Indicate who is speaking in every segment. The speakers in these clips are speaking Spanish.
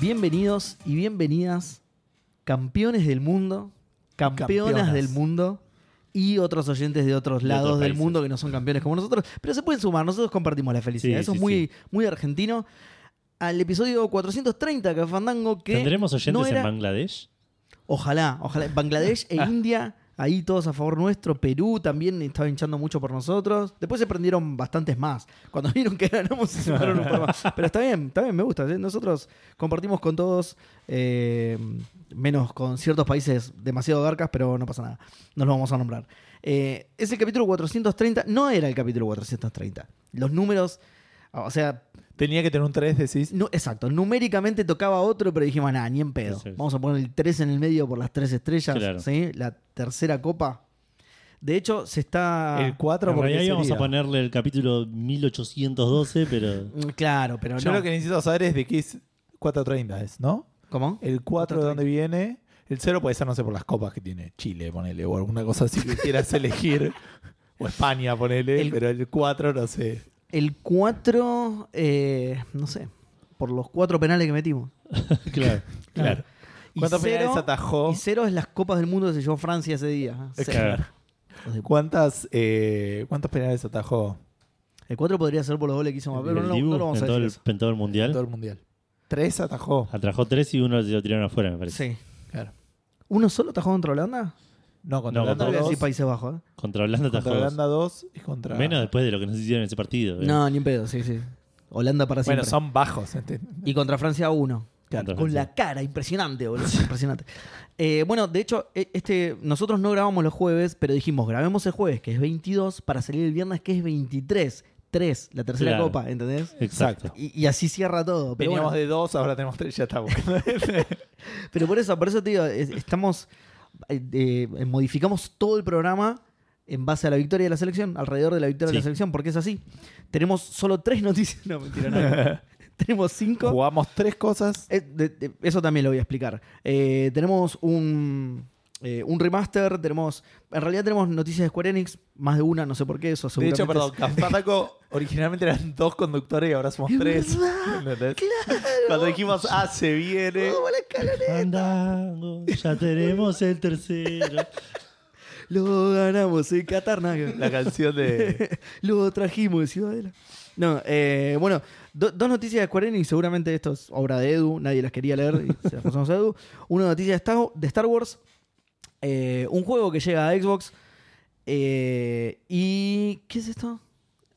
Speaker 1: Bienvenidos y bienvenidas, campeones del mundo, campeonas,
Speaker 2: Campeonas.
Speaker 1: del mundo y otros oyentes de otros lados
Speaker 3: otros
Speaker 1: del
Speaker 3: países.
Speaker 1: mundo que no son campeones como nosotros, pero se pueden sumar, nosotros compartimos la felicidad.
Speaker 3: Sí,
Speaker 1: Eso es
Speaker 3: sí,
Speaker 1: muy,
Speaker 3: sí.
Speaker 1: muy argentino. Al episodio 430 que Fandango que
Speaker 3: ¿Tendremos oyentes
Speaker 1: no era-
Speaker 3: en Bangladesh?
Speaker 1: Ojalá, ojalá. Bangladesh e India, ahí todos a favor nuestro. Perú también estaba hinchando mucho por nosotros. Después se prendieron bastantes más. Cuando vieron que ganamos, se sumaron un par más. Pero está bien, está bien, me gusta. ¿sí? Nosotros compartimos con todos, eh, menos con ciertos países demasiado garcas, pero no pasa nada. Nos lo vamos a nombrar. Eh, es el capítulo 430. No era el capítulo 430. Los números. O sea,
Speaker 2: Tenía que tener un 3, decís.
Speaker 1: no, exacto, numéricamente tocaba otro, pero dijimos, nada, ni en pedo.
Speaker 3: Eso es.
Speaker 1: Vamos a poner el 3 en el medio por las tres estrellas,
Speaker 3: Claro.
Speaker 1: ¿sí? La tercera copa. De hecho, se está...
Speaker 2: El 4
Speaker 3: En
Speaker 2: porque
Speaker 3: realidad íbamos
Speaker 2: sería.
Speaker 3: a ponerle el capítulo 1812, pero...
Speaker 1: Mm, Claro, pero
Speaker 2: Yo
Speaker 1: no.
Speaker 2: lo que necesito saber es de qué es 4.30, es, ¿no?
Speaker 1: ¿Cómo?
Speaker 2: El 4 de dónde viene. El 0 puede ser, no sé, por las copas que tiene Chile, ponele, o alguna cosa así que quieras elegir. O España, ponele,
Speaker 1: El-
Speaker 2: pero el 4 no sé.
Speaker 1: El 4, eh, no sé, por los cuatro penales que metimos.
Speaker 3: claro,
Speaker 1: Claro.
Speaker 3: claro.
Speaker 1: Y
Speaker 2: ¿Cuántos
Speaker 1: cero-
Speaker 2: penales atajó?
Speaker 1: Y cero es las copas del mundo que se llevó Francia ese día.
Speaker 2: Eh,
Speaker 1: Cero.
Speaker 3: claro.
Speaker 1: Hijos de pu-
Speaker 2: ¿Cuántas, eh, ¿Cuántos penales atajó
Speaker 1: El 4 podría ser por los goles que hizo Mbappé,
Speaker 3: El
Speaker 1: pero no,
Speaker 3: Dibu
Speaker 1: no lo vamos
Speaker 3: en,
Speaker 1: a
Speaker 3: todo
Speaker 1: decir
Speaker 3: el,
Speaker 1: eso.
Speaker 3: en todo el
Speaker 2: en todo
Speaker 3: mundial.
Speaker 2: el mundial? Tres atajó.
Speaker 3: Atrajó tres y uno se lo tiraron afuera, me parece.
Speaker 1: Sí.
Speaker 2: Claro.
Speaker 1: ¿Uno solo tajó contra Holanda?
Speaker 2: No, contra
Speaker 3: No,
Speaker 1: No,
Speaker 2: Holanda
Speaker 1: le voy a decir
Speaker 2: 2.
Speaker 1: Países Bajos. ¿eh?
Speaker 3: Contra Holanda atajó
Speaker 2: Contra
Speaker 3: dos.
Speaker 2: Holanda 2 y contra.
Speaker 3: Menos después de lo que nos hicieron en ese partido. eh.
Speaker 1: No, ni en pedo, sí, sí. Holanda para siempre.
Speaker 2: bueno, son bajos. ¿entendés?
Speaker 1: Y contra Francia uno.
Speaker 3: Contra
Speaker 1: Con
Speaker 3: Francia.
Speaker 1: la cara, impresionante, boludo. Impresionante. Eh, bueno, de hecho, e- este, nosotros no grabamos los jueves, pero dijimos, grabemos el jueves, que es 22, para salir el viernes, que es 23. 3, la tercera
Speaker 3: Claro.
Speaker 1: copa, ¿entendés?
Speaker 3: Exacto.
Speaker 1: Y, y así cierra todo. Pero,
Speaker 2: Veníamos
Speaker 1: bueno,
Speaker 2: de 2, ahora tenemos 3, ya estamos.
Speaker 1: pero por eso, por eso te digo, es- estamos. eh, eh, modificamos todo el programa en base a la victoria de la selección, alrededor de la victoria de la
Speaker 3: Sí.
Speaker 1: selección, porque es así. Tenemos solo tres noticias. No, mentira, no. Tenemos cinco.
Speaker 2: Jugamos tres cosas.
Speaker 1: Eh, de- de- eso también lo voy a explicar. Eh, tenemos un, eh, un remaster, tenemos. En realidad tenemos noticias de Square Enix, más de una, no sé por qué, eso
Speaker 2: De
Speaker 1: seguramente.
Speaker 2: hecho, perdón, Cafátaco originalmente eran dos conductores y ahora somos
Speaker 1: Es
Speaker 2: tres.
Speaker 1: verdad,
Speaker 2: ¿Entendés?
Speaker 1: ¡Claro!
Speaker 2: Cuando dijimos, ah, se viene.
Speaker 1: ¡Vamos a la escalera!
Speaker 3: Fandango, ya tenemos el tercero.
Speaker 1: Lo ganamos en Qatar, nada que ver.
Speaker 2: La canción de.
Speaker 1: Lo trajimos de Ciudadela. No, eh, bueno, do- dos noticias de Square Enix, seguramente esto es obra de Edu, nadie las quería leer y se las pasamos a Edu. Una noticia de Star, de Star Wars, eh, un juego que llega a Xbox. eh, ¿Y qué es esto?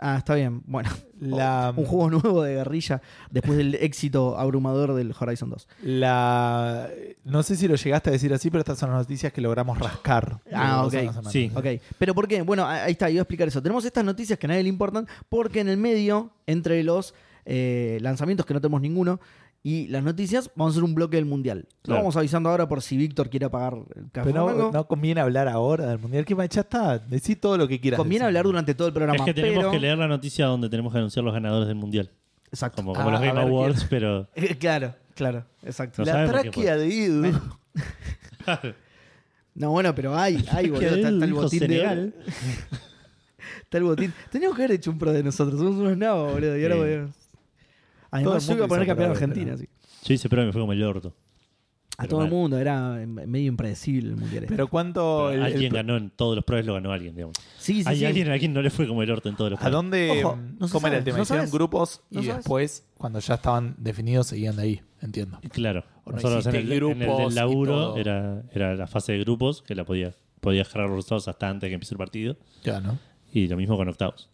Speaker 1: Ah, está bien, bueno.
Speaker 2: La,
Speaker 1: Un juego nuevo de guerrilla después del éxito abrumador del Horizon 2.
Speaker 2: la. No sé si lo llegaste a decir así, pero estas son las noticias que logramos rascar.
Speaker 1: Ah, ok.
Speaker 2: Son las semanas.
Speaker 3: Sí.
Speaker 1: Ok, pero ¿por qué? Bueno, a- ahí está, iba a explicar eso. Tenemos estas noticias que a nadie le importan porque en el medio, entre los eh, lanzamientos que no tenemos ninguno y las noticias, vamos a hacer un bloque del Mundial. Lo
Speaker 3: Claro.
Speaker 1: vamos avisando ahora por si Víctor quiere pagar el café.
Speaker 2: Pero no,
Speaker 1: Fandango.
Speaker 2: no conviene hablar ahora del mundial. Que ya está. Decí todo lo que quieras.
Speaker 1: Conviene
Speaker 2: decir.
Speaker 1: hablar durante todo el programa.
Speaker 3: es que tenemos
Speaker 1: pero-
Speaker 3: que leer la noticia donde tenemos que anunciar los ganadores del mundial.
Speaker 1: Exacto.
Speaker 3: Como, como
Speaker 2: Ah,
Speaker 3: los
Speaker 2: a
Speaker 3: Game
Speaker 2: ver,
Speaker 3: Awards, pero.
Speaker 1: claro, claro, exacto.
Speaker 3: No
Speaker 2: La
Speaker 3: sabe por qué
Speaker 2: tráquea de Idu.
Speaker 1: No, bueno, pero hay, hay, boludo. Está, está el
Speaker 3: Dijo
Speaker 1: botín de
Speaker 3: Senegal.
Speaker 1: oro. Está el botín. Teníamos que haber hecho un pro de nosotros. Somos unos nabos, boludo. Y ahora
Speaker 3: Sí.
Speaker 1: podemos- Además, yo
Speaker 2: mundo
Speaker 1: iba a poner
Speaker 2: hizo
Speaker 1: campeón a
Speaker 2: pro,
Speaker 1: Argentina,
Speaker 2: pero-
Speaker 1: así.
Speaker 3: Yo hice pero me fue como el orto.
Speaker 1: A
Speaker 3: Pero
Speaker 1: todo el
Speaker 3: mal.
Speaker 1: mundo, era eh, medio impredecible el mundial. este.
Speaker 2: Pero cuánto. el- el-
Speaker 3: alguien ganó en todos los pros, lo ganó alguien, digamos.
Speaker 1: sí, sí,
Speaker 3: Hay
Speaker 1: sí.
Speaker 3: alguien a quien no le fue como el orto en todos los
Speaker 2: ¿A
Speaker 3: pros.
Speaker 2: dónde?
Speaker 1: Ojo,
Speaker 2: mm,
Speaker 1: no se
Speaker 2: ¿Cómo era
Speaker 1: sabe,
Speaker 2: el tema?
Speaker 1: no
Speaker 2: Hicieron
Speaker 1: sabes.
Speaker 2: grupos
Speaker 1: No
Speaker 2: y
Speaker 1: sabes.
Speaker 2: después, cuando ya estaban definidos, seguían de ahí. Entiendo.
Speaker 3: Claro.
Speaker 2: O no
Speaker 3: Nosotros en el,
Speaker 2: hiciste
Speaker 3: en el
Speaker 2: grupos
Speaker 3: del
Speaker 2: y
Speaker 3: laburo
Speaker 2: todo.
Speaker 3: era, era la fase de grupos, que la podía, podías cargar los resultados hasta antes de que empiece el partido.
Speaker 2: Ya, ¿no?
Speaker 3: Y lo mismo con octavos.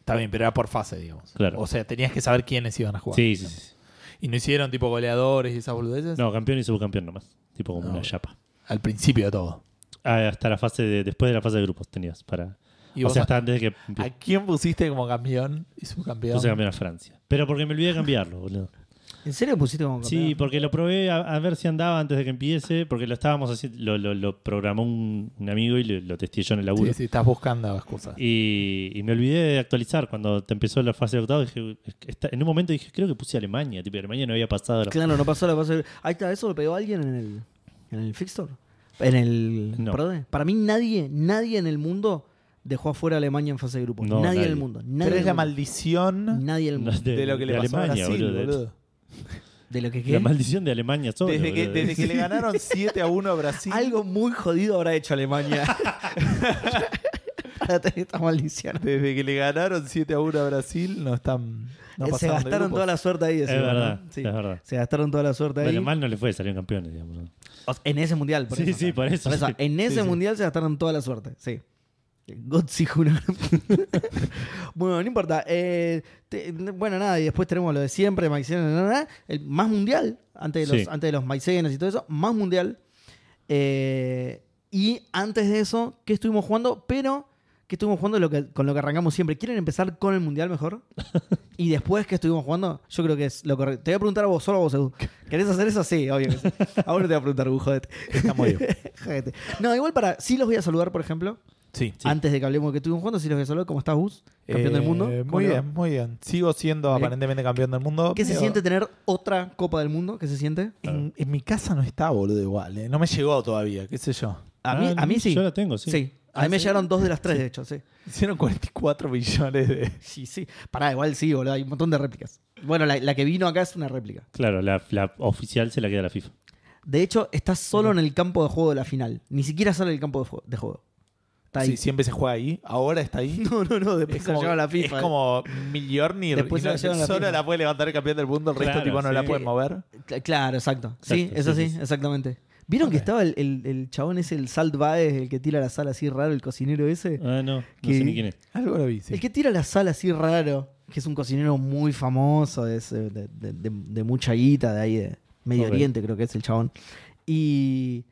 Speaker 2: Está bien, pero era por fase, digamos.
Speaker 3: Claro.
Speaker 2: O sea, tenías que saber quiénes iban a jugar.
Speaker 3: Sí, sí, sí.
Speaker 2: Y no hicieron tipo goleadores y esas boludeces.
Speaker 3: No, campeón y subcampeón nomás. Tipo como
Speaker 2: No.
Speaker 3: una chapa.
Speaker 2: Al principio de todo.
Speaker 3: Ah, hasta la fase de, después de la fase de grupos tenías para.
Speaker 2: Y
Speaker 3: o
Speaker 2: vos a-
Speaker 3: sea, hasta antes de que
Speaker 2: ¿A
Speaker 3: empie-
Speaker 2: quién pusiste como campeón y subcampeón?
Speaker 3: puse campeón a Francia. Pero porque me olvidé de cambiarlo, boludo.
Speaker 1: ¿En serio pusiste como
Speaker 3: Sí,
Speaker 1: campeón?
Speaker 3: porque lo probé a, a ver si andaba antes de que empiece, porque lo estábamos haciendo, lo, lo- lo programó un, un amigo y lo, lo testé yo en el laburo.
Speaker 2: Sí, sí, estás buscando excusas.
Speaker 3: Y, y me olvidé de actualizar cuando te empezó la fase de octavo. Dije, está- en un momento dije, creo que puse Alemania. Tipo, Alemania no había pasado. la-
Speaker 1: Claro, no pasó, la pasó. Ahí está, eso lo pegó alguien en el, en el Fixstore. En el.
Speaker 3: No.
Speaker 1: Prode. Para mí, nadie, nadie en el mundo dejó afuera a Alemania en fase de grupos.
Speaker 3: No,
Speaker 1: nadie, en
Speaker 3: nadie.
Speaker 1: el mundo. Nadie
Speaker 2: Pero
Speaker 1: en
Speaker 2: es
Speaker 1: el
Speaker 2: la
Speaker 1: mundo.
Speaker 2: maldición
Speaker 1: Nadie en el
Speaker 3: No,
Speaker 1: mundo.
Speaker 2: de, lo que le
Speaker 3: de
Speaker 2: pasó a
Speaker 3: Alemania,
Speaker 2: Brasil,
Speaker 3: boludo.
Speaker 2: boludo.
Speaker 1: ¿De lo que
Speaker 3: La
Speaker 1: qué?
Speaker 3: maldición de Alemania solo.
Speaker 2: Desde que,
Speaker 3: boludo.
Speaker 2: desde que le ganaron 7 a 1 a Brasil.
Speaker 1: Algo muy jodido habrá hecho Alemania. Para tener esta maldición.
Speaker 2: Desde que le ganaron 7 a 1 a Brasil, no están. No
Speaker 1: Eh, se
Speaker 2: pasaron de
Speaker 1: gastaron
Speaker 2: grupos.
Speaker 1: toda la suerte ahí.
Speaker 3: Es
Speaker 1: decimos, ¿no?
Speaker 3: verdad,
Speaker 1: Sí.
Speaker 3: es verdad.
Speaker 1: Se gastaron toda la suerte ahí.
Speaker 3: Bueno, mal no le fue, salieron campeones, digamos. ¿no?
Speaker 1: O sea, en ese mundial, por
Speaker 3: Sí,
Speaker 1: eso. eh,
Speaker 3: sí, por eso, sí.
Speaker 1: En ese
Speaker 2: Sí, sí.
Speaker 1: mundial se gastaron toda la suerte, sí. Gotzi Junar. bueno, no importa. Eh, te- bueno, nada, y después tenemos lo de siempre, maicenas, na, na, na. el más mundial, antes de los,
Speaker 3: Sí.
Speaker 1: antes de los maicenas y todo eso, más mundial. Eh, y antes de eso, ¿qué estuvimos jugando? Pero, ¿qué estuvimos jugando lo que- con lo que arrancamos siempre? ¿Quieren empezar con el mundial mejor? y después, ¿qué estuvimos jugando? Yo creo que es lo correcto. Te voy a preguntar a vos, solo a vos, Edu. ¿Querés hacer eso? Sí, obvio que sí. A vos no te voy a preguntar, Edu, jodete.
Speaker 2: Está muy bien.
Speaker 1: Jodete. No, igual para. Sí, los voy a saludar, por ejemplo.
Speaker 2: Sí.
Speaker 1: Antes de que hablemos de que estuvimos jugando, sí los voy a saludar. ¿Cómo estás, Gus? Campeón del
Speaker 2: Eh,
Speaker 1: mundo. ¿Cómo
Speaker 2: Muy
Speaker 1: le va?
Speaker 2: bien, muy bien. Sigo siendo
Speaker 1: Bien.
Speaker 2: aparentemente campeón del mundo.
Speaker 1: ¿Qué se
Speaker 2: pero
Speaker 1: siente tener otra Copa del Mundo? ¿Qué se siente?
Speaker 2: En, en mi casa no está, boludo, igual. eh. No me llegó todavía, qué sé yo.
Speaker 1: A mí,
Speaker 3: Ah,
Speaker 1: a mí sí.
Speaker 3: Yo la tengo, sí.
Speaker 1: sí. A mí
Speaker 2: Ah,
Speaker 1: me
Speaker 2: sí.
Speaker 1: llegaron dos de las tres, de hecho, sí.
Speaker 2: Hicieron 44 millones de.
Speaker 1: Sí, sí. Pará, igual sí, boludo. Hay un montón de réplicas. Bueno, la, la que vino acá es una réplica.
Speaker 3: Claro, la, la oficial se la queda la FIFA.
Speaker 1: De hecho, está solo en el campo de juego de la final. Ni siquiera sale el campo de, fu- de juego. Está ahí.
Speaker 2: Sí, siempre se juega ahí. Ahora está ahí.
Speaker 1: No, no, no. Después
Speaker 2: Es
Speaker 1: se la
Speaker 2: como,
Speaker 1: lleva la FIFA. eh.
Speaker 2: es como Mjolnir,
Speaker 1: Después
Speaker 2: y
Speaker 1: se la
Speaker 2: no-
Speaker 1: llevan la
Speaker 2: solo
Speaker 1: FIFA.
Speaker 2: la puede levantar el campeón del mundo, el resto
Speaker 3: Claro,
Speaker 2: tipo no
Speaker 3: sí.
Speaker 2: la pueden mover.
Speaker 1: Cla- Claro, exacto. Sí,
Speaker 3: Exacto,
Speaker 1: eso
Speaker 3: sí,
Speaker 1: sí,
Speaker 3: sí, sí.
Speaker 1: exactamente. ¿Vieron que
Speaker 2: Ok.
Speaker 1: estaba el, el, el chabón ese, el Salt Baez, el que tira la sal así raro, el cocinero ese?
Speaker 3: Ah, no, no
Speaker 1: ¿Qué?
Speaker 3: sé ni quién es.
Speaker 2: Algo lo vi, sí.
Speaker 1: El que tira la sal así raro, que es un cocinero muy famoso, es, eh, de, de- de- de mucha guita, de ahí de Medio
Speaker 3: Ok.
Speaker 1: Oriente creo que es el chabón. Y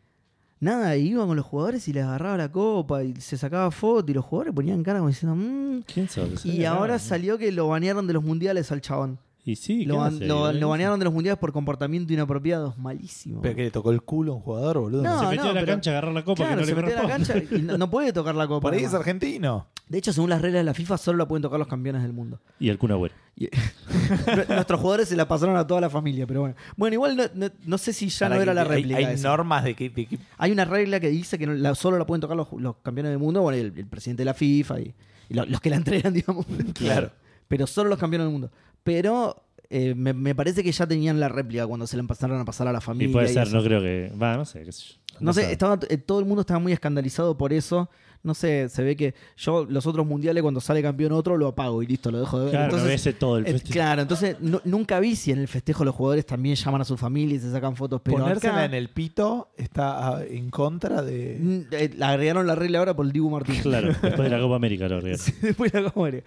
Speaker 1: nada, y iba con los jugadores y les agarraba la copa y se sacaba foto y los jugadores ponían cara como diciendo, "Mm".
Speaker 3: ¿Quién sabe?
Speaker 1: Y
Speaker 3: Sí,
Speaker 1: ahora
Speaker 3: no.
Speaker 1: salió que lo banearon de los mundiales al chabón.
Speaker 3: Y sí,
Speaker 1: lo,
Speaker 3: ¿qué
Speaker 1: ban-
Speaker 3: hace?
Speaker 1: lo- lo
Speaker 3: ¿Qué
Speaker 1: banearon de los mundiales por comportamiento inapropiado. Malísimo.
Speaker 2: Pero que le tocó el culo a un jugador, boludo.
Speaker 1: No,
Speaker 3: Se metió a la
Speaker 1: pero-
Speaker 3: cancha a agarrar la copa
Speaker 1: Claro,
Speaker 3: que no
Speaker 1: se
Speaker 3: le
Speaker 1: metió a la
Speaker 3: corresponde.
Speaker 1: cancha y no, no puede tocar la copa.
Speaker 2: Por ahí es
Speaker 1: además.
Speaker 2: argentino.
Speaker 1: De hecho, según las reglas de la FIFA, solo la pueden tocar los campeones del mundo.
Speaker 3: Y el Kun Agüero.
Speaker 1: Y- Nuestros jugadores se la pasaron a toda la familia, pero bueno. Bueno, igual no, no- no sé si ya
Speaker 2: Para
Speaker 1: no
Speaker 2: que-
Speaker 1: era la
Speaker 2: hay-
Speaker 1: réplica.
Speaker 2: Hay,
Speaker 1: esa.
Speaker 2: normas de que, de que-
Speaker 1: Hay una regla que dice que no- la- solo la pueden tocar los, los campeones del mundo, bueno, y el, el presidente de la FIFA y, y lo- los que la entrenan, digamos.
Speaker 2: Claro.
Speaker 1: Pero solo los campeones del mundo. Pero eh, me, me parece que ya tenían la réplica cuando se la empezaron a pasar a la
Speaker 3: Y
Speaker 1: familia.
Speaker 3: puede
Speaker 1: y
Speaker 3: ser,
Speaker 1: eso.
Speaker 3: no creo que. Va, no sé, qué sé yo.
Speaker 1: No sé,
Speaker 3: sabe.
Speaker 1: estaba, eh, todo el mundo estaba muy escandalizado por eso. No sé, se ve que yo los otros mundiales cuando sale campeón otro lo apago y listo, lo dejo de ver.
Speaker 3: Claro,
Speaker 1: entonces,
Speaker 3: no ese todo el
Speaker 1: eh,
Speaker 3: festival.
Speaker 1: claro, entonces no- nunca vi si en el festejo los jugadores también llaman a su familia y se sacan fotos, pero
Speaker 2: ponérsela
Speaker 1: acá,
Speaker 2: en el pito está ah, en contra de.
Speaker 1: mm, eh, la agregaron la regla ahora por el Dibu Martínez.
Speaker 3: Claro, después de la Copa América lo agregaron.
Speaker 1: Sí, después la Copa América.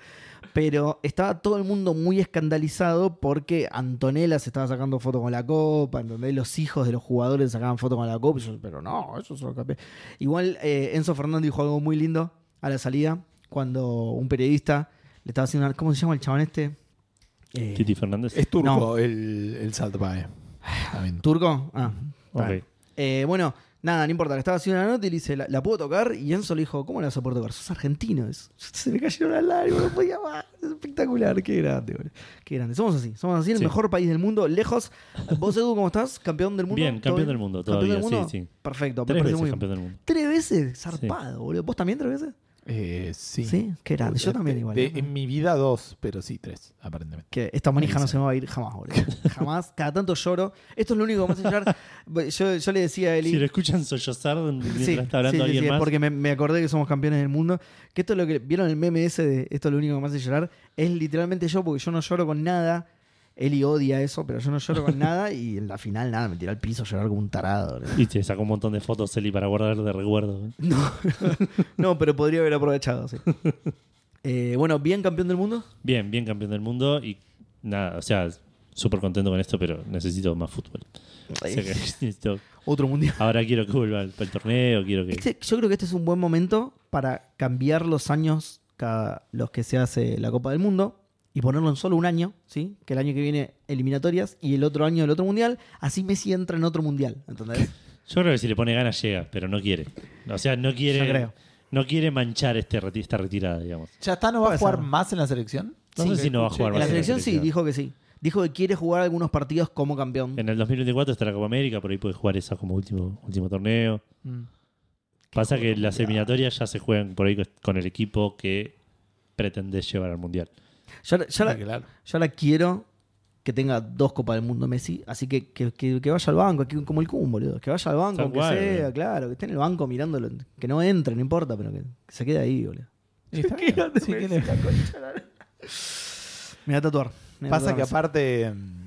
Speaker 1: Pero estaba todo el mundo muy escandalizado porque Antonella se estaba sacando fotos con la copa, ¿entendés? Los hijos de los jugadores sacaban fotos con la copa. y yo, pero no, eso es lo campeón. Igual eh, Enzo Fernández dijo algo muy lindo a la salida cuando un periodista le estaba haciendo una. ¿Cómo se llama el chabón este? Eh,
Speaker 3: Titi Fernández.
Speaker 2: Es turco
Speaker 1: No.
Speaker 2: el, el Saltbae. También.
Speaker 1: ¿Turco? Ah,
Speaker 3: Ok.
Speaker 1: bueno. Eh, bueno, nada, no importa. Le estaba haciendo una nota y le dice, ¿la, la puedo tocar? Y Enzo le dijo, ¿cómo la vas a poder tocar? Sos argentino. Es- se me cayeron las lágrimas, no podía más. Es espectacular, qué grande, boludo. Qué grande. Somos así, somos así, el
Speaker 3: Sí.
Speaker 1: mejor país del mundo, lejos. ¿Vos, Edu, cómo estás? ¿Campeón del mundo?
Speaker 3: Bien,
Speaker 1: ¿Todo
Speaker 3: campeón del mundo
Speaker 1: ¿Campeón
Speaker 3: todavía,
Speaker 1: del mundo?
Speaker 3: sí, sí.
Speaker 1: Perfecto, me parece
Speaker 3: Tres veces
Speaker 1: muy bien.
Speaker 3: campeón del mundo.
Speaker 1: Tres veces, zarpado, boludo. ¿Vos también tres veces?
Speaker 2: Eh, sí.
Speaker 1: Sí, qué grande. Yo
Speaker 3: Este,
Speaker 2: De-
Speaker 1: también igual.
Speaker 2: de-
Speaker 1: ¿eh?
Speaker 2: en mi vida dos, pero sí tres, aparentemente.
Speaker 1: Que esta manija no
Speaker 2: Ahí sí.
Speaker 1: se me va a ir jamás, boludo. Jamás. Cada tanto lloro. Esto es lo único que me hace llorar. Yo, yo le decía a Eli.
Speaker 3: Si lo escuchan sollozar mientras
Speaker 1: Sí,
Speaker 3: está hablando
Speaker 1: sí, sí,
Speaker 3: alguien
Speaker 1: sí,
Speaker 3: más.
Speaker 1: porque me, me acordé que somos campeones del mundo. Que esto es lo que. ¿Vieron el meme ese de esto es lo único que me hace llorar? Es literalmente yo, porque yo no lloro con nada. Eli odia eso, pero yo no lloro con nada. Y en la final, nada, me tiró al piso a llorar como un tarado. ¿no?
Speaker 3: Y te sacó un montón de fotos, Eli, para guardar de recuerdo.
Speaker 1: No, no, pero podría haber aprovechado, sí. Eh, bueno, bien campeón del mundo.
Speaker 3: Bien, bien campeón del mundo y nada, o sea, súper contento con esto, pero necesito más fútbol. O sea que necesito-
Speaker 1: Otro mundial.
Speaker 3: ahora quiero que vuelva al, al torneo, quiero que...
Speaker 1: Este- yo creo que este es un buen momento para cambiar los años cada, los que se hace la Copa del Mundo y ponerlo en solo un año, ¿sí? Que el año que viene eliminatorias y el otro año el otro mundial, así Messi entra en otro mundial, ¿entendés?
Speaker 3: Yo creo que si le pone ganas llega, pero no quiere. O sea, no
Speaker 1: Yo
Speaker 3: quiere...
Speaker 1: creo.
Speaker 3: No quiere manchar este reti- esta retirada, digamos.
Speaker 2: ¿Ya está no va
Speaker 1: Puede
Speaker 2: a jugar
Speaker 1: ser.
Speaker 2: más en la selección?
Speaker 3: No
Speaker 1: Sí,
Speaker 3: sé si no va a
Speaker 2: escuché.
Speaker 3: jugar
Speaker 1: En
Speaker 3: más
Speaker 1: la
Speaker 2: Sí,
Speaker 1: selección sí,
Speaker 3: selección.
Speaker 1: dijo que sí. Dijo que quiere jugar algunos partidos como campeón.
Speaker 3: En el 2024 está la Copa América, por ahí puede jugar esa como último, último torneo.
Speaker 2: Mm.
Speaker 3: Pasa que las eliminatorias ya se juegan por ahí con el equipo que pretende llevar al Mundial.
Speaker 1: Yo, ahora- yo
Speaker 2: Ah,
Speaker 1: ahora-
Speaker 2: claro.
Speaker 1: yo ahora quiero que tenga dos Copas del Mundo Messi. Así que que, que- que vaya al banco, que- como el Kun, boludo. Que vaya al banco,
Speaker 3: Tal
Speaker 1: aunque
Speaker 3: cual,
Speaker 1: sea,
Speaker 3: boludo.
Speaker 1: claro. Que esté en el banco mirándolo. Que no entre, no importa, pero que, que se quede ahí, boludo.
Speaker 2: Y está bien. Sí, que le-
Speaker 1: Me va a tatuar. me va a
Speaker 2: Pasa
Speaker 1: tatuar
Speaker 2: que
Speaker 1: Messi.
Speaker 2: aparte mm,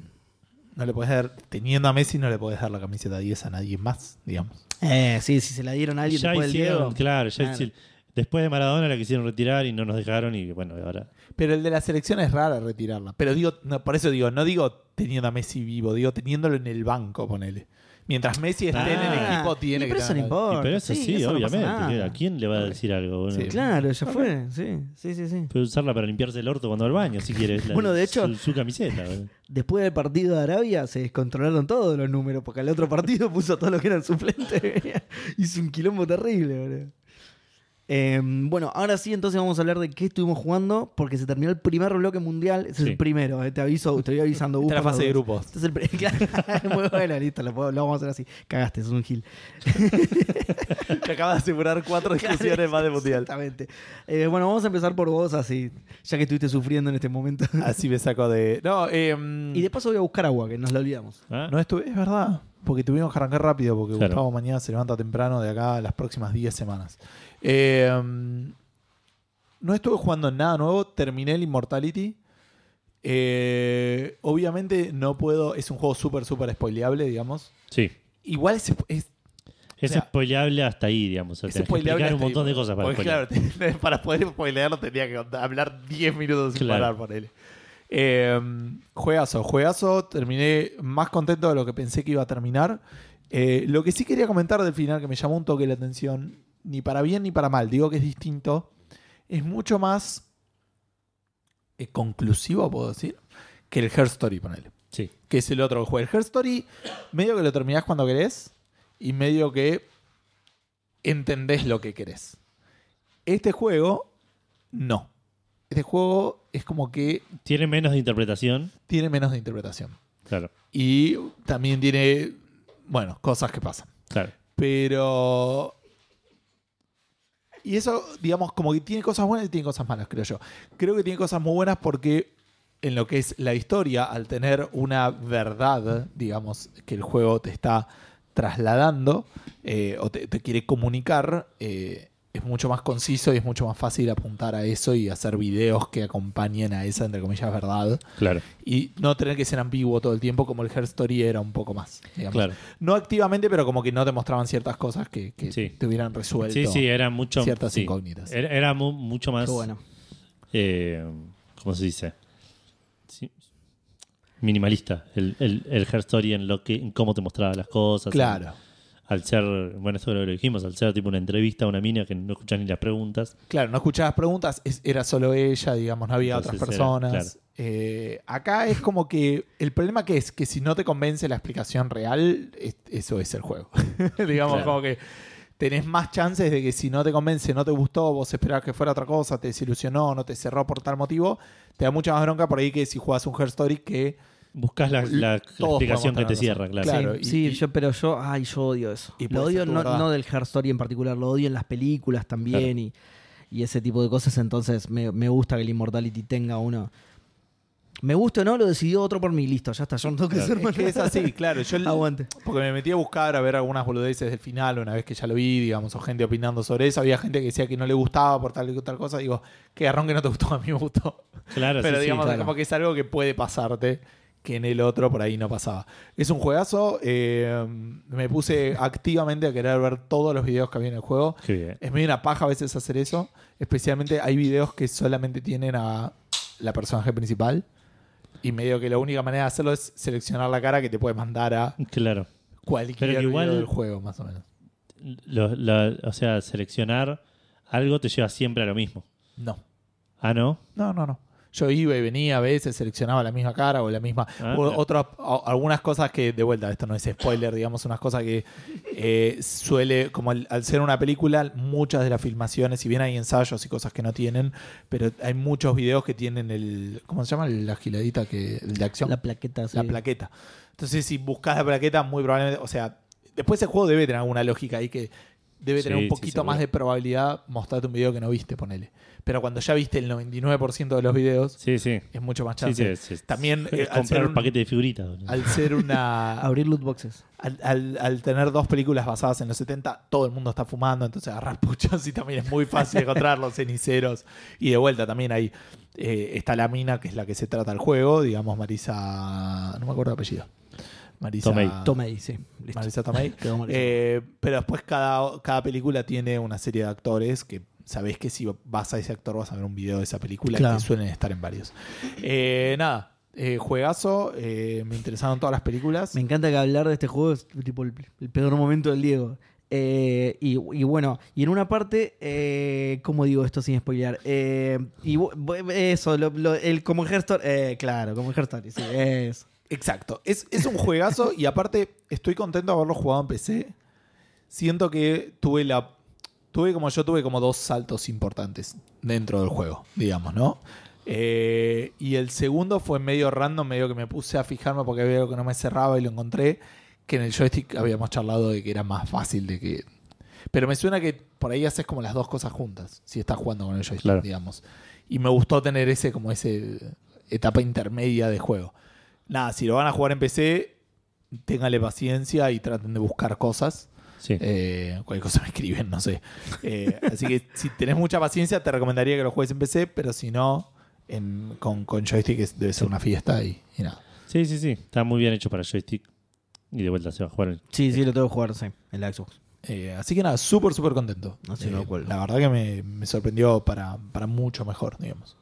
Speaker 2: no le podés dar, teniendo a Messi no le podés dar la camiseta 10 a nadie más, digamos.
Speaker 1: Eh, sí, si se la dieron a alguien
Speaker 3: ya
Speaker 1: después del
Speaker 3: hicieron,
Speaker 1: Diego.
Speaker 3: claro, ya
Speaker 1: Claro.
Speaker 3: hicieron- Después de Maradona la quisieron retirar y no nos dejaron y bueno, ahora.
Speaker 2: Pero el de la selección es rara retirarla. Pero digo, no, por eso digo, no digo teniendo a Messi vivo, digo teniéndolo en el banco, ponele. Mientras Messi esté en el
Speaker 3: Ah.
Speaker 2: equipo, tiene
Speaker 1: Y
Speaker 2: que
Speaker 1: pero eso no
Speaker 2: tener-
Speaker 3: Y
Speaker 1: importa.
Speaker 3: pero eso sí,
Speaker 1: eso no pasa
Speaker 3: obviamente.
Speaker 1: nada.
Speaker 3: que ¿A quién le va a decir algo? Bueno,
Speaker 2: Sí.
Speaker 1: Claro, ya fue. Sí, sí, sí. sí.
Speaker 3: Puede usarla para limpiarse el orto cuando va al baño, si quieres. la-
Speaker 1: Bueno, de hecho-
Speaker 3: Su, su camiseta. boludo.
Speaker 1: Después del partido de Arabia se descontrolaron todos los números, porque al otro partido puso todo lo que eran suplentes. Hizo un quilombo terrible, boludo. Eh, bueno, ahora sí, entonces vamos a hablar de qué estuvimos jugando, porque se terminó el primer bloque mundial. Es
Speaker 3: Sí.
Speaker 1: el primero, eh, te aviso, te voy avisando. vos
Speaker 2: Está la
Speaker 1: por
Speaker 2: fase de
Speaker 1: las dudas.
Speaker 2: grupos.
Speaker 1: Este es el pri- claro, muy bueno, listo, lo, puedo- lo vamos a hacer así. Cagaste, es un gil.
Speaker 2: Te acaba de asegurar cuatro discusiones más de mundial.
Speaker 1: Exactamente. Eh, bueno, vamos a empezar por vos, así, ya que estuviste sufriendo en este momento.
Speaker 2: Así me saco de. No, eh,
Speaker 1: y de paso voy a buscar agua, que nos la olvidamos.
Speaker 3: Ah,
Speaker 2: no estuve. Es verdad. Porque tuvimos que arrancar rápido. Porque
Speaker 3: Claro.
Speaker 2: Gustavo mañana se levanta temprano de acá a las próximas 10 semanas. Eh, no estuve jugando nada nuevo. Terminé el Immortality. Eh, obviamente no puedo. Es un juego súper, súper spoileable, digamos.
Speaker 3: Sí.
Speaker 2: Igual es, es
Speaker 3: Es
Speaker 2: O sea,
Speaker 3: spoileable hasta ahí, digamos. O sea,
Speaker 2: Es
Speaker 3: tenés que
Speaker 2: spoileable
Speaker 3: explicar un
Speaker 2: hasta ahí,
Speaker 3: montón de cosas para
Speaker 2: porque,
Speaker 3: spoilear.
Speaker 2: claro, para poder spoilearlo tenía que hablar 10 minutos sin
Speaker 3: Claro.
Speaker 2: parar por él. Eh, juegazo, juegazo. Terminé más contento de lo que pensé que iba a terminar. Eh, lo que sí quería comentar del final, que me llamó un toque la atención, ni para bien ni para mal, digo que es distinto, es mucho más eh, conclusivo, puedo decir, que el Her Story, ponele
Speaker 3: Sí.
Speaker 2: que es el otro que juega. El Her Story, medio que lo terminás cuando querés y medio que entendés lo que querés. Este juego, no. Este juego es como que
Speaker 3: Tiene menos de interpretación.
Speaker 2: tiene menos de interpretación.
Speaker 3: Claro,
Speaker 2: Y también tiene, bueno, cosas que pasan.
Speaker 3: claro.
Speaker 2: Pero. Y eso, digamos, como que tiene cosas buenas y tiene cosas malas, creo yo. Creo que tiene cosas muy buenas porque en lo que es la historia, al tener una verdad, digamos, que el juego te está trasladando eh, o te, te quiere comunicar, eh, es mucho más conciso y es mucho más fácil apuntar a eso y hacer videos que acompañen a esa, entre comillas, verdad.
Speaker 3: Claro,
Speaker 2: Y no tener que ser ambiguo todo el tiempo como el Her Story era un poco más. digamos.
Speaker 3: claro.
Speaker 2: No activamente, pero como que no te mostraban ciertas cosas que, que
Speaker 3: Sí.
Speaker 2: te hubieran resuelto.
Speaker 3: Sí, sí, era mucho.
Speaker 2: ciertas
Speaker 3: sí.
Speaker 2: incógnitas.
Speaker 3: Era, era mu- mucho más.
Speaker 1: Qué bueno.
Speaker 3: eh, ¿Cómo se dice? Sí. Minimalista. El, el, el hair story en, lo que, en cómo te mostraba las cosas.
Speaker 2: Claro.
Speaker 3: Al ser, bueno, esto lo dijimos, al ser tipo una entrevista a una mina que no escuchas ni las preguntas.
Speaker 2: Claro, no escuchabas preguntas, es- era solo ella, digamos, no había
Speaker 3: Entonces
Speaker 2: otras
Speaker 3: era,
Speaker 2: personas.
Speaker 3: claro.
Speaker 2: Eh, acá es como que el problema que es que si no te convence la explicación real, es- eso es el juego. digamos,
Speaker 3: Claro.
Speaker 2: como que tenés más chances de que si no te convence, no te gustó, vos esperabas que fuera otra cosa, te desilusionó, no te cerró por tal motivo, te da mucha más bronca por ahí que si jugás un Her Story que...
Speaker 3: Buscas la, la- la
Speaker 2: podemos
Speaker 3: explicación que
Speaker 2: tener
Speaker 3: te
Speaker 2: razón.
Speaker 3: cierra, claro.
Speaker 2: Claro,
Speaker 1: sí,
Speaker 2: y-
Speaker 1: sí,
Speaker 2: y-
Speaker 1: yo, pero yo, ay, yo odio eso.
Speaker 2: Y
Speaker 1: Lo
Speaker 2: puede
Speaker 1: odio
Speaker 2: ser tu
Speaker 1: no,
Speaker 2: verdad.
Speaker 1: no del Her Story en particular, lo odio en las películas también
Speaker 3: Claro.
Speaker 1: y, y ese tipo de cosas. Entonces me, me gusta que el Immortality tenga uno. Me gusta o no, lo decidió otro por mí, listo, ya está. Yo no tengo que
Speaker 3: Claro.
Speaker 1: ser
Speaker 2: Es que es así, claro. Yo el-
Speaker 1: Aguante.
Speaker 2: Porque me metí a buscar, a ver algunas boludeces del final, una vez que ya lo vi, digamos, o gente opinando sobre eso. Había gente que decía que no le gustaba por tal y tal cosa. Digo, que garrón que no te gustó, a mí me gustó.
Speaker 3: Claro,
Speaker 2: Pero
Speaker 3: sí, sí,
Speaker 2: digamos,
Speaker 1: claro.
Speaker 2: como que es algo que puede pasarte, que en el otro por ahí no pasaba. Es un juegazo. eh, me puse activamente a querer ver todos los videos que había en el juego.
Speaker 3: Qué bien.
Speaker 2: Es medio una paja a veces hacer eso. Especialmente hay videos que solamente tienen a la personaje principal. Y medio que la única manera de hacerlo es seleccionar la cara que te puede mandar a
Speaker 3: Claro.
Speaker 2: cualquier
Speaker 3: Pero que igual-
Speaker 2: video del juego, más o menos.
Speaker 3: Lo- la- o sea, seleccionar algo te lleva siempre a lo mismo.
Speaker 2: No.
Speaker 3: Ah, ¿no?
Speaker 2: No, no, no. Yo iba y venía a veces, seleccionaba la misma cara o la misma.
Speaker 3: Ah,
Speaker 2: o
Speaker 3: claro.
Speaker 2: otras- o- algunas cosas que, de vuelta, esto no es spoiler, digamos, unas cosas que eh, suele, como al, al ser una película, muchas de las filmaciones, si bien hay ensayos y cosas que no tienen, pero hay muchos videos que tienen el. ¿Cómo se llama? La giladita que, de acción.
Speaker 1: La plaqueta, sí.
Speaker 2: la plaqueta. Entonces, si buscas la plaqueta, muy probablemente. O sea, después el juego debe tener alguna lógica ahí que debe tener
Speaker 3: Sí,
Speaker 2: un
Speaker 3: sí,
Speaker 2: poquito
Speaker 3: seguro.
Speaker 2: más de probabilidad mostrarte un video que no viste, ponele. Pero cuando ya viste el 99% de los videos,
Speaker 3: Sí, sí.
Speaker 2: es mucho más
Speaker 3: Sí,
Speaker 2: chance.
Speaker 3: sí, es- es-
Speaker 2: También,
Speaker 3: es
Speaker 2: eh, al ser
Speaker 3: comprar
Speaker 2: un-
Speaker 3: un paquete de figuritas. boludo.
Speaker 2: Al ser una.
Speaker 1: Abrir loot boxes.
Speaker 2: al, al- al tener dos películas basadas en los 70, todo el mundo está fumando, entonces agarrar puchos y también es muy fácil encontrar los ceniceros. Y de vuelta también ahí eh, está la mina, que es la que se trata el juego, digamos Marisa. No me acuerdo el apellido. Marisa
Speaker 3: Tomei.
Speaker 1: Toma ahí, sí. Listo.
Speaker 2: Ah. Marisa Tomei.
Speaker 1: Quedó Marisa.
Speaker 2: Eh, pero después cada, cada película tiene una serie de actores que sabés que si vas a ese actor vas a ver un video de esa película
Speaker 1: Claro.
Speaker 2: que suelen estar en varios. Eh, nada, eh, juegazo, eh, me interesaron todas las películas.
Speaker 1: Me encanta que hablar de este juego es tipo el, el peor momento del Diego. Eh, y, y bueno, y en una parte, eh, ¿cómo digo esto sin spoilear? Eh, y bu- bu- eso, lo- lo- el, como el Her Story- eh, claro, como el Her Story, sí, eso.
Speaker 2: Exacto. Es, es un juegazo y aparte estoy contento de haberlo jugado en PC. Siento que tuve la. Tuve como yo tuve como dos saltos importantes dentro del juego, digamos, ¿no? Eh, y el segundo fue medio random, medio que me puse a fijarme porque había algo que no me cerraba y lo encontré. Que en el joystick habíamos charlado de que era más fácil de que. Pero me suena que por ahí haces como las dos cosas juntas, si estás jugando con el joystick,
Speaker 3: Claro.
Speaker 2: digamos. Y me gustó tener ese, como ese etapa intermedia de juego nada, si lo van a jugar en PC, téngale paciencia y traten de buscar cosas.
Speaker 3: Sí.
Speaker 2: Eh, cualquier cosa me escriben, no sé. Eh, así que si tenés mucha paciencia, te recomendaría que lo juegues en PC, pero si no, en- con, con joystick es- debe ser una fiesta y, y nada.
Speaker 3: sí, sí, sí. Está muy bien hecho para joystick. Y de vuelta se va a jugar. en-
Speaker 1: Sí, sí, lo tengo que jugar, sí, en la Xbox.
Speaker 2: Eh, así que nada, súper, súper contento.
Speaker 1: Así
Speaker 2: Eh,
Speaker 1: lo cual.
Speaker 2: la verdad que me, me sorprendió para, para mucho mejor, digamos.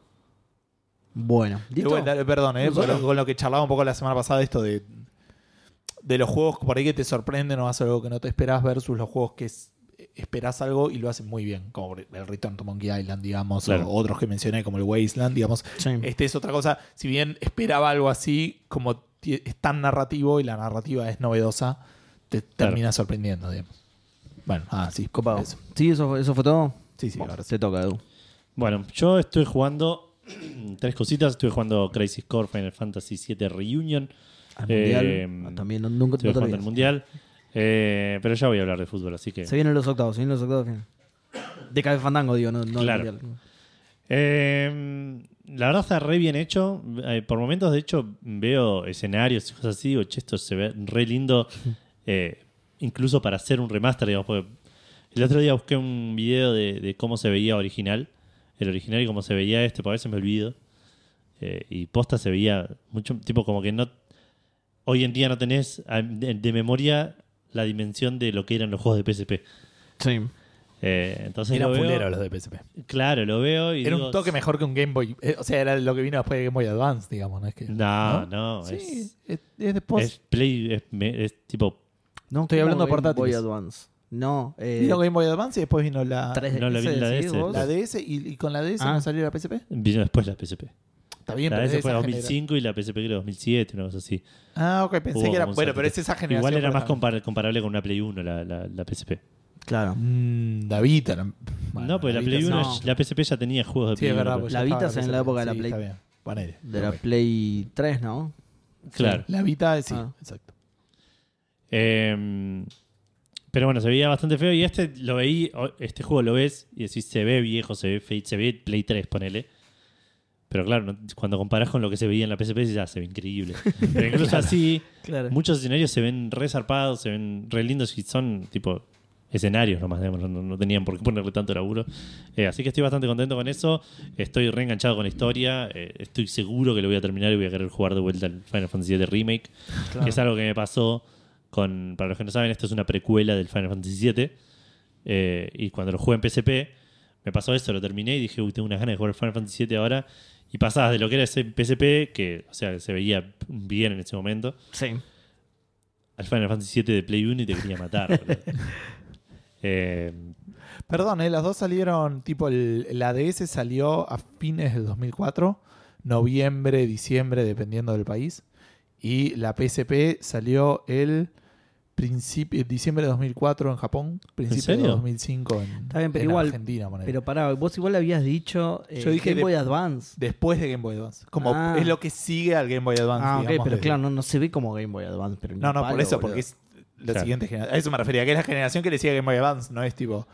Speaker 1: Bueno,
Speaker 2: De
Speaker 1: ¿listo?
Speaker 2: vuelta, eh, perdón, eh,
Speaker 1: No,
Speaker 2: con,
Speaker 1: solo.
Speaker 2: lo, con lo que charlaba un poco la semana pasada, esto de, de los juegos por ahí que te sorprenden o haces algo que no te esperás, versus los juegos que es- esperás algo y lo hacen muy bien, como el Return to Monkey Island, digamos,
Speaker 3: Claro.
Speaker 2: o otros que mencioné, como el Wasteland, digamos.
Speaker 1: Sí.
Speaker 2: Este es otra cosa, si bien esperaba algo así, como ti- es tan narrativo y la narrativa es novedosa, te termina sorprendiendo, digamos. Bueno, ah, sí,
Speaker 1: Copado.
Speaker 2: eso.
Speaker 1: Sí, eso, fue- eso fue todo.
Speaker 2: Sí, sí,
Speaker 1: Bueno,
Speaker 2: ahora sí.
Speaker 1: te toca, Edu.
Speaker 3: Bueno, yo estoy jugando tres cositas. Estuve jugando Crazy Score, Final Fantasy VII Reunion.
Speaker 1: Al
Speaker 3: Eh,
Speaker 1: mundial. ah, también, no- nunca
Speaker 3: Estuve
Speaker 1: no te
Speaker 3: jugando el
Speaker 1: olvides.
Speaker 3: mundial. Eh, pero ya voy a hablar de fútbol, así que.
Speaker 1: Se vienen los octavos, se vienen los octavos. de final. De Café Fandango, digo, no, no el
Speaker 3: Claro.
Speaker 1: mundial.
Speaker 3: Eh, la verdad está re bien hecho. Eh, por momentos, de hecho, veo escenarios y cosas así. Digo, che, esto se ve re lindo. eh, incluso para hacer un remaster, digamos. porque el otro día busqué un video de, de cómo se veía original. El original y cómo se veía este, porque a veces me olvido. Eh, y posta se veía mucho. Tipo, como que no. Hoy en día no tenés ah, de, de memoria la dimensión de lo que eran los juegos de PSP.
Speaker 1: Sí.
Speaker 3: Eh, entonces
Speaker 2: Eran
Speaker 3: lo veo-
Speaker 2: fuleros los de PSP.
Speaker 3: Claro, lo veo. Y
Speaker 2: Era
Speaker 3: digo,
Speaker 2: un toque mejor que un Game Boy. eh, o sea, era lo que vino después de Game Boy Advance, digamos, ¿no? Es que,
Speaker 3: No, no,
Speaker 2: Sí, Pues-
Speaker 3: es-
Speaker 2: es, es después.
Speaker 3: Es Play, es, me- es tipo.
Speaker 1: No,
Speaker 2: Estoy
Speaker 1: ¿cómo
Speaker 2: hablando de
Speaker 1: Game Boy
Speaker 2: portátiles.
Speaker 1: Advance. No, eh,
Speaker 2: vino Game Boy Advance y después vino la,
Speaker 1: 3DS,
Speaker 3: No, la vi en la
Speaker 1: ¿decís
Speaker 3: DS.
Speaker 1: vos?
Speaker 2: la DS y, y con la DS
Speaker 1: Ah.
Speaker 2: no salió la PSP.
Speaker 3: Vino después la PSP.
Speaker 2: Está bien,
Speaker 3: la
Speaker 2: pero es
Speaker 3: DS fue
Speaker 2: esa
Speaker 3: 2005 y la PSP creo 2007, una cosa así.
Speaker 2: genera- Ah, ok, pensé
Speaker 3: Hubo
Speaker 2: que era.
Speaker 3: como
Speaker 2: Bueno,
Speaker 3: un saltito.
Speaker 2: pero es esa generación.
Speaker 3: Igual era
Speaker 2: pero
Speaker 3: más
Speaker 2: también.
Speaker 3: compar- comparable con una Play 1, la, la, la PSP.
Speaker 1: Claro.
Speaker 2: Mm, la Vita. la- bueno,
Speaker 3: no, porque la,
Speaker 2: Vita
Speaker 3: Play
Speaker 2: sí.
Speaker 3: 1,
Speaker 1: no.
Speaker 3: ya- la PSP ya tenía juegos de
Speaker 2: Sí,
Speaker 3: Play
Speaker 2: es
Speaker 3: 1,
Speaker 2: verdad.
Speaker 3: pero-
Speaker 2: pues
Speaker 1: La
Speaker 2: ya
Speaker 1: Vita
Speaker 2: estaba
Speaker 1: es en la época de la
Speaker 2: sí,
Speaker 1: Play-
Speaker 2: Está bien. Ponele,
Speaker 1: De la
Speaker 2: ok.
Speaker 1: Play 3, ¿no?
Speaker 2: pues,
Speaker 3: Claro.
Speaker 2: La Vita, sí,
Speaker 1: Ah.
Speaker 2: exacto.
Speaker 3: Eh, pero bueno, se veía bastante feo. Y este lo veí, o- este juego lo ves y decís, se ve viejo, se ve feo, se ve Play 3, ponele. Pero claro, no- cuando comparás con lo que se veía en la PSP, ya "Ah, se ve increíble. Pero incluso así,
Speaker 1: Claro.
Speaker 3: Muchos escenarios se ven re zarpados, se ven re lindos y son tipo escenarios nomás, digamos, no, no tenían por qué ponerle tanto laburo. Eh, así que estoy bastante contento con eso, estoy re enganchado con la historia, eh, estoy seguro que lo voy a terminar y voy a querer jugar de vuelta al Final Fantasy VII Remake, que es algo que me pasó con, para los que no saben, esto es una precuela del Final Fantasy VII eh, y cuando lo jugué en PSP me pasó eso, lo terminé y dije, uy, tengo unas ganas de jugar Final Fantasy VII ahora. Y pasabas de lo que era ese PSP, que, o sea, se veía bien en ese momento,
Speaker 1: Sí.
Speaker 3: al Final Fantasy VII de Play 1 y te quería matar. boludo. Eh,
Speaker 2: Perdón, eh, las dos salieron, tipo, el- la DS salió a fines del 2004, noviembre, diciembre, dependiendo del país, y la PSP salió el principio, diciembre de 2004 en Japón, principio de
Speaker 3: serio?
Speaker 2: 2005 en,
Speaker 1: Está bien, pero
Speaker 2: en
Speaker 1: igual-
Speaker 2: Argentina. ponele.
Speaker 1: Pero pará, vos igual habías dicho eh,
Speaker 2: Yo dije
Speaker 1: Game
Speaker 2: de-
Speaker 1: Boy Advance.
Speaker 2: Después de Game Boy Advance. Como
Speaker 1: Ah.
Speaker 2: es lo que sigue al Game Boy Advance.
Speaker 1: Ah, ok,
Speaker 2: digamos,
Speaker 1: pero
Speaker 2: desde-
Speaker 1: claro, no, no se ve como Game Boy Advance. Pero ni
Speaker 2: No, no,
Speaker 1: palo,
Speaker 2: por eso,
Speaker 1: boludo.
Speaker 2: porque es la
Speaker 3: Claro.
Speaker 2: siguiente generación. A eso me refería, que es la generación que le sigue a Game Boy Advance, no es tipo.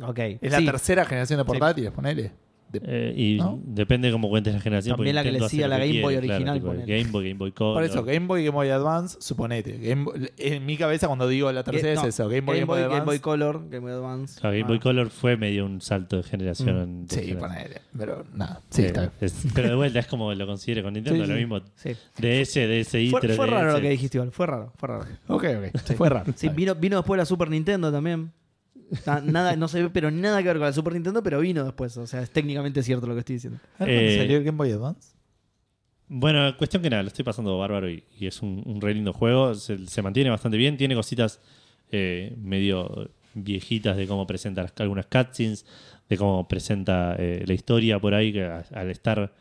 Speaker 1: Ok.
Speaker 2: Es la
Speaker 1: sí,
Speaker 2: tercera generación de portátiles, ponele. De-
Speaker 3: Eh, y
Speaker 2: ¿No?
Speaker 3: depende cómo cuentes la generación. porque
Speaker 1: También la que
Speaker 3: Nintendo
Speaker 1: le sigue
Speaker 3: hace
Speaker 1: a la
Speaker 3: lo que
Speaker 1: Game Boy
Speaker 3: quiere, claro,
Speaker 1: original,
Speaker 3: tipo,
Speaker 1: ponele.
Speaker 3: Game Boy, Game Boy Color.
Speaker 2: Por eso, Game Boy, Game Boy Advance, suponete. Game Boy- en mi cabeza, cuando digo la tercera,
Speaker 1: no,
Speaker 2: es eso: Game Boy, Game Boy,
Speaker 1: Game Boy
Speaker 2: Advance.
Speaker 1: Color, Game Boy Advance.
Speaker 3: Claro, Ah, Game Boy Color fue medio un salto de
Speaker 1: Mm.
Speaker 3: generación. de
Speaker 2: Sí,
Speaker 3: generación.
Speaker 2: ponele. Pero nada, sí, está bien.
Speaker 3: Eh, es- pero de vuelta es como lo considere con Nintendo,
Speaker 2: Sí, sí.
Speaker 3: lo mismo.
Speaker 1: Sí.
Speaker 3: DS, DSi,
Speaker 1: Fue,
Speaker 3: 3DS.
Speaker 1: fue raro lo que dijiste igual, fue raro, fue raro.
Speaker 2: Ok, ok. Fue raro.
Speaker 1: Sí,
Speaker 2: Está bien.
Speaker 1: vino, vino después la Super Nintendo también. Na- Nada, no se ve, pero nada que ver con la Super Nintendo, pero vino después. O sea, es técnicamente cierto lo que estoy diciendo.
Speaker 2: ¿Cuándo
Speaker 3: Eh,
Speaker 2: ¿Salió el Game Boy Advance?
Speaker 3: Bueno, cuestión que nada, lo estoy pasando bárbaro y, y es un, un re lindo juego. Se, se mantiene bastante bien, tiene cositas eh, medio viejitas de cómo presenta las- algunas cutscenes, de cómo presenta eh, la historia por ahí, que a- al estar,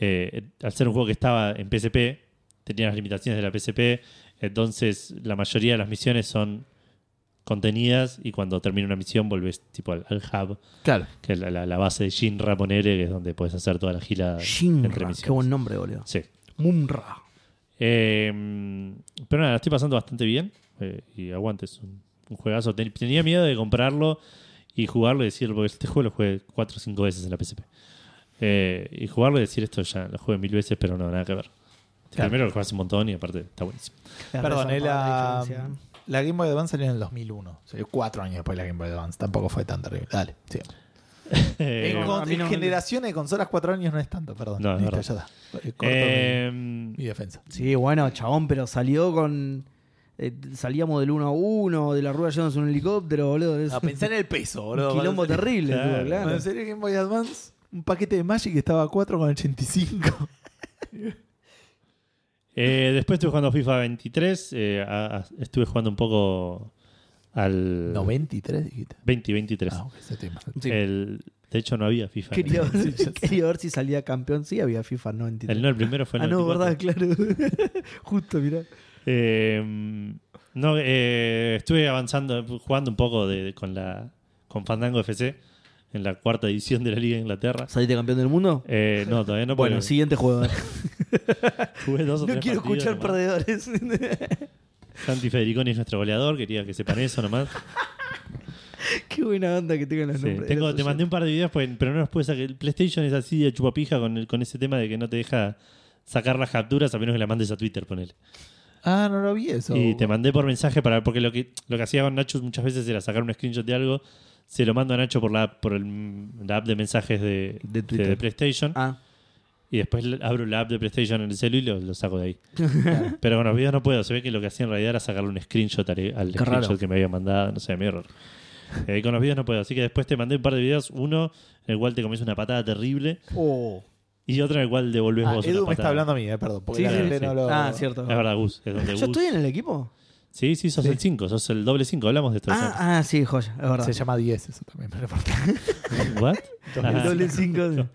Speaker 3: eh, al ser un juego que estaba en PSP, tenía las limitaciones de la PSP, entonces la mayoría de las misiones son contenidas y cuando termina una misión volvés tipo al, al hub,
Speaker 2: Claro.
Speaker 3: que es la, la- la base de Shinra Ponere, que es donde puedes hacer toda la gila entre
Speaker 1: Shinra,
Speaker 3: misiones.
Speaker 1: qué buen nombre, boludo.
Speaker 3: Sí.
Speaker 1: Munra.
Speaker 3: Eh, pero nada, la estoy pasando bastante bien. eh, y aguante, es un, un juegazo. Ten- tenía miedo de comprarlo y jugarlo y decir, porque este juego lo jugué 4 o 5 veces en la PSP. Eh, y jugarlo y decir esto ya, lo jugué mil veces, pero no, nada que ver.
Speaker 2: Claro.
Speaker 3: Primero lo juegas un montón y aparte está buenísimo.
Speaker 2: Perdón, eh, la,
Speaker 1: diferencia.
Speaker 2: la Game Boy Advance salió en el 2001. Salió cuatro años después de la Game Boy Advance. Tampoco fue tan terrible. Dale, sí.
Speaker 3: Eh,
Speaker 2: en
Speaker 1: no,
Speaker 2: con-
Speaker 1: a mí no-
Speaker 2: en generación de consolas, cuatro años no es tanto, perdón.
Speaker 3: No, es
Speaker 2: Listo,
Speaker 3: verdad.
Speaker 2: ya está. Eh, Corto
Speaker 3: eh,
Speaker 2: mi, mi defensa.
Speaker 1: Sí, bueno, chabón, pero salió con. eh, salíamos del 1 a 1, de la rueda llevándose un helicóptero, boludo. Es
Speaker 2: A
Speaker 1: un
Speaker 2: pensar en el peso, boludo.
Speaker 1: quilombo
Speaker 2: Cuando salió-
Speaker 1: terrible,
Speaker 3: Claro.
Speaker 1: tuvo, claro.
Speaker 2: Cuando salió el Game Boy Advance, un paquete de Magic estaba a 4,85.
Speaker 3: eh, después estuve jugando FIFA 23. eh, a- a- estuve jugando un poco al.
Speaker 2: 93, dijiste.
Speaker 3: 20, 23.
Speaker 2: Ah, ok, ese tema.
Speaker 1: Sí.
Speaker 3: El- de hecho, no había FIFA. en
Speaker 1: Quería, ver,
Speaker 2: Sí, ya sé.
Speaker 1: quería ver si salía campeón. Sí, había FIFA 93.
Speaker 3: El, no, el primero fue el
Speaker 1: ah, no,
Speaker 3: 94.
Speaker 1: verdad, claro. Justo, mirá.
Speaker 3: Eh, no, eh, estuve avanzando, jugando un poco de, con la con Fandango FC en la cuarta edición de la Liga de Inglaterra.
Speaker 1: ¿Saliste campeón del mundo?
Speaker 3: Eh, no, todavía no.
Speaker 1: bueno,
Speaker 3: porque
Speaker 1: siguiente juego.
Speaker 3: Jugué dos o
Speaker 1: no
Speaker 3: tres
Speaker 1: quiero escuchar
Speaker 3: partidos nomás.
Speaker 1: perdedores.
Speaker 3: Santi Federiconi es nuestro goleador, quería que sepan eso nomás.
Speaker 1: Qué buena onda que tengan los
Speaker 3: Sí,
Speaker 1: nombres.
Speaker 3: tengo-
Speaker 1: Los
Speaker 3: te mandé un par de videos, pues, pero no los puedes sacar. El PlayStation es así de chupapija con, el- con ese tema de que no te deja sacar las capturas a menos que la mandes a Twitter, ponele.
Speaker 2: Ah, no lo vi eso.
Speaker 3: Y te mandé por mensaje para. Porque lo que, lo que hacía con Nacho muchas veces era sacar un screenshot de algo. Se lo mando a Nacho por la app, por el- la app de mensajes de,
Speaker 1: De Twitter.
Speaker 3: PlayStation.
Speaker 1: Ah,
Speaker 3: Y después le- abro la app de PlayStation en el celu y lo, lo saco de ahí. Pero con los videos no puedo. Se ve que lo que hacía en realidad era sacarle un screenshot al, al
Speaker 1: Qué
Speaker 3: screenshot
Speaker 1: raro.
Speaker 3: que me había mandado. No sé, mi error. Eh, con los videos no puedo. Así que después te mandé un par de videos. Uno en el cual te comes una patada terrible.
Speaker 1: oh.
Speaker 3: Y otro en el cual devolves
Speaker 2: Ah,
Speaker 3: vos
Speaker 2: Edu
Speaker 3: una
Speaker 2: me está
Speaker 3: patada.
Speaker 2: hablando a mí, eh, perdón. Porque
Speaker 1: Sí,
Speaker 2: la
Speaker 1: sí,
Speaker 2: gente
Speaker 3: sí.
Speaker 2: no lo.
Speaker 1: ah, cierto.
Speaker 3: Es verdad, Gus. Es donde
Speaker 1: ¿Yo
Speaker 3: Gus-
Speaker 1: estoy en el equipo?
Speaker 3: Sí, sí, sos el 5. Sos el doble 5. Hablamos de esto. antes.
Speaker 1: Ah, ah, sí, joya, es verdad.
Speaker 2: Se llama 10, eso también. Pero por
Speaker 3: ¿What?
Speaker 1: El
Speaker 3: Ah,
Speaker 1: doble 5.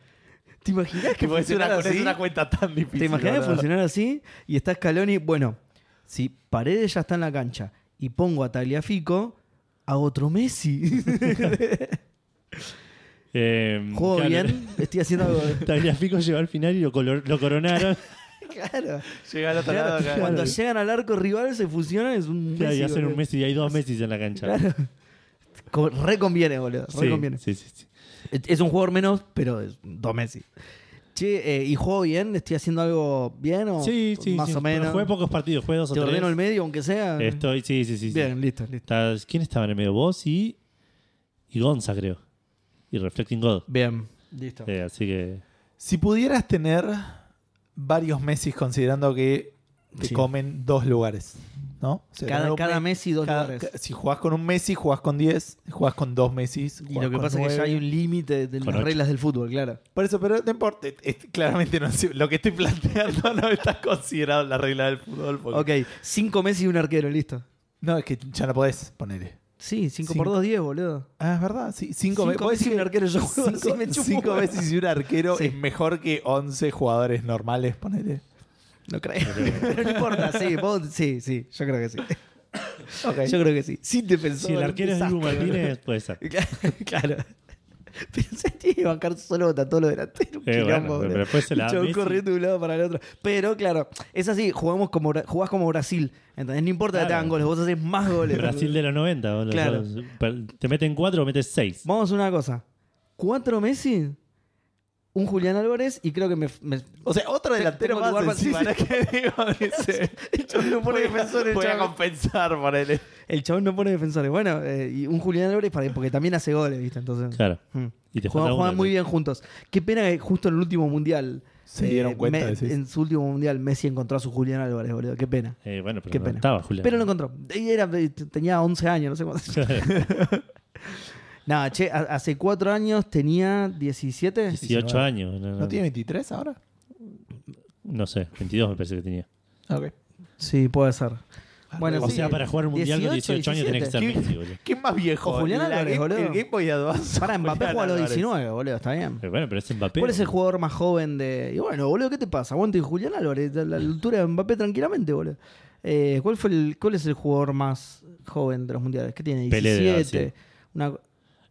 Speaker 1: ¿Te imaginas que
Speaker 2: es,
Speaker 1: funcionara
Speaker 2: una, es
Speaker 1: así?
Speaker 2: una cuenta tan difícil.
Speaker 1: ¿Te imaginas que
Speaker 2: boludo.
Speaker 1: funcionara así? Y está Scaloni. Bueno, si Paredes ya está en la cancha y pongo a Tagliafico, a otro Messi.
Speaker 3: eh,
Speaker 1: Juego
Speaker 3: claro,
Speaker 1: bien, estoy haciendo algo. de-
Speaker 3: Tagliafico llegó al final y lo, color- lo coronaron.
Speaker 1: Claro.
Speaker 2: Llega al otro lado
Speaker 1: Claro,
Speaker 2: acá.
Speaker 1: Cuando llegan al arco rival se fusionan, es un
Speaker 3: Claro,
Speaker 1: Messi.
Speaker 3: y hacen un
Speaker 1: boludo.
Speaker 3: Messi y hay dos Messi en la cancha.
Speaker 1: Claro. Co- Reconviene, boludo.
Speaker 3: Sí,
Speaker 1: Reconviene.
Speaker 3: sí, sí, sí.
Speaker 1: Es es un jugador menos, pero es dos Messi. Che, eh, ¿y juego bien? ¿Estoy haciendo algo bien o
Speaker 3: Sí, sí,
Speaker 1: más
Speaker 3: sí.
Speaker 1: o menos?
Speaker 3: Pero Jugué pocos partidos, jugué dos o
Speaker 1: ¿Te ordeno el
Speaker 3: tres.
Speaker 1: medio, aunque sea?
Speaker 3: Estoy, sí, sí, sí. sí.
Speaker 1: Bien, listo, listo.
Speaker 3: Está- ¿Quién estaba en el medio? Vos y. Y Gonza, creo. Y Reflecting God.
Speaker 1: Bien, listo.
Speaker 3: Eh, así que.
Speaker 2: Si pudieras tener varios Messi considerando que te
Speaker 1: Sí.
Speaker 2: comen dos lugares, ¿no? O sea, tener
Speaker 1: cada
Speaker 2: un
Speaker 1: cada
Speaker 2: Me-
Speaker 1: Messi, dos
Speaker 2: cada-
Speaker 1: lugares.
Speaker 2: ca- Si jugás con un Messi, jugás con 10, jugás con dos Messi.
Speaker 1: Y lo que pasa es que ya hay un límite de las
Speaker 3: Con ocho.
Speaker 1: reglas del fútbol, claro.
Speaker 2: Por eso, pero no importa. es- claramente no, es- lo que estoy planteando no está considerado en la regla del fútbol. porque-
Speaker 1: Ok, cinco Messi y un arquero, listo.
Speaker 2: No, es que ya no podés ponerle.
Speaker 1: Sí, cinco
Speaker 2: Cinco.
Speaker 1: por dos, diez, boludo.
Speaker 2: Ah, es verdad. Sí, cinco,
Speaker 1: Cinco
Speaker 2: me- podés
Speaker 1: Messi y un
Speaker 2: decir-
Speaker 1: arquero, yo juego así,
Speaker 2: Cinco,
Speaker 1: me chupo
Speaker 2: cinco
Speaker 1: huevo.
Speaker 2: veces y un arquero
Speaker 1: Sí.
Speaker 2: es mejor que 11 jugadores normales, ponele.
Speaker 1: No creo. Pero no importa, sí, vos- sí, sí, yo creo que sí.
Speaker 2: Ok.
Speaker 1: Yo creo que sí. Sin defensor.
Speaker 3: Si el arquero es Dibu
Speaker 1: desastre,
Speaker 3: Martínez, puede ser.
Speaker 1: boludo. Claro. Pensé tiene que bancar solo bota todo lo delantero. un
Speaker 3: Eh, bueno,
Speaker 1: quilombo,
Speaker 3: pero
Speaker 1: boludo.
Speaker 3: después se la
Speaker 1: Y
Speaker 3: da
Speaker 1: chabón
Speaker 3: Messi.
Speaker 1: corriendo de un lado para el otro. Pero claro, es así, jugamos como, Bra- jugás como Brasil. ¿Entendés? No importa que te
Speaker 3: Claro.
Speaker 1: hagan goles, vos haces más goles.
Speaker 3: Brasil de los 90, boludo.
Speaker 1: Claro.
Speaker 3: Te meten cuatro o metes seis.
Speaker 1: Vamos a hacer una cosa. Cuatro Messi, un Julián Álvarez y creo que me... me-
Speaker 2: O sea, otro delantero
Speaker 1: tengo lugar
Speaker 2: más
Speaker 1: para- sí,
Speaker 2: encima.
Speaker 1: sí.
Speaker 2: ¿no? Que digo, dice,
Speaker 1: el chabón no pone
Speaker 2: voy a-
Speaker 1: defensor, el
Speaker 2: voy a
Speaker 1: chabón.
Speaker 2: compensar por él.
Speaker 1: El chabón no pone defensores. Bueno, eh, y un Julián Álvarez para, porque también hace goles, ¿viste? Entonces...
Speaker 3: Claro.
Speaker 1: mm.
Speaker 3: Y te
Speaker 1: Juegan,
Speaker 3: falta uno,
Speaker 1: juegan muy
Speaker 3: ¿sí?
Speaker 1: bien juntos. Qué pena que justo en el último mundial. eh,
Speaker 2: Se dieron cuenta, decís.
Speaker 1: En su último mundial, Messi encontró a su Julián Álvarez, boludo. Qué pena.
Speaker 3: Eh, bueno, pero
Speaker 1: Qué
Speaker 3: no
Speaker 1: pena.
Speaker 3: estaba Julián.
Speaker 1: Pero lo encontró. Y era- eh, tenía 11 años, no sé cuánto. Nada, che, ha- hace 4 años tenía 17.
Speaker 3: 18 años. No,
Speaker 2: ¿No tiene 23 ahora?
Speaker 3: no sé, 22 me parece que tenía.
Speaker 2: Ok.
Speaker 1: Sí, puede ser.
Speaker 2: Ah,
Speaker 1: Bueno,
Speaker 3: O
Speaker 1: sí,
Speaker 3: sea, para jugar un mundial con 18, años tenés que ser Messi, boludo.
Speaker 2: ¿Quién más viejo?
Speaker 1: O Julián
Speaker 2: ¿La
Speaker 1: Álvarez,
Speaker 2: Game-
Speaker 1: boludo.
Speaker 2: El Game Boy Advance.
Speaker 1: Para Mbappé
Speaker 2: Julián
Speaker 1: jugó a los
Speaker 2: Álvarez.
Speaker 1: 19, boludo, está bien.
Speaker 3: Pero bueno, pero es Mbappé.
Speaker 1: ¿Cuál es el
Speaker 3: boludo.
Speaker 1: jugador más joven de.? Y bueno, boludo, ¿qué te pasa? Aguante Julián Álvarez, a la
Speaker 3: Mm.
Speaker 1: altura de Mbappé tranquilamente, boludo. Eh, ¿cuál, fue el, ¿Cuál es el jugador más joven de los mundiales? ¿Qué tiene?
Speaker 3: Pelé de
Speaker 1: 17. Una-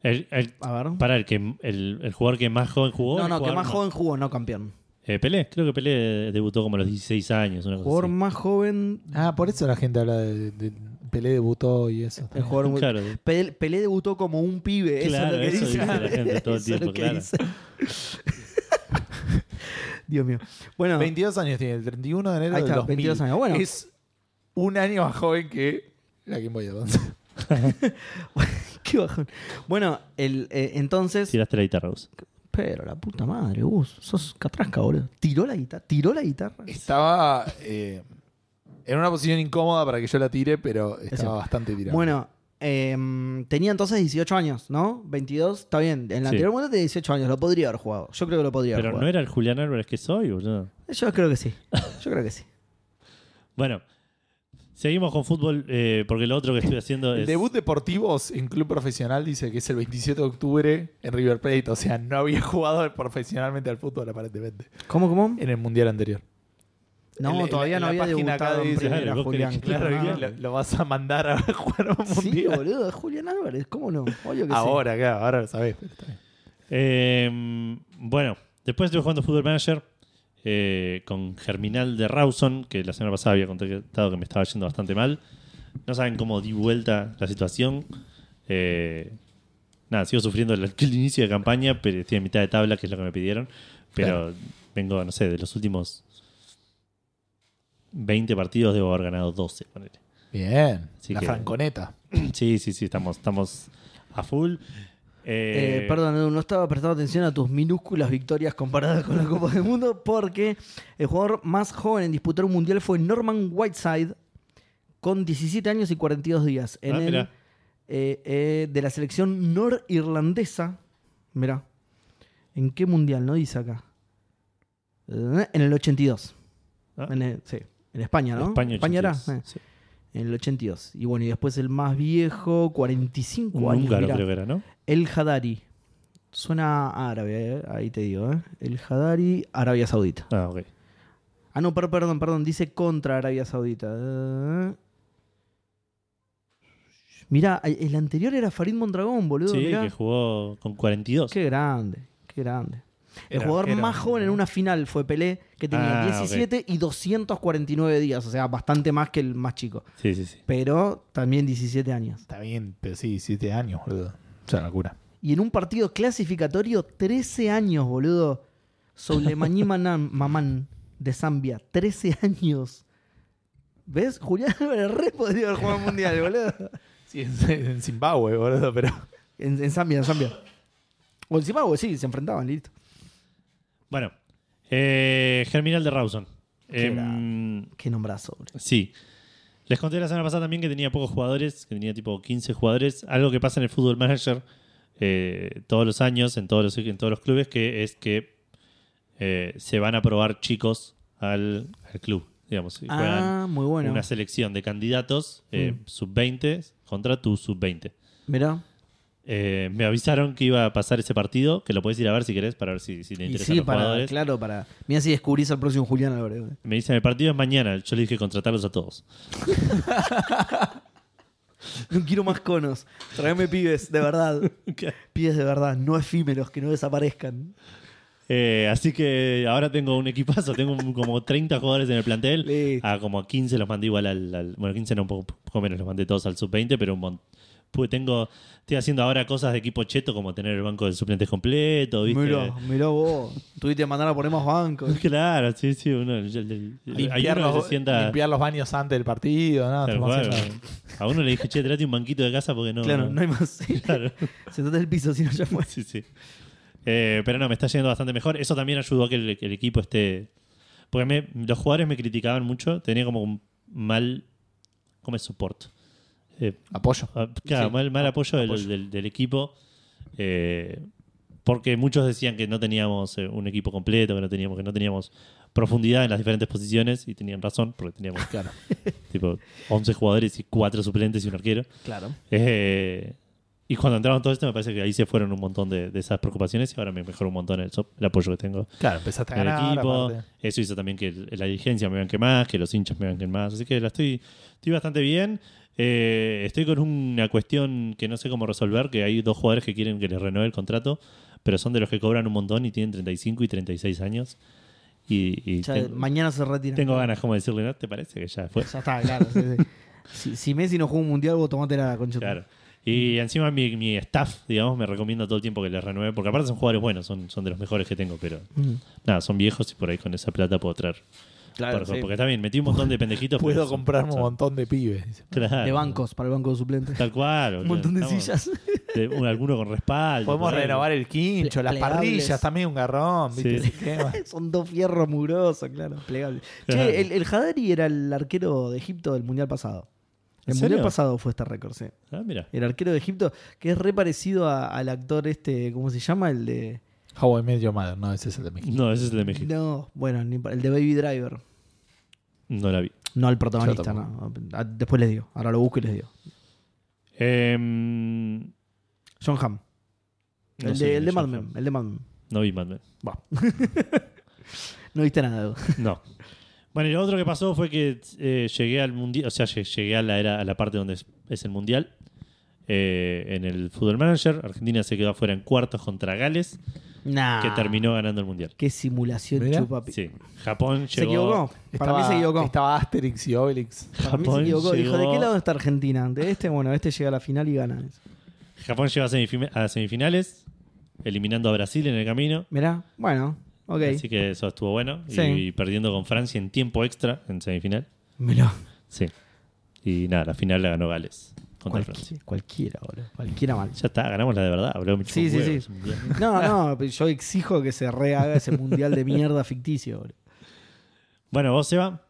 Speaker 3: El- el-
Speaker 1: a ver.
Speaker 3: para el, que, el, el jugador que más joven jugó.
Speaker 1: No,
Speaker 3: el
Speaker 1: no, que
Speaker 3: jugador
Speaker 1: más joven jugó, no campeón.
Speaker 3: Eh, Pelé, creo que Pelé debutó como a los 16 años. Una
Speaker 1: Jugador
Speaker 3: cosa así.
Speaker 1: más joven.
Speaker 2: Ah, por eso la gente habla de, de Pelé debutó y eso.
Speaker 1: El jugador
Speaker 3: Claro.
Speaker 1: Pelé, Pelé debutó como un pibe,
Speaker 3: Claro,
Speaker 1: eso es lo que
Speaker 3: eso
Speaker 1: dice.
Speaker 3: dice la gente todo el
Speaker 1: Eso es lo
Speaker 3: tiempo,
Speaker 1: que
Speaker 3: claro.
Speaker 1: dice. Dios mío. Bueno,
Speaker 2: 22 años tiene, el 31 de enero
Speaker 1: Ahí está,
Speaker 2: del 2000.
Speaker 1: 22 años, bueno.
Speaker 2: Es un año más joven que la Game Boy Advance.
Speaker 1: qué bajón. Bueno, el, eh, entonces.
Speaker 3: Tiraste la guitarra, vos.
Speaker 1: Pero la puta madre, vos, sos catrasca, boludo. Tiró la guitarra, tiró la guitarra.
Speaker 2: Estaba eh, en una posición incómoda para que yo la tire, pero estaba
Speaker 1: Eso.
Speaker 2: bastante tirada.
Speaker 1: Bueno, em, tenía entonces 18 años, ¿no? 22, está bien. En la
Speaker 3: Sí.
Speaker 1: anterior mundial tenía 18 años, lo podría haber jugado. Yo creo que lo podría
Speaker 3: Pero
Speaker 1: haber
Speaker 3: no
Speaker 1: jugado.
Speaker 3: era el Julián Álvarez que soy, boludo.
Speaker 1: Yo creo que sí. Yo creo que sí.
Speaker 3: Bueno, seguimos con fútbol eh, porque lo otro que estoy haciendo
Speaker 2: el
Speaker 3: es.
Speaker 2: debut deportivos en club profesional dice que es el 27 de octubre en River Plate. O sea, no había jugado profesionalmente al fútbol aparentemente
Speaker 1: ¿Cómo, cómo?
Speaker 2: en el mundial anterior.
Speaker 1: No,
Speaker 2: Eh, en-
Speaker 1: todavía
Speaker 2: en
Speaker 1: no
Speaker 2: la
Speaker 1: había
Speaker 2: página acá
Speaker 1: debutado en
Speaker 2: dice,
Speaker 1: primera,
Speaker 3: claro, vos
Speaker 1: Julián.
Speaker 3: querés-
Speaker 2: Claro,
Speaker 1: Ah,
Speaker 2: lo, lo vas a mandar a jugar a un
Speaker 1: Sí,
Speaker 2: mundial.
Speaker 1: boludo, es Julián Álvarez, ¿cómo no? Obvio que
Speaker 2: ahora, claro, ahora lo sabés. pero está bien.
Speaker 3: Eh, bueno, después estuve jugando Fútbol Manager eh, con Germinal de Rawson, que la semana pasada había contestado que me estaba yendo bastante mal. No saben cómo di vuelta la situación. Eh, nada, sigo sufriendo el, el inicio de campaña, pero estoy en mitad de tabla, que es lo que me pidieron. Pero vengo, no sé, de los últimos 20 partidos debo haber ganado 12. ponele.
Speaker 2: Bien.
Speaker 3: Así
Speaker 2: la
Speaker 3: que-
Speaker 2: franconeta.
Speaker 3: Sí, sí, sí, estamos, estamos a full.
Speaker 1: sí.
Speaker 3: Eh,
Speaker 1: Eh, perdón, Edu, no estaba prestando atención a tus minúsculas victorias comparadas con la Copa del Mundo porque el jugador más joven en disputar un mundial fue Norman Whiteside con 17 años y 42 días en
Speaker 3: Ah,
Speaker 1: el,
Speaker 3: mirá.
Speaker 1: eh, eh, de la selección norirlandesa. Mirá, ¿en qué mundial? No dice acá. Eh, En el 82.
Speaker 3: Ah.
Speaker 1: En el- sí, en España, ¿no?
Speaker 3: España,
Speaker 1: era.
Speaker 3: 82.
Speaker 1: eh.
Speaker 3: Sí.
Speaker 1: En el 82. Y bueno, y después el más viejo, 45
Speaker 3: Un
Speaker 1: años.
Speaker 3: húngaro
Speaker 1: mirá.
Speaker 3: creo que era, ¿no?
Speaker 1: El Hadari. Suena árabe, eh, ahí te digo. eh. El Hadari, Arabia Saudita.
Speaker 3: Ah, ok.
Speaker 1: Ah, no, per- perdón, perdón. Dice contra Arabia Saudita. Eh. Mirá, el anterior era Farid Mondragón, boludo.
Speaker 3: Sí,
Speaker 1: mirá.
Speaker 3: que jugó con 42.
Speaker 1: Qué grande, qué grande. El
Speaker 2: Era-
Speaker 1: jugador
Speaker 2: era-
Speaker 1: más joven en una final fue Pelé, que tenía
Speaker 3: Ah,
Speaker 1: 17 y 249 días, o sea, bastante más que el más chico.
Speaker 3: Sí, sí, sí.
Speaker 1: Pero también 17 años.
Speaker 2: Está bien, pero sí, 7 años, boludo. Es una locura.
Speaker 1: Y en un partido clasificatorio, 13 años, boludo. Soulemaní Manan- Mamán de Zambia, 13 años. ¿Ves? Julián Álvarez re podría haber jugado al mundial, boludo.
Speaker 2: Sí, en, en Zimbabue, boludo, pero.
Speaker 1: En, en Zambia, en Zambia. O en Zimbabue, sí, se enfrentaban, listo.
Speaker 3: Bueno, eh, Germinal de Rawson.
Speaker 1: Qué
Speaker 3: Em,
Speaker 1: Qué nombrazo, boludo.
Speaker 3: sí. Les conté la semana pasada también que tenía pocos jugadores, que tenía tipo 15 jugadores. Algo que pasa en el fútbol manager eh, todos los años, en todos los, en todos los clubes, que es que eh, se van a probar chicos al, al club. Digamos, Y juegan
Speaker 1: Ah, muy bueno. Mm.
Speaker 3: una selección de candidatos eh, sub-20 contra tu sub-20.
Speaker 1: Mirá.
Speaker 3: Eh, me avisaron que iba a pasar ese partido, que lo podés ir a ver si querés, para ver si, si te
Speaker 1: Y
Speaker 3: interesan
Speaker 1: sí,
Speaker 3: los
Speaker 1: para,
Speaker 3: jugadores.
Speaker 1: claro, para. Mira si descubrís al próximo Julián Álvarez. boludo.
Speaker 3: Me dicen, el partido es mañana. Yo le dije contratarlos a todos.
Speaker 1: No quiero más conos. Tráeme pibes, de verdad. Pibes de verdad, no efímeros, que no desaparezcan.
Speaker 3: Eh, así que ahora tengo un equipazo, tengo un- como 30 jugadores en el plantel.
Speaker 1: Listo.
Speaker 3: A como 15 los mandé igual al. al- bueno, 15 no, un poco, poco menos los mandé todos al sub-20, pero un montón. Tengo, estoy haciendo ahora cosas de equipo cheto, como tener el banco de suplentes completo, ¿viste?
Speaker 1: Mirá, mirá vos. Tuviste que mandar a poner más bancos.
Speaker 3: Claro, sí, sí. Uno, ya- ya- hay
Speaker 2: Limpiar,
Speaker 3: uno que
Speaker 2: los,
Speaker 3: se sienta.
Speaker 2: limpiar los baños antes del partido, nada.
Speaker 3: Tal
Speaker 2: estamos
Speaker 3: cual,
Speaker 2: haciendo-
Speaker 3: a uno le dije, che, trate un banquito de casa porque no.
Speaker 1: claro, no hay más.
Speaker 3: Claro.
Speaker 1: Sentate en el piso, si no ya fue.
Speaker 3: Sí, sí. Eh, pero no, me está yendo bastante mejor. Eso también ayudó a que el, que el equipo esté. Porque me- los jugadores me criticaban mucho. Tenía como un mal. ¿Cómo es soporte? Eh,
Speaker 2: Apoyo.
Speaker 3: Ah, Claro,
Speaker 1: Sí,
Speaker 3: mal, mal apoyo, del-
Speaker 1: apoyo.
Speaker 3: Del, del equipo. eh, porque muchos decían que no teníamos eh, un equipo completo, que no teníamos, que no teníamos profundidad en las diferentes posiciones, y tenían razón, porque teníamos
Speaker 2: Claro.
Speaker 3: tipo 11 jugadores y 4 suplentes y un arquero.
Speaker 1: Claro.
Speaker 3: Eh, y cuando entraron todo esto, me parece que ahí se fueron un montón de, de esas preocupaciones y ahora me mejoró un montón el, so- el apoyo que tengo
Speaker 2: Claro, empezaste a
Speaker 3: en el
Speaker 2: ganar.
Speaker 3: equipo.
Speaker 2: aparte.
Speaker 3: Eso hizo también que el- la dirigencia me banque más, que los hinchas me banquen más. Así que la estoy, estoy bastante bien. Eh, estoy con una cuestión que no sé cómo resolver, que hay dos jugadores que quieren que les renueve el contrato, pero son de los que cobran un montón y tienen 35 y 36 años. Y, y
Speaker 1: Ya,
Speaker 3: tengo,
Speaker 1: mañana se retira.
Speaker 3: tengo ganas como de decirle, ¿no? ¿Te parece que ya fue?
Speaker 1: Ya está, claro. sí, sí. Si, si Messi no juega un mundial, vos tomate la concha.
Speaker 3: Claro. Y encima mi, mi staff, digamos, me recomienda todo el tiempo que les renueve, porque aparte son jugadores buenos, son, son de los mejores que tengo, pero
Speaker 1: Mm.
Speaker 3: nada, son viejos y por ahí con esa plata puedo traer.
Speaker 1: Claro,
Speaker 3: Por-
Speaker 1: sí.
Speaker 3: Porque está bien, metí un montón de pendejitos. pero
Speaker 2: Puedo
Speaker 3: son-
Speaker 2: comprarme un
Speaker 3: son-
Speaker 2: montón de pibes. dice.
Speaker 3: Claro.
Speaker 1: De bancos, para el banco de suplentes.
Speaker 3: Tal cual.
Speaker 1: Un
Speaker 3: boludo.
Speaker 1: montón de
Speaker 3: Estamos-
Speaker 1: sillas.
Speaker 3: de un- alguno con respaldo.
Speaker 2: Podemos
Speaker 3: por ahí.
Speaker 2: renovar el quincho, las
Speaker 1: Plegables.
Speaker 2: parrillas también, un garrón. ¿viste?
Speaker 3: Sí.
Speaker 2: El sistema.
Speaker 1: Son dos fierros mugrosos, claro. Plegables.
Speaker 3: Claro.
Speaker 1: Che, el, el Hadari era el arquero de Egipto del mundial pasado.
Speaker 3: ¿En
Speaker 1: El
Speaker 3: serio?
Speaker 1: mundial pasado fue este récord, sí.
Speaker 3: Ah, mira.
Speaker 1: El arquero de Egipto, que es re parecido a- al actor este, ¿cómo se llama? El de.
Speaker 2: How I Met Your Mother, no, ese es el de México.
Speaker 3: No, ese es el de México.
Speaker 1: No, bueno, ni pa- el de Baby Driver.
Speaker 3: No la vi.
Speaker 1: No al protagonista,
Speaker 2: Yo
Speaker 1: no. Ah, Después les digo. Ahora lo busco y les digo.
Speaker 3: Em, no
Speaker 1: John Hamm. el,
Speaker 3: sé
Speaker 1: de,
Speaker 3: quién
Speaker 1: el de
Speaker 3: es
Speaker 1: Mad
Speaker 3: John
Speaker 1: Men.
Speaker 3: Hamm.
Speaker 1: El de Mad Men.
Speaker 3: No vi Mad Men.
Speaker 1: Buah. no viste nada. Edu.
Speaker 3: No. Bueno, y lo otro que pasó fue que eh, llegué al mundial, o sea, lle- llegué a la, era, a la parte donde es, es el mundial. eh, en el Fútbol Manager, Argentina se quedó afuera en cuartos contra Gales,
Speaker 1: Nah.
Speaker 3: que terminó ganando el mundial.
Speaker 1: Qué simulación
Speaker 2: Mirá.
Speaker 1: chupapi.
Speaker 3: Sí. Japón
Speaker 1: Se
Speaker 3: llegó.
Speaker 1: equivocó. Para mí se equivocó.
Speaker 2: Estaba Asterix y Obelix.
Speaker 1: Para mí se
Speaker 3: Japón
Speaker 1: equivocó. Dijo, ¿de
Speaker 3: llegó-
Speaker 1: qué lado está Argentina? De este, bueno, este llega a la final y gana.
Speaker 3: Japón llegó a, semifim- a semifinales, eliminando a Brasil en el camino.
Speaker 1: Mirá, bueno, ok.
Speaker 3: Así que eso estuvo bueno. Y-
Speaker 1: Sí.
Speaker 3: Y, perdiendo con Francia en tiempo extra en semifinal.
Speaker 1: Mirá.
Speaker 3: Sí. Y nada, la final la ganó Gales contra
Speaker 1: Cualqui-
Speaker 3: Francia.
Speaker 1: cualquiera, boludo. Cualquiera mal.
Speaker 3: Ya está, ganamos la de verdad, bro. me chupa
Speaker 1: Sí,
Speaker 3: un
Speaker 1: sí,
Speaker 3: huevo,
Speaker 1: sí.
Speaker 3: es un día.
Speaker 1: No, no, pero yo exijo que se rehaga ese mundial de mierda ficticio, boludo.
Speaker 3: Bueno, vos, Seba.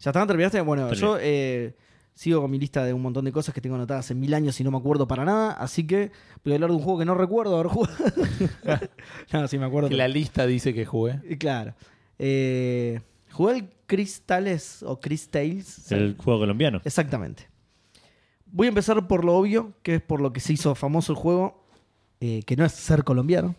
Speaker 1: ¿Ya está? ¿Terminaste? Bueno,
Speaker 3: Terminé.
Speaker 1: yo eh, sigo con mi lista de un montón de cosas que tengo anotadas hace mil años y no me acuerdo para nada, así que voy a hablar de un juego que no recuerdo haber jugado. no, sí me acuerdo.
Speaker 2: Que la lista dice que jugué.
Speaker 1: Eh, Claro. Eh, jugué el Cristales o Cristales.
Speaker 3: El juego colombiano.
Speaker 1: Exactamente. Voy a empezar por lo obvio, que es por lo que se hizo famoso el juego, eh, que no es ser colombiano.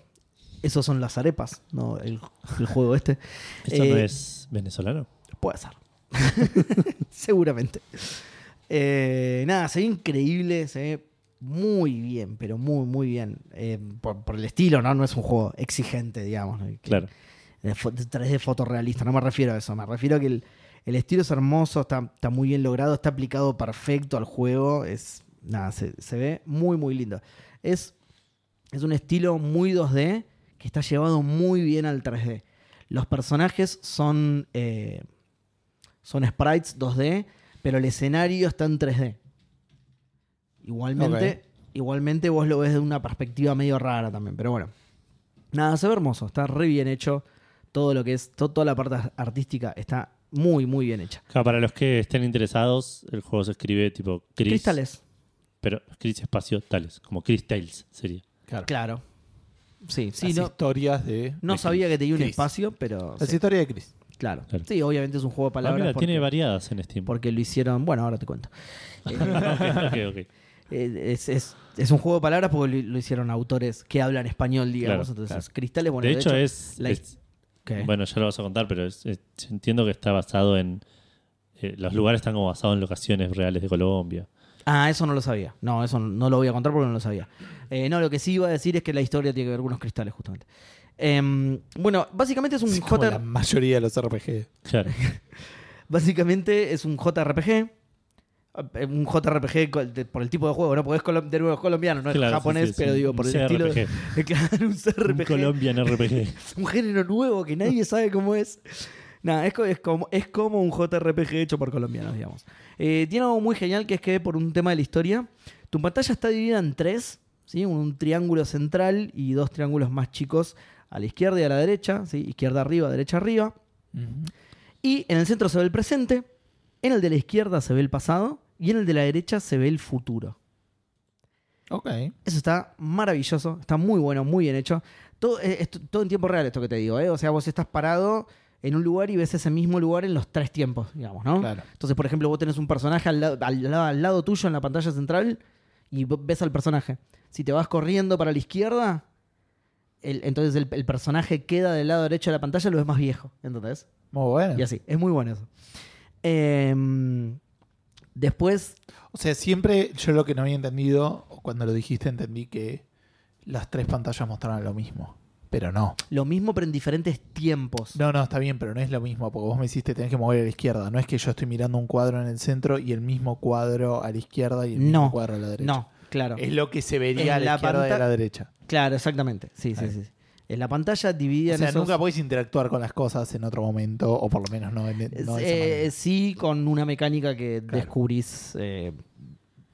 Speaker 1: Esos son las arepas, no el, el juego este.
Speaker 3: ¿Eso no
Speaker 1: Eh,
Speaker 3: es venezolano?
Speaker 1: Puede ser. Seguramente. Eh, nada, se ve increíble, se ve muy bien, pero muy, muy bien. Eh, por, por el estilo, ¿no? No es un juego exigente, digamos. ¿no? Que-
Speaker 3: Claro.
Speaker 1: de fo- de 3D fotorrealista, no me refiero a eso, me refiero a que el, el estilo es hermoso, está, está muy bien logrado, está aplicado perfecto al juego, es nada, se, se ve muy muy lindo. Es, es un estilo muy 2D que está llevado muy bien al 3D. Los personajes son, eh, son sprites 2D, pero el escenario está en 3D. Igualmente, igualmente vos lo ves de una perspectiva medio rara también, pero bueno. Nada, se ve hermoso, está re bien hecho. Todo lo que es, to- toda la parte artística está muy, muy bien hecha.
Speaker 3: Claro, para los que estén interesados, el juego se escribe tipo Chris.
Speaker 1: Cristales.
Speaker 3: Pero Chris espacio tales, como Chris Tales sería. Ah,
Speaker 2: Claro.
Speaker 1: Claro. Sí, sí,
Speaker 2: Las
Speaker 1: no,
Speaker 2: historias de.
Speaker 1: no
Speaker 2: de
Speaker 1: sabía que tenía un
Speaker 2: Chris.
Speaker 1: espacio, pero.
Speaker 2: Las
Speaker 1: sí,
Speaker 2: historias de Chris.
Speaker 1: claro.
Speaker 3: Claro.
Speaker 1: Sí, obviamente es un juego de
Speaker 3: Ah,
Speaker 1: palabras.
Speaker 3: mira, tiene
Speaker 1: porque,
Speaker 3: variadas en Steam.
Speaker 1: porque lo hicieron. Bueno, ahora te cuento.
Speaker 3: ok, ok, ok.
Speaker 1: Eh, Es, es- es un juego de palabras porque lo, lo hicieron autores que hablan español, digamos.
Speaker 3: Claro,
Speaker 1: entonces, cristales, bueno,
Speaker 3: de, hecho, es,
Speaker 1: la
Speaker 3: es-
Speaker 1: ¿Qué?
Speaker 3: Bueno, ya lo vas a contar, pero es- es- entiendo que está basado en. eh, los lugares están como basados en locaciones reales de Colombia.
Speaker 1: Ah, eso no lo sabía. No, eso no lo voy a contar porque no lo sabía. Eh, no, lo que sí iba a decir es que la historia tiene que ver con unos cristales, justamente. Em, bueno, básicamente es un
Speaker 2: Es como
Speaker 1: J-
Speaker 2: la mayoría de los RPG.
Speaker 3: Claro.
Speaker 1: Básicamente es un JRPG. Eh, Un JRPG col- de- por el tipo de juego, ¿no? Porque es colo- de nuevo es colombiano, no es
Speaker 3: Claro, sí,
Speaker 1: japonés,
Speaker 3: sí, es
Speaker 1: pero
Speaker 3: un-
Speaker 1: digo, por
Speaker 3: un
Speaker 1: el estilo. de-
Speaker 3: CRPG.
Speaker 1: claro, un
Speaker 3: Un
Speaker 1: CRPG.
Speaker 3: Colombian RPG.
Speaker 1: un género nuevo que nadie sabe cómo es. Nada, es, co- es como, es como un JRPG hecho por colombianos, digamos. Eh, tiene algo muy genial que es que, por un tema de la historia, tu pantalla está dividida en tres: ¿sí? un, un triángulo central y dos triángulos más chicos a la izquierda y a la derecha, ¿sí? izquierda arriba, derecha arriba. Y en el centro se ve el presente, en el de la izquierda se ve el pasado y en el de la derecha se ve el futuro.
Speaker 2: Ok.
Speaker 1: Eso está maravilloso, está muy bueno, muy bien hecho. Todo, eh, esto- todo en tiempo real esto que te digo, ¿eh? O sea, vos estás parado en un lugar y ves ese mismo lugar en los tres tiempos, digamos, ¿no?
Speaker 2: Claro.
Speaker 1: Entonces, por ejemplo, vos tenés un personaje al lado, al lado- al lado tuyo en la pantalla central y vos ves al personaje. Si te vas corriendo para la izquierda, el- entonces el, el personaje queda del lado derecho de la pantalla, lo ves más viejo, ¿entendés?
Speaker 2: Muy bueno.
Speaker 1: Y así, es muy bueno eso. Em, después,
Speaker 2: O sea, siempre yo lo que no había entendido, o cuando lo dijiste, entendí que las tres pantallas mostraban lo mismo. Pero no.
Speaker 1: lo mismo, pero en diferentes tiempos.
Speaker 2: No, no, está bien, pero no es lo mismo, porque vos me hiciste tenés que mover a la izquierda. No es que yo estoy mirando un cuadro en el centro y el mismo cuadro a la izquierda y el mismo
Speaker 1: No,
Speaker 2: cuadro a la derecha.
Speaker 1: No, claro.
Speaker 2: Es lo que se vería a
Speaker 1: En
Speaker 2: la,
Speaker 1: la
Speaker 2: izquierda y a
Speaker 1: panta-
Speaker 2: la derecha.
Speaker 1: Claro, exactamente. Sí, sí,
Speaker 2: Ahí.
Speaker 1: sí. En la pantalla
Speaker 2: O
Speaker 1: dividida
Speaker 2: sea, nunca podés interactuar con las cosas en otro momento, o por lo menos no, en, no de esa manera.
Speaker 1: sí, con una mecánica que
Speaker 2: Claro.
Speaker 1: descubrís eh,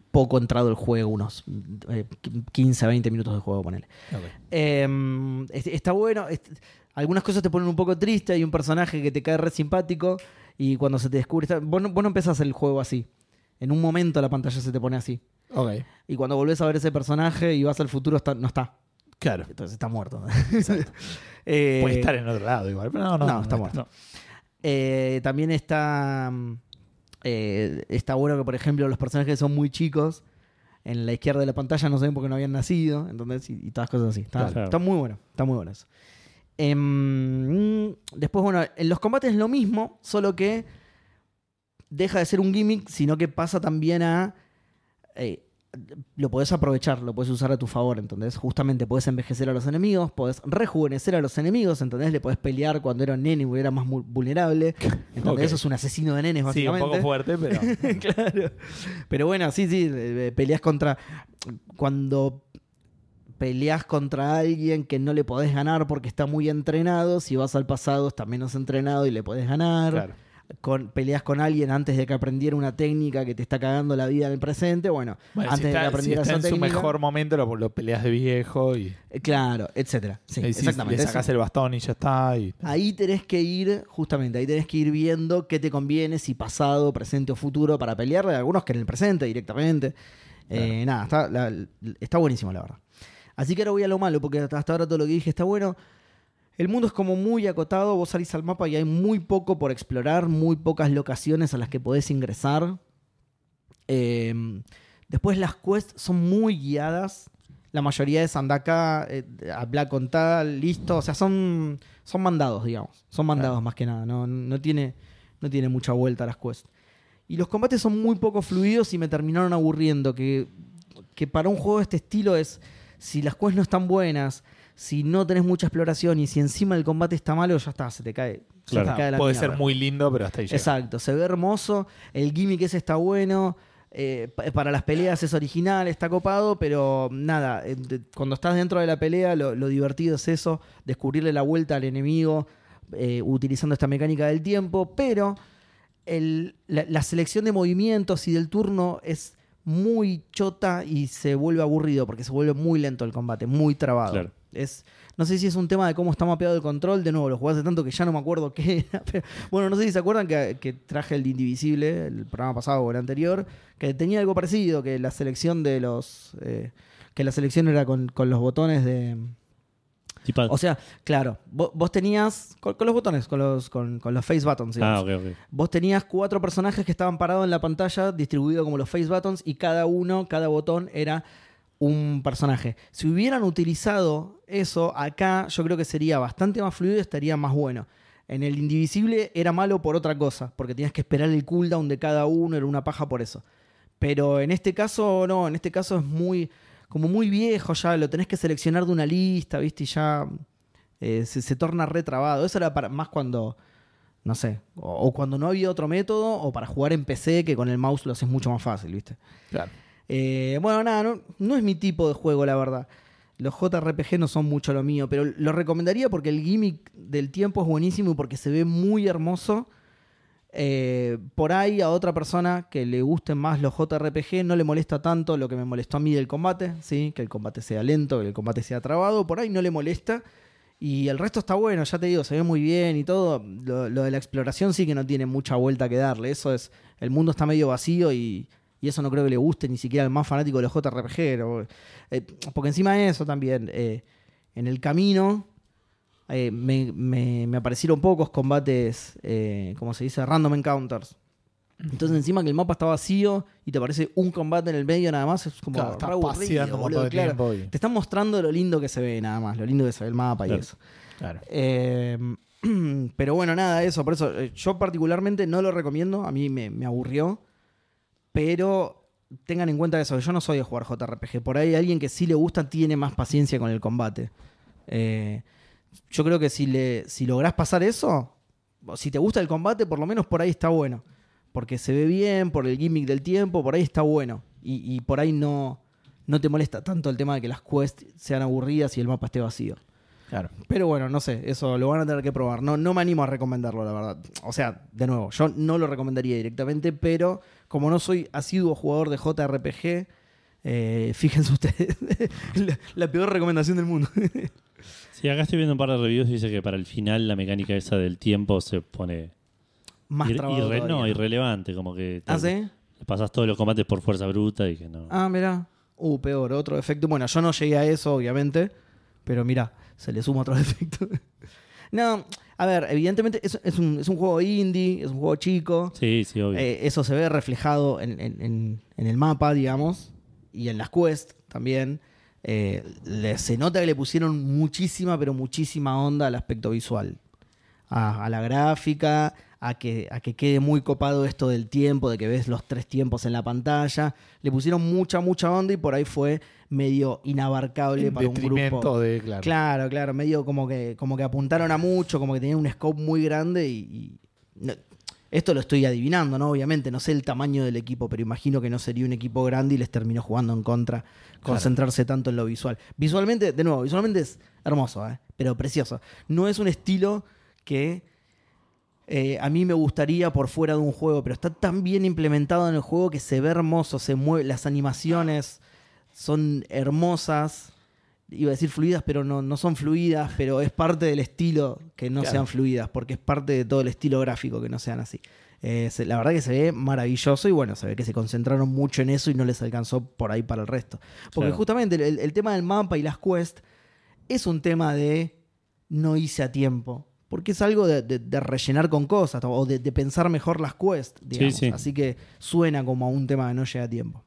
Speaker 1: poco entrado el juego, unos eh, 15, 20 minutos de juego, ponele.
Speaker 2: Ok.
Speaker 1: Eh, es- está bueno. es- algunas cosas te ponen un poco triste. Hay un personaje que te cae re simpático. Y cuando se te descubre. está- vos, no, vos no empezás el juego así. En un momento la pantalla se te pone así.
Speaker 2: Ok.
Speaker 1: Y cuando volvés a ver ese personaje y vas al futuro, está- no está.
Speaker 2: Claro.
Speaker 1: Entonces está muerto. Eh,
Speaker 2: Puede estar en otro lado igual, pero no, no.
Speaker 1: no, está muerto. Eh, también está. mm, eh, está bueno que, por ejemplo, los personajes son muy chicos. En la izquierda de la pantalla no se ven porque no habían nacido. Entonces, y, y todas cosas así. Está,
Speaker 3: Claro.
Speaker 1: está muy bueno. Está muy bueno eso. Em, mm, después, bueno, en los combates es lo mismo, solo que deja de ser un gimmick, sino que pasa también a. eh, lo podés aprovechar, lo podés usar a tu favor, ¿entendés? Justamente podés envejecer a los enemigos, podés rejuvenecer a los enemigos, ¿entendés? Le podés pelear cuando era un nene y era más mu- vulnerable. ¿Entendés?
Speaker 2: Ok.
Speaker 1: Eso es un asesino de nenes,
Speaker 2: Sí, un
Speaker 1: básicamente.
Speaker 2: poco fuerte, pero.
Speaker 1: claro. Pero bueno, sí, sí, eh, eh, peleas contra. Cuando peleas contra alguien que no le podés ganar porque está muy entrenado, si vas al pasado está menos entrenado y le podés ganar.
Speaker 2: claro.
Speaker 1: Con, peleas con alguien antes de que aprendiera una técnica que te está cagando la vida en el presente, bueno,
Speaker 2: Bueno,
Speaker 1: antes
Speaker 2: si
Speaker 1: de que
Speaker 2: está, si
Speaker 1: aprendiera
Speaker 2: está
Speaker 1: esa
Speaker 2: en su
Speaker 1: técnica.
Speaker 2: mejor momento, lo, lo peleas de viejo y,
Speaker 1: eh, Claro, etcétera. Sí,
Speaker 2: y si
Speaker 1: exactamente.
Speaker 2: le
Speaker 1: Eso-
Speaker 2: sacas el bastón y ya está. Y,
Speaker 1: Ahí tenés que ir, justamente, ahí tenés que ir viendo qué te conviene, si pasado, presente o futuro, para pelear. Hay Algunos que en el presente directamente. Eh, nada, está, la- está buenísimo, la verdad. Así que ahora voy a lo malo, porque hasta hasta ahora todo lo que dije está bueno. El mundo es como muy acotado, vos salís al mapa y hay muy poco por explorar, muy pocas locaciones a las que podés ingresar. Eh, después las quests son muy guiadas. La mayoría es anda acá, eh, habla con tal, listo. O sea, son, son mandados, digamos. Son mandados más que nada. No, no, tiene, no tiene mucha vuelta las quests. Y los combates son muy poco fluidos y me terminaron aburriendo. Que, que para un juego de este estilo es, si las quests no están buenas, si no tenés mucha exploración y si encima el combate está malo, ya está, se te cae. se
Speaker 3: Claro.
Speaker 1: te cae la
Speaker 2: puede
Speaker 1: mierda.
Speaker 2: ser muy lindo, pero hasta ahí llega.
Speaker 1: Exacto, se ve hermoso, el gimmick ese está bueno, eh, pa- para las peleas es original, está copado, pero nada, eh, de- cuando estás dentro de la pelea lo, lo divertido es eso, descubrirle la vuelta al enemigo eh, utilizando esta mecánica del tiempo, pero el- la, la selección de movimientos y del turno es muy chota y se vuelve aburrido porque se vuelve muy lento el combate, muy trabado.
Speaker 3: Claro.
Speaker 1: Es, no sé si es un tema de cómo está mapeado el control. De nuevo, lo jugué hace tanto que ya no me acuerdo qué era. pero- bueno, no sé si se acuerdan que, que traje el de Indivisible, el programa pasado o el anterior, que tenía algo parecido, que la selección de los... eh, que la selección era con, con los botones de...
Speaker 3: Tipo-
Speaker 1: O sea, claro, vo- vos, tenías... Con, con los botones, con los, con, con los face buttons, digamos.
Speaker 3: ah, ok, ok.
Speaker 1: Vos tenías cuatro personajes que estaban parados en la pantalla, distribuidos como los face buttons, y cada uno, cada botón era un personaje. Si hubieran utilizado eso acá, yo creo que sería bastante más fluido y estaría más bueno. En el Indivisible era malo por otra cosa, porque tenías que esperar el cooldown de cada uno, era una paja por eso. Pero en este caso, no, en este caso es muy, como muy viejo ya, lo tenés que seleccionar de una lista, ¿viste? Y ya eh, se, se torna retrabado. Eso era para, más cuando, no sé, o, o cuando no había otro método, o para jugar en PC, que con el mouse lo haces mucho más fácil, ¿viste?
Speaker 2: Claro.
Speaker 1: Eh, bueno, nada, no, no es mi tipo de juego, la verdad. Los JRPG no son mucho lo mío, pero lo recomendaría porque el gimmick del tiempo es buenísimo y porque se ve muy hermoso. Eh, por ahí a otra persona que le gusten más los JRPG no le molesta tanto lo que me molestó a mí del combate, ¿sí? que el combate sea lento, que el combate sea trabado, por ahí no le molesta. Y el resto está bueno, ya te digo, se ve muy bien y todo. Lo, lo de la exploración sí que no tiene mucha vuelta que darle. Eso es, el mundo está medio vacío y, y eso no creo que le guste ni siquiera al más fanático de los JRPG. ¿no? Eh, porque encima de eso también, eh, en el camino eh, me, me- me aparecieron pocos combates, eh, como se dice, random encounters. Entonces encima que el mapa está vacío y te aparece un combate en el medio nada más, es como
Speaker 2: Claro, está
Speaker 1: re aburrido,
Speaker 2: paseando por
Speaker 1: boludo,
Speaker 2: todo el
Speaker 1: claro.
Speaker 2: tiempo y-
Speaker 1: Te están mostrando lo lindo que se ve nada más, lo lindo que se ve el mapa y
Speaker 3: Claro.
Speaker 1: eso.
Speaker 2: Claro.
Speaker 1: Eh, pero bueno, nada, eso. Por eso eh, yo particularmente no lo recomiendo. A mí me, me aburrió. Pero tengan en cuenta eso. que Yo no soy de jugar JRPG. Por ahí alguien que sí le gusta tiene más paciencia con el combate. Eh, yo creo que si, le, si lográs pasar eso, o si te gusta el combate, por lo menos por ahí está bueno. Porque se ve bien, por el gimmick del tiempo, por ahí está bueno. Y, y por ahí no, no te molesta tanto el tema de que las quests sean aburridas y el mapa esté vacío.
Speaker 2: Claro.
Speaker 1: Pero bueno, no sé, eso lo van a tener que probar. No, no me animo a recomendarlo, la verdad. O sea, de nuevo, yo no lo recomendaría directamente, pero como no soy asiduo jugador de JRPG, eh, fíjense ustedes, la, la peor recomendación del mundo.
Speaker 3: Sí, acá estoy viendo un par de reviews y dice que para el final la mecánica esa del tiempo se pone
Speaker 1: Más
Speaker 3: ir-
Speaker 1: trabado
Speaker 3: irre-
Speaker 1: todavía.
Speaker 3: no, irrelevante, como que te-
Speaker 1: ¿Ah, sí?
Speaker 3: pasás todos los combates por fuerza bruta y que no.
Speaker 1: Ah, mirá. Uh, peor, otro defecto. Bueno, yo no llegué a eso, obviamente, pero mirá, se le suma otro defecto. no, a ver, evidentemente es, es un, es un juego indie, es un juego chico.
Speaker 3: Sí, sí, obvio.
Speaker 1: Eh, eso se ve reflejado en, en- en- en el mapa, digamos, y en las quests también. Eh, le- se nota que le pusieron muchísima, pero muchísima onda al aspecto visual. A, a la gráfica, a que, a que quede muy copado esto del tiempo, de que ves los tres tiempos en la pantalla. Le pusieron mucha, mucha onda y por ahí fue medio inabarcable
Speaker 2: En
Speaker 1: para un grupo.
Speaker 2: detrimento de, claro.
Speaker 1: Claro, claro, medio como que, como que apuntaron a mucho, como que tenían un scope muy grande y... y no- esto lo estoy adivinando, ¿no? Obviamente, no sé el tamaño del equipo, pero imagino que no sería un equipo grande y les terminó jugando en contra concentrarse tanto en lo visual. Visualmente, de nuevo, visualmente es hermoso, ¿eh? pero precioso. No es un estilo que eh, a mí me gustaría por fuera de un juego, pero está tan bien implementado en el juego que se ve hermoso, se mueve, las animaciones son hermosas. Iba a decir fluidas, pero no, no son fluidas, pero es parte del estilo que no
Speaker 2: Claro.
Speaker 1: sean fluidas, porque es parte de todo el estilo gráfico que no sean así. Eh, se- la verdad que se ve maravilloso y bueno, se ve que se concentraron mucho en eso y no les alcanzó por ahí para el resto. Porque
Speaker 3: Claro.
Speaker 1: justamente el, el tema del mapa y las quests es un tema de no hice a tiempo. Porque es algo de, de- de rellenar con cosas o de, de pensar mejor las quests, digamos.
Speaker 3: sí.
Speaker 1: Así que suena como a un tema que no llega a tiempo.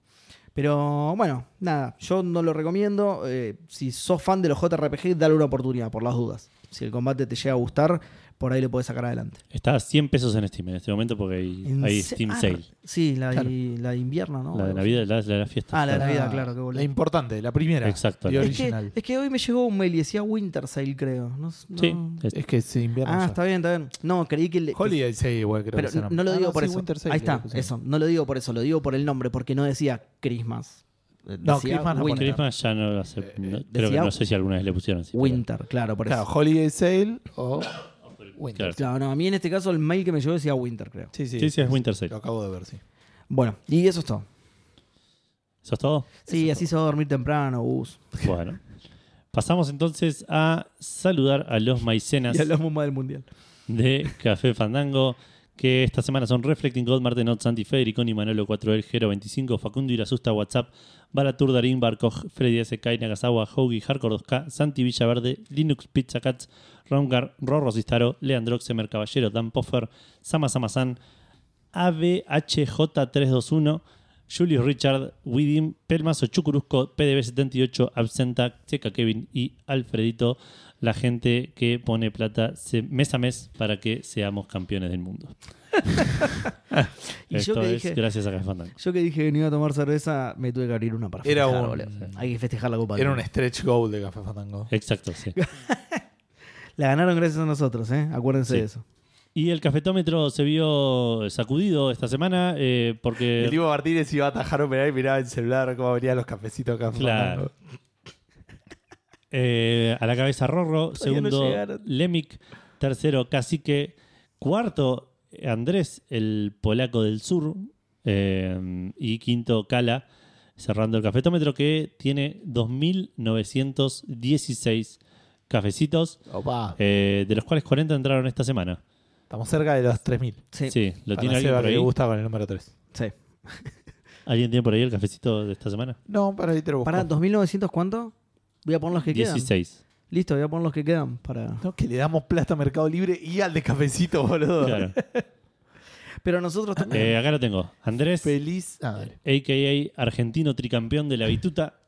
Speaker 1: Pero bueno, nada, yo no lo recomiendo. Eh, si sos fan de los JRPG, dale una oportunidad por las dudas. Si el combate te llega a gustar, por ahí lo podés sacar adelante.
Speaker 3: Está a 100 pesos en Steam en este momento porque hay,
Speaker 1: En
Speaker 3: hay
Speaker 1: se-
Speaker 3: Steam
Speaker 1: ah,
Speaker 3: Sale.
Speaker 1: Sí, la, de, la de invierno, ¿no?
Speaker 3: la de
Speaker 1: Algo
Speaker 3: Navidad, la, la de la fiesta.
Speaker 1: Ah, la de
Speaker 2: Ah,
Speaker 1: Navidad, claro, qué boludo.
Speaker 2: La importante, la primera.
Speaker 3: Exacto.
Speaker 2: Y
Speaker 3: Es
Speaker 1: así. Es que,
Speaker 2: original.
Speaker 1: es que hoy me llegó un mail y decía Winter Sale, creo. No, no-
Speaker 3: Sí, es-
Speaker 2: Es que se invierte.
Speaker 1: Ah, está bien, está bien. No, creí que... le- que-
Speaker 2: Holiday Sale, igual creo que
Speaker 1: pero
Speaker 2: se llama.
Speaker 1: no lo
Speaker 2: Ah,
Speaker 1: digo por
Speaker 2: sí,
Speaker 1: eso.
Speaker 2: Winter Sale
Speaker 1: Ahí
Speaker 2: creo
Speaker 1: está,
Speaker 2: que se llama.
Speaker 1: eso. No lo digo por eso, lo digo por el nombre, porque no decía Christmas. Eh,
Speaker 2: No,
Speaker 1: decía
Speaker 2: Christmas no pone.
Speaker 1: Winter.
Speaker 3: Christmas ya no lo hace. no- creo que
Speaker 1: Eh, decía-
Speaker 3: no sé si alguna vez le pusieron así. pero-
Speaker 1: Winter, claro, por eso.
Speaker 2: Claro, Holiday Sale o Winter.
Speaker 3: Claro.
Speaker 1: Claro, no, a mí en este caso el mail que me llegó decía Winter, creo.
Speaker 2: Sí, sí.
Speaker 3: Sí, sí, es Winter Sale.
Speaker 2: Lo acabo de ver, sí.
Speaker 1: Bueno, y eso es todo.
Speaker 3: ¿Eso es todo?
Speaker 1: Sí, así se va a dormir temprano, Gus.
Speaker 3: Bueno. Pasamos entonces a saludar a los maicenas
Speaker 1: Y hablamos más del mundial.
Speaker 3: de Café Fandango, que esta semana son Reflecting God, Marten Not, Santi Federiconi, Manolo 4L, Gero 25, Facundo Irasusta, WhatsApp, Balatur Darín, Barkoj, Freddy S. Kai, Nagasawa, Hoagie, Hardcore 2K, Santi Villaverde, Linux Pizza Cats, Rongar, Rorro Cistaro, Leandro Xemer Caballero, Dan Poffer, Sama Samazán, ABHJ321, Julius Richard, Widim, Pelmazo, Chucurusco, PDB78, Absenta, Seca Kevin y Alfredito, la gente que pone plata se- mes a mes para que seamos campeones del mundo.
Speaker 1: Y yo
Speaker 3: Esto
Speaker 1: que
Speaker 3: es
Speaker 1: dije-
Speaker 3: gracias a Café Fandango.
Speaker 1: Yo que dije que no iba a tomar cerveza, me tuve que abrir una para
Speaker 2: Era
Speaker 1: festejar,
Speaker 2: un-
Speaker 1: boludo. Hay que festejar la Copa. del
Speaker 2: Era un
Speaker 1: Mundo.
Speaker 2: stretch goal de Café Fandango.
Speaker 3: Exacto, sí.
Speaker 1: La ganaron gracias a nosotros, ¿eh? Acuérdense
Speaker 3: Sí.
Speaker 1: de eso.
Speaker 3: Y el cafetómetro se vio sacudido esta semana eh, porque...
Speaker 2: El tipo Martínez iba a atajar un penal y miraba el celular cómo abría los cafecitos de Café
Speaker 3: Claro.
Speaker 2: Fandango.
Speaker 3: Eh, a la cabeza Rorro,
Speaker 1: Todavía no
Speaker 3: segundo
Speaker 1: llegaron.
Speaker 3: Lemic, tercero Cacique, cuarto Andrés, el polaco del sur, eh, y quinto Cala, cerrando el cafetómetro que tiene 2.916 cafecitos,
Speaker 2: Opa,
Speaker 3: eh, de los cuales 40 entraron esta semana.
Speaker 2: estamos cerca de los 3.000.
Speaker 1: Sí. Sí.
Speaker 3: Sí, lo
Speaker 2: Para
Speaker 3: tiene alguien
Speaker 2: Seba,
Speaker 3: por
Speaker 2: que le
Speaker 3: ahí.
Speaker 2: gusta con el número 3.
Speaker 3: ¿Alguien tiene por ahí el cafecito de esta semana?
Speaker 2: No, para ahí te lo busco.
Speaker 1: ¿Para 2900 cuánto? Voy a poner los que quedan.
Speaker 3: 16.
Speaker 1: Listo, voy a poner los que quedan para.
Speaker 2: No, que le damos plata a Mercado Libre y al de cafecito, boludo.
Speaker 3: Claro.
Speaker 1: Pero nosotros también.
Speaker 3: Eh, acá lo tengo. Andrés.
Speaker 2: Feliz. Ah, dale.
Speaker 3: a.k.a. argentino tricampeón de la bituta.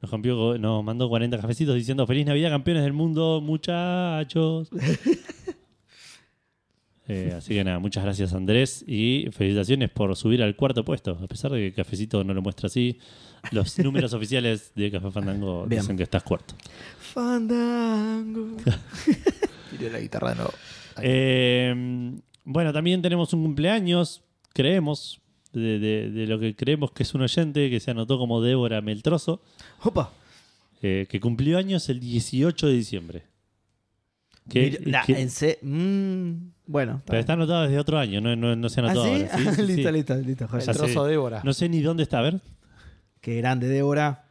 Speaker 3: Nos, cambió- nos mandó 40 cafecitos diciendo Feliz Navidad, campeones del mundo, muchachos. Eh, así que nada, muchas gracias Andrés y felicitaciones por subir al cuarto puesto. A pesar de que Cafecito no lo muestra así, los números oficiales de Café Fandango
Speaker 1: Bien.
Speaker 3: dicen que estás cuarto.
Speaker 1: Fandango.
Speaker 2: Tiré la guitarra de nuevo. Ahí.
Speaker 3: Eh, bueno, también tenemos un cumpleaños, creemos, de, de- de lo que creemos que es un oyente que se anotó como Débora Meltroso.
Speaker 1: Opa.
Speaker 3: eh, que cumplió años el 18 de diciembre. Que- eh,
Speaker 1: Mira, nah,
Speaker 3: que-
Speaker 1: en se- mm, bueno.
Speaker 3: pero
Speaker 1: bien.
Speaker 3: está anotado desde otro año, no, no- no se
Speaker 1: ¿Ah,
Speaker 3: anotó
Speaker 1: sí?
Speaker 3: ahora. Sí, sí, sí.
Speaker 1: listo, listo, listo, joya.
Speaker 2: el
Speaker 3: ya sé.
Speaker 2: trozo de Débora.
Speaker 3: No sé ni dónde está, a ver.
Speaker 1: Qué grande, Débora.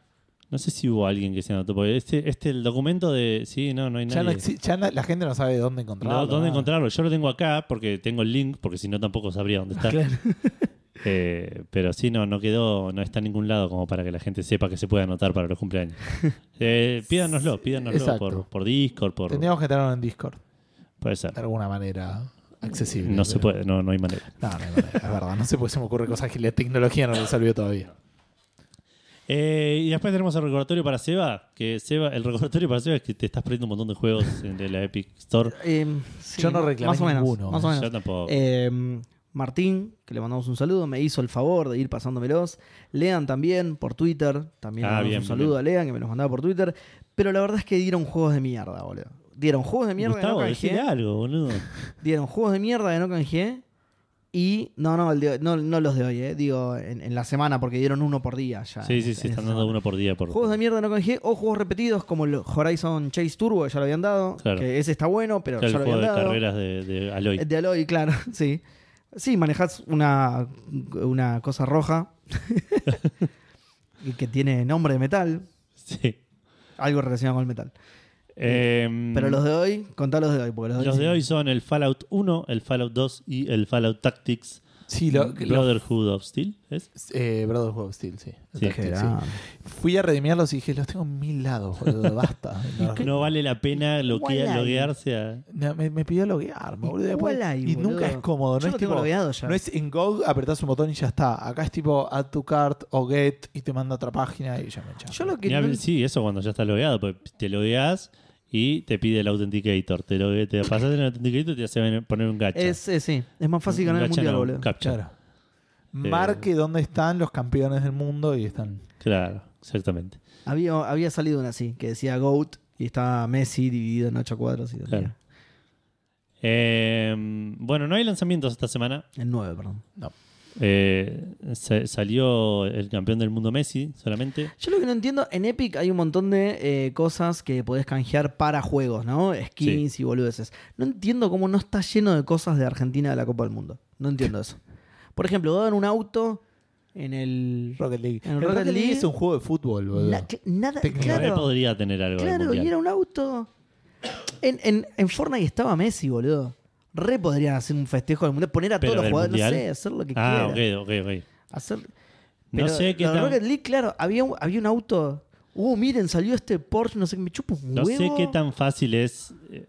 Speaker 3: No sé si hubo alguien que se anotó. Porque este, este el documento de. Sí, no, no hay
Speaker 2: Ya,
Speaker 3: nadie.
Speaker 2: no exi- ya no- la gente no sabe dónde
Speaker 3: No,
Speaker 2: encontrarlo.
Speaker 3: ¿Dónde
Speaker 2: nada.
Speaker 3: encontrarlo? Yo lo tengo acá porque tengo el link, porque si no tampoco sabría dónde está. Eh, pero sí, no, no quedó, no está en ningún lado como para que la gente sepa que se puede anotar para los cumpleaños. Eh, pídanoslo, pídanoslo
Speaker 2: Exacto.
Speaker 3: por, por Discord, por.
Speaker 2: Tendríamos que tenerlo en Discord,
Speaker 3: Puede ser.
Speaker 2: de alguna manera accesible.
Speaker 3: No se
Speaker 2: pero-
Speaker 3: puede, no, no hay manera.
Speaker 2: No, no, no, es verdad. No sé por qué se me ocurre cosas que la tecnología no resolvió todavía.
Speaker 3: Eh, y después tenemos el recordatorio para Seba, que Seba, el recordatorio para Seba es que te estás perdiendo un montón de juegos en de la Epic Store.
Speaker 1: Eh, sí,
Speaker 2: Yo no reclamé
Speaker 1: más o menos,
Speaker 2: ninguno,
Speaker 1: Más o
Speaker 2: eh.
Speaker 1: menos.
Speaker 3: Yo tampoco.
Speaker 1: Eh, Martín, que le mandamos un saludo, me hizo el favor de ir pasándomelos. Lean también por Twitter. También
Speaker 3: Ah,
Speaker 1: le mandamos
Speaker 3: bien,
Speaker 1: un saludo a Lean, que me los mandaba por Twitter. Pero la verdad es que dieron juegos de mierda, boludo. Dieron juegos de mierda
Speaker 3: Gustavo,
Speaker 1: que no ¿eh?
Speaker 3: decile
Speaker 1: canjeé.
Speaker 3: algo, boludo.
Speaker 1: Dieron juegos de mierda que no canjeé. Y. No, no, el de- no, no los de hoy, eh. Digo, en, en la semana, porque dieron uno por día ya.
Speaker 3: Sí,
Speaker 1: en
Speaker 3: sí,
Speaker 1: esta-
Speaker 3: sí,
Speaker 1: en
Speaker 3: están
Speaker 1: esta
Speaker 3: dando
Speaker 1: semana.
Speaker 3: uno por día. Por...
Speaker 1: Juegos de mierda no canjeé o juegos repetidos como el Horizon Chase Turbo, que ya lo habían dado.
Speaker 3: Claro.
Speaker 1: Que ese está bueno, pero
Speaker 3: Claro,
Speaker 1: ya
Speaker 3: el
Speaker 1: lo
Speaker 3: juego
Speaker 1: habían
Speaker 3: de
Speaker 1: dado.
Speaker 3: carreras de, de Aloy.
Speaker 1: De Aloy, claro, sí. Sí, manejás una, una cosa roja y que tiene nombre de metal,
Speaker 3: Sí.
Speaker 1: algo relacionado con el metal.
Speaker 3: Eh,
Speaker 1: Pero los de hoy, contá los de hoy. Porque los,
Speaker 3: los de
Speaker 1: sí.
Speaker 3: hoy son el Fallout 1, el Fallout 2 y el Fallout Tactics
Speaker 2: Sí, lo,
Speaker 1: Mm,
Speaker 2: lo-
Speaker 3: Brotherhood of Steel. ¿es?
Speaker 2: eh, Brotherhood of Steel, sí.
Speaker 3: Sí.
Speaker 1: Qué
Speaker 2: Sí.
Speaker 1: grande.
Speaker 2: Fui a redimirlos y dije, los tengo en mil lados, boludo, basta. No,
Speaker 3: No vale la pena loquea-
Speaker 1: Guay.
Speaker 3: loguearse a...
Speaker 2: no, me, me pidió loguearme, boludo.
Speaker 1: ¿Y cuál hay,
Speaker 2: y
Speaker 1: boludo?
Speaker 2: nunca es cómodo,
Speaker 1: Yo
Speaker 2: no
Speaker 1: lo
Speaker 2: es
Speaker 1: tengo
Speaker 2: tipo-
Speaker 1: logueado ya.
Speaker 2: No es en Go, apretás un botón y ya está. Acá es tipo add to cart o get y te manda a otra página y ya me echas.
Speaker 1: Yo lo que
Speaker 3: Ni
Speaker 1: no-
Speaker 3: hable- sí, eso cuando ya estás logueado, porque te logueas y te pide el Authenticator. Te, logue- te pasas en el Authenticator y te hace ven- poner un gacha.
Speaker 1: es, eh, sí, es más fácil
Speaker 3: Un- un
Speaker 1: ganar el
Speaker 3: gacha
Speaker 1: mundial,
Speaker 3: no, un
Speaker 1: boludo.
Speaker 3: captcha.
Speaker 2: Claro.
Speaker 1: Eh.
Speaker 2: Marque dónde están los campeones del mundo y están.
Speaker 3: Claro, exactamente.
Speaker 1: Había, había salido una así, que decía GOAT y estaba Messi dividido en 8 cuadros y
Speaker 3: Claro. Eh, bueno, no hay lanzamientos esta semana.
Speaker 1: en 9, perdón.
Speaker 3: Eh, se- salió el campeón del mundo Messi solamente.
Speaker 1: Yo lo que no entiendo, en Epic hay un montón de eh, cosas que podés canjear para juegos, ¿no? Skins y boludeces. No entiendo cómo no está lleno de cosas de Argentina de la Copa del Mundo. No entiendo eso. Por ejemplo, daban un auto en el...
Speaker 2: Rocket League.
Speaker 1: En
Speaker 2: El
Speaker 1: Rocket
Speaker 2: Rocket League
Speaker 1: League-
Speaker 2: es un juego de fútbol, boludo. eh,
Speaker 1: Na- cl- nada,
Speaker 2: Técnicamente
Speaker 3: Por ahí
Speaker 1: claro,
Speaker 3: podría tener algo. del
Speaker 1: claro,
Speaker 3: mundial.
Speaker 1: y era un auto... En, en, en Fortnite estaba Messi, boludo. Re podrían hacer un festejo del mundial, poner a
Speaker 3: Pero
Speaker 1: todos los
Speaker 3: del
Speaker 1: jugadores, no
Speaker 3: Mundial.
Speaker 1: sé, hacer lo que
Speaker 3: Ah,
Speaker 1: quieran.
Speaker 3: ok, ok, ok.
Speaker 1: Hacer...
Speaker 3: No
Speaker 1: Pero
Speaker 3: sé qué
Speaker 1: lo de
Speaker 3: tan,
Speaker 1: Rocket League, claro, había un, había un auto. Uh, miren, salió este Porsche, no sé qué, me chupo un
Speaker 3: no
Speaker 1: huevo.
Speaker 3: sé qué tan fácil es eh,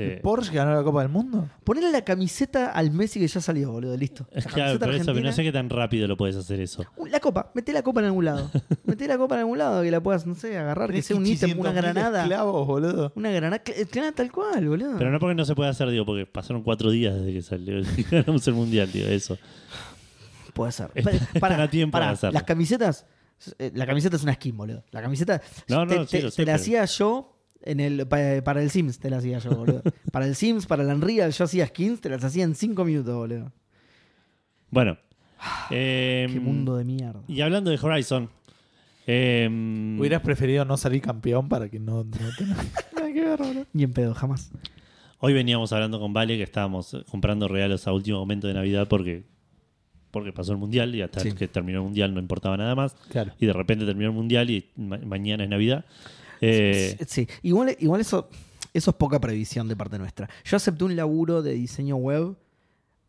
Speaker 3: eh,
Speaker 2: ¿Porsche ganó la Copa del Mundo?
Speaker 1: Ponele la camiseta al Messi que ya salió, boludo, listo. La
Speaker 3: claro,
Speaker 1: camiseta
Speaker 3: por eso, pero no
Speaker 1: argentina.
Speaker 3: sé qué tan rápido lo puedes hacer eso.
Speaker 1: Uh, La copa, meté la copa en algún lado. meté la copa en algún lado que la puedas, no sé, agarrar, que sea un ítem, una
Speaker 2: 800.000
Speaker 1: granada.
Speaker 2: Esclavos, boludo.
Speaker 1: Una granada, cl- eh, claro, tal cual, boludo.
Speaker 3: Pero no porque no se puede hacer, digo, porque pasaron cuatro días desde que salió ganamos el mundial, digo, eso.
Speaker 1: Puede ser.
Speaker 3: Está-
Speaker 1: Pa-
Speaker 3: están a tiempo de hacerlo.
Speaker 1: Las camisetas. eh, La camiseta es una skin, boludo. La camiseta.
Speaker 3: No, no,
Speaker 1: te,
Speaker 3: sí,
Speaker 1: te-
Speaker 3: lo sé,
Speaker 1: te la
Speaker 3: pero-
Speaker 1: hacía yo en el, pa- para el Sims, te la hacía yo, boludo. para el Sims, para el Unreal, yo hacía skins, te las hacía en 5 minutos, boludo.
Speaker 3: Bueno. eh,
Speaker 1: Ah, Qué mundo de mierda.
Speaker 3: Y hablando de Horizon. eh,
Speaker 2: Hubieras preferido no salir campeón para que no, no tenga nada que ver, boludo.
Speaker 1: Ni en pedo, jamás.
Speaker 3: Hoy veníamos hablando con Vale que estábamos comprando regalos a último momento de Navidad porque, porque pasó el mundial y hasta
Speaker 2: Sí.
Speaker 3: que terminó el mundial no importaba nada más.
Speaker 2: Claro.
Speaker 3: Y de repente terminó el mundial y ma- mañana es Navidad. Eh,
Speaker 1: Sí, igual, igual eso, eso es poca previsión de parte nuestra. Yo acepté un laburo de diseño web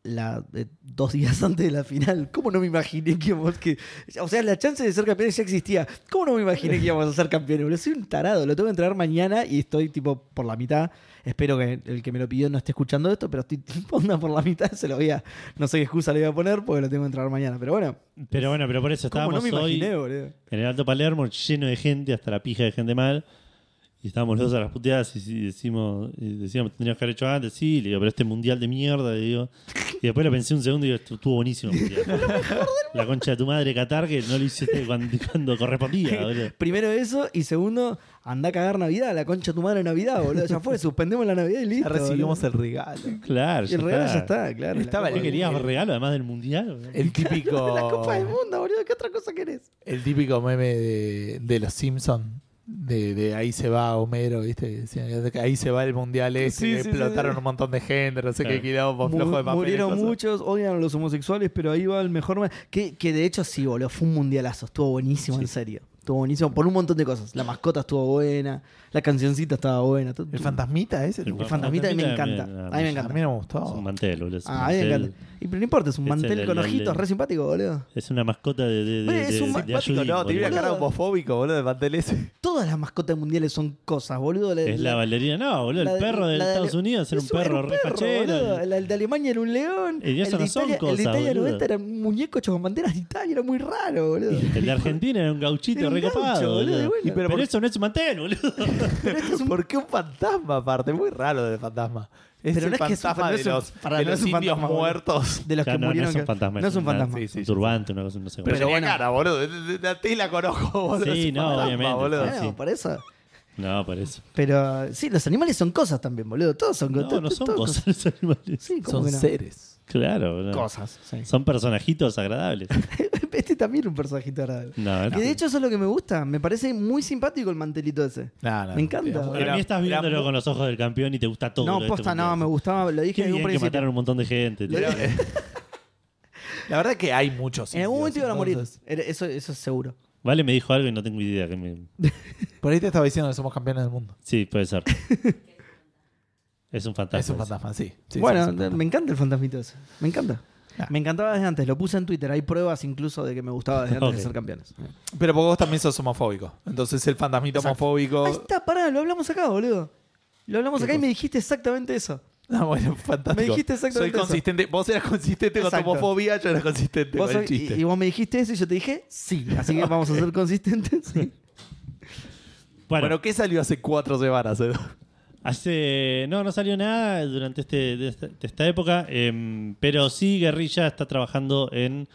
Speaker 1: la, de- dos días antes de la final. ¿Cómo no me imaginé que íbamos que. O sea, la chance de ser campeones ya existía. ¿Cómo no me imaginé que íbamos a ser campeones? boludo? soy un tarado, lo tengo que entregar mañana y estoy tipo por la mitad. Espero que el que me lo pidió no esté escuchando esto, pero estoy tipo, onda por la mitad, se lo voy a. No sé qué excusa le voy a poner porque lo tengo que entregar mañana. Pero bueno,
Speaker 3: pero bueno, pero por eso
Speaker 1: ¿cómo no
Speaker 3: estábamos
Speaker 1: me
Speaker 3: hoy
Speaker 1: imaginé, boludo?
Speaker 3: en el Alto Palermo lleno de gente, hasta la pija de gente mal. Y estábamos los dos a las puteadas y, y decimos, y decíamos, tendríamos que haber hecho antes, sí, le digo, pero este mundial de mierda, le digo. Y después lo pensé un segundo y digo, "Estu- estuvo buenísimo el mundial". La concha de tu madre Qatar, que no lo hiciste cuando, cuando correspondía, boludo.
Speaker 1: Primero eso, y segundo, anda a cagar Navidad, la concha de tu madre Navidad, boludo. Ya fue, suspendemos la Navidad y listo.
Speaker 2: Ya recibimos
Speaker 1: boludo.
Speaker 2: el regalo.
Speaker 3: Claro,
Speaker 1: Y el regalo ya está, claro. la
Speaker 2: Estaba
Speaker 3: ¿Qué
Speaker 1: copa, del
Speaker 3: querías regalo además del mundial? boludo?
Speaker 2: El
Speaker 1: mundo.
Speaker 2: típico.
Speaker 1: La copa del mundo, boludo. ¿Qué otra cosa querés?
Speaker 2: El típico meme de, de los Simpsons. De, de ahí se va Homero, ¿viste? Decían que Ahí se va el mundial este.
Speaker 1: Sí,
Speaker 2: que
Speaker 1: sí, sí,
Speaker 2: explotaron
Speaker 1: sí.
Speaker 2: un montón de gente, no sé qué
Speaker 3: Claro.
Speaker 2: quilombo, flojo de papel.
Speaker 1: murieron
Speaker 2: cosas.
Speaker 1: muchos, odian a los homosexuales, pero ahí va el mejor. ma- Que, que de hecho sí, boludo, fue un mundialazo. Estuvo buenísimo, en serio. Estuvo buenísimo por un montón de cosas. La mascota estuvo buena, la cancioncita estaba buena. todo-
Speaker 2: El fantasmita ese.
Speaker 3: El
Speaker 1: El fantasmita a mí me encanta. A mí me
Speaker 2: A
Speaker 1: encanta.
Speaker 2: mí no me
Speaker 3: Es un
Speaker 2: gustó.
Speaker 3: mantel, boludo. Es, un
Speaker 1: Ah, a mí me
Speaker 3: mantel.
Speaker 1: encanta. Y pero no importa, es un
Speaker 3: Es el
Speaker 1: mantel
Speaker 3: del-
Speaker 1: con
Speaker 3: del-
Speaker 1: ojitos, re simpático, boludo.
Speaker 3: Es una mascota de, de, de,
Speaker 1: Es un
Speaker 3: de- de
Speaker 1: simpático,
Speaker 3: ayudín,
Speaker 2: No, tiene una
Speaker 3: boludo.
Speaker 2: cara homofóbico, boludo, de mantel ese.
Speaker 1: Todas las mascotas mundiales son cosas, boludo. La-
Speaker 3: Es la
Speaker 1: la-
Speaker 3: bailarina. No, boludo,
Speaker 1: La
Speaker 3: el
Speaker 1: de-
Speaker 3: perro de
Speaker 1: la de
Speaker 3: Estados
Speaker 1: Ale-
Speaker 3: Unidos era un
Speaker 1: Eso
Speaker 3: perro re fachero.
Speaker 1: boludo. El, el de Alemania era un león.
Speaker 3: Y eso
Speaker 1: el, de
Speaker 3: no
Speaker 1: Italia,
Speaker 3: son
Speaker 1: el de
Speaker 3: cosas,
Speaker 1: Italia
Speaker 3: boludo.
Speaker 1: 90 era un muñeco chocobanderas de Italia. Era muy raro, boludo.
Speaker 3: El de Argentina era un
Speaker 1: Era
Speaker 3: gauchito
Speaker 1: un gaucho,
Speaker 3: recopado.
Speaker 1: boludo,
Speaker 3: boludo.
Speaker 1: bueno.
Speaker 3: Y Pero,
Speaker 2: Pero por-
Speaker 3: eso no es un mantel, boludo.
Speaker 2: ¿Por qué un fantasma aparte? Muy raro de fantasma. Es
Speaker 1: Pero
Speaker 2: el
Speaker 1: no es que es un
Speaker 2: fantasma
Speaker 1: fan- no
Speaker 2: de
Speaker 1: es un-
Speaker 2: los,
Speaker 1: para,
Speaker 2: de
Speaker 1: no
Speaker 2: los
Speaker 1: es un
Speaker 2: indios
Speaker 1: fantasma, boludo.
Speaker 2: muertos.
Speaker 1: De los
Speaker 3: Ya,
Speaker 1: que
Speaker 3: no, no
Speaker 1: murieron.
Speaker 3: es un
Speaker 1: que-
Speaker 3: fantasma.
Speaker 1: No es un
Speaker 3: una-
Speaker 1: fantasma.
Speaker 2: sí, sí.
Speaker 3: Un turbante, una cosa, no sé.
Speaker 2: Pero,
Speaker 1: Pero
Speaker 2: tenía
Speaker 1: bueno.
Speaker 2: cara, boludo. De, de- de la tela conozco, boludo.
Speaker 3: Sí,
Speaker 2: es un
Speaker 3: no,
Speaker 2: fantasma,
Speaker 3: obviamente.
Speaker 2: boludo.
Speaker 1: Bueno,
Speaker 3: sí.
Speaker 1: por eso.
Speaker 3: No, por eso.
Speaker 1: Pero eh, sí, los animales son cosas también, boludo. Todos son co-
Speaker 3: No, no
Speaker 1: todos-
Speaker 3: son
Speaker 1: todos
Speaker 3: cosas los animales.
Speaker 1: Sí, como
Speaker 2: Son
Speaker 1: que no.
Speaker 2: seres.
Speaker 3: Claro, boludo.
Speaker 1: Cosas. sí.
Speaker 3: Son personajitos agradables.
Speaker 1: Este también era un personajito agradable.
Speaker 3: No, no.
Speaker 1: Que de hecho eso es lo que me gusta. Me parece muy simpático el mantelito ese. Me encanta.
Speaker 2: Era-
Speaker 1: Para
Speaker 3: Para mí estás
Speaker 2: era
Speaker 3: viéndolo
Speaker 2: mu-
Speaker 3: con los ojos del campeón y te gusta todo.
Speaker 1: No,
Speaker 3: lo de este
Speaker 1: posta, no,
Speaker 3: mundial.
Speaker 1: me gustaba. Lo dije
Speaker 3: Qué
Speaker 1: en un
Speaker 3: bien que
Speaker 1: principio.
Speaker 3: mataron un montón de gente. tío.
Speaker 2: era- La verdad que hay muchos.
Speaker 1: En algún
Speaker 2: indios,
Speaker 1: momento iban a morir.
Speaker 2: entonces.
Speaker 1: Era- Eso, eso es seguro.
Speaker 3: Vale me dijo algo y no tengo idea. Que me...
Speaker 2: Por ahí te estaba diciendo que somos campeones del mundo.
Speaker 3: Sí, puede ser. es un fantasma.
Speaker 2: es un
Speaker 3: ese.
Speaker 2: fantasma, sí. Sí,
Speaker 1: bueno,
Speaker 2: sí, sí.
Speaker 1: me encanta el fantasmito ese. Me encanta.
Speaker 2: Ah.
Speaker 1: Me encantaba desde antes. Lo puse en Twitter. Hay pruebas incluso de que me gustaba desde antes
Speaker 3: Ok.
Speaker 1: de ser campeones.
Speaker 2: Pero porque vos también sos homofóbico. Entonces el fantasmito
Speaker 1: Exacto.
Speaker 2: homofóbico.
Speaker 1: Ahí está, pará, lo hablamos acá, boludo. Lo hablamos acá y me dijiste exactamente eso.
Speaker 2: Ah, bueno, fantástico.
Speaker 1: Me dijiste exactamente eso.
Speaker 2: Soy consistente. Vos eras consistente con tu
Speaker 1: Exacto.
Speaker 2: homofobia, yo era consistente
Speaker 1: Vos
Speaker 2: con el
Speaker 1: soy-
Speaker 2: chiste.
Speaker 1: y, y vos me dijiste eso y yo te dije sí. Así que vamos a ser consistentes. sí.
Speaker 3: Bueno,
Speaker 2: bueno, ¿qué salió hace cuatro semanas, Edu?
Speaker 3: hace. No, no salió nada durante este, de esta, de esta época. em, pero sí, Guerrilla está trabajando en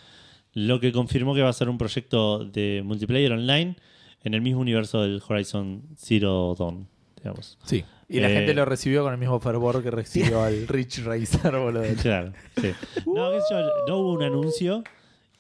Speaker 3: lo que confirmó que va a ser un proyecto de multiplayer online en el mismo universo del Horizon Zero Dawn, digamos.
Speaker 2: Sí. Y la
Speaker 3: Eh,
Speaker 2: gente lo recibió con el mismo fervor que recibió al Rich Racer, boludo.
Speaker 3: Claro, sí. No, qué sé yo, no hubo un anuncio.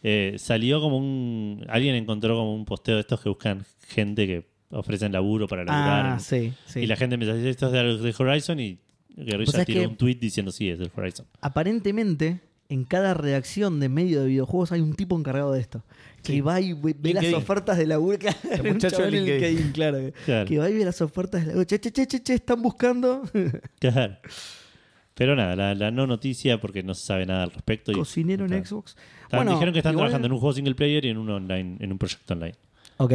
Speaker 3: eh, salió como un. Alguien encontró como un posteo de estos que buscan gente que ofrecen laburo para laburar.
Speaker 1: Ah,
Speaker 3: en-
Speaker 1: sí, sí.
Speaker 3: Y la gente me dice, esto es de de Horizon y
Speaker 1: Vos
Speaker 3: Guerrilla
Speaker 1: sabés
Speaker 3: tiró
Speaker 1: que-
Speaker 3: un tweet diciendo, sí, es del Horizon.
Speaker 1: Aparentemente, en cada redacción de medio de videojuegos hay un tipo encargado de esto. Que va y ve, ve las
Speaker 2: LinkedIn.
Speaker 1: ofertas de laburo. Claro, un
Speaker 2: muchacho de
Speaker 1: chabón en
Speaker 2: LinkedIn.
Speaker 1: LinkedIn, claro. que-
Speaker 3: Claro.
Speaker 1: Que va y ve las ofertas de laburo. Che, che, che, che, che, están buscando.
Speaker 3: Claro. Pero nada, la, la no noticia porque no se sabe nada al respecto. y-
Speaker 1: Cocinero en
Speaker 3: claro.
Speaker 1: Xbox.
Speaker 3: Están- dijeron que están
Speaker 1: igual-
Speaker 3: trabajando en un juego single player y en un online, en un proyecto online.
Speaker 1: Ok,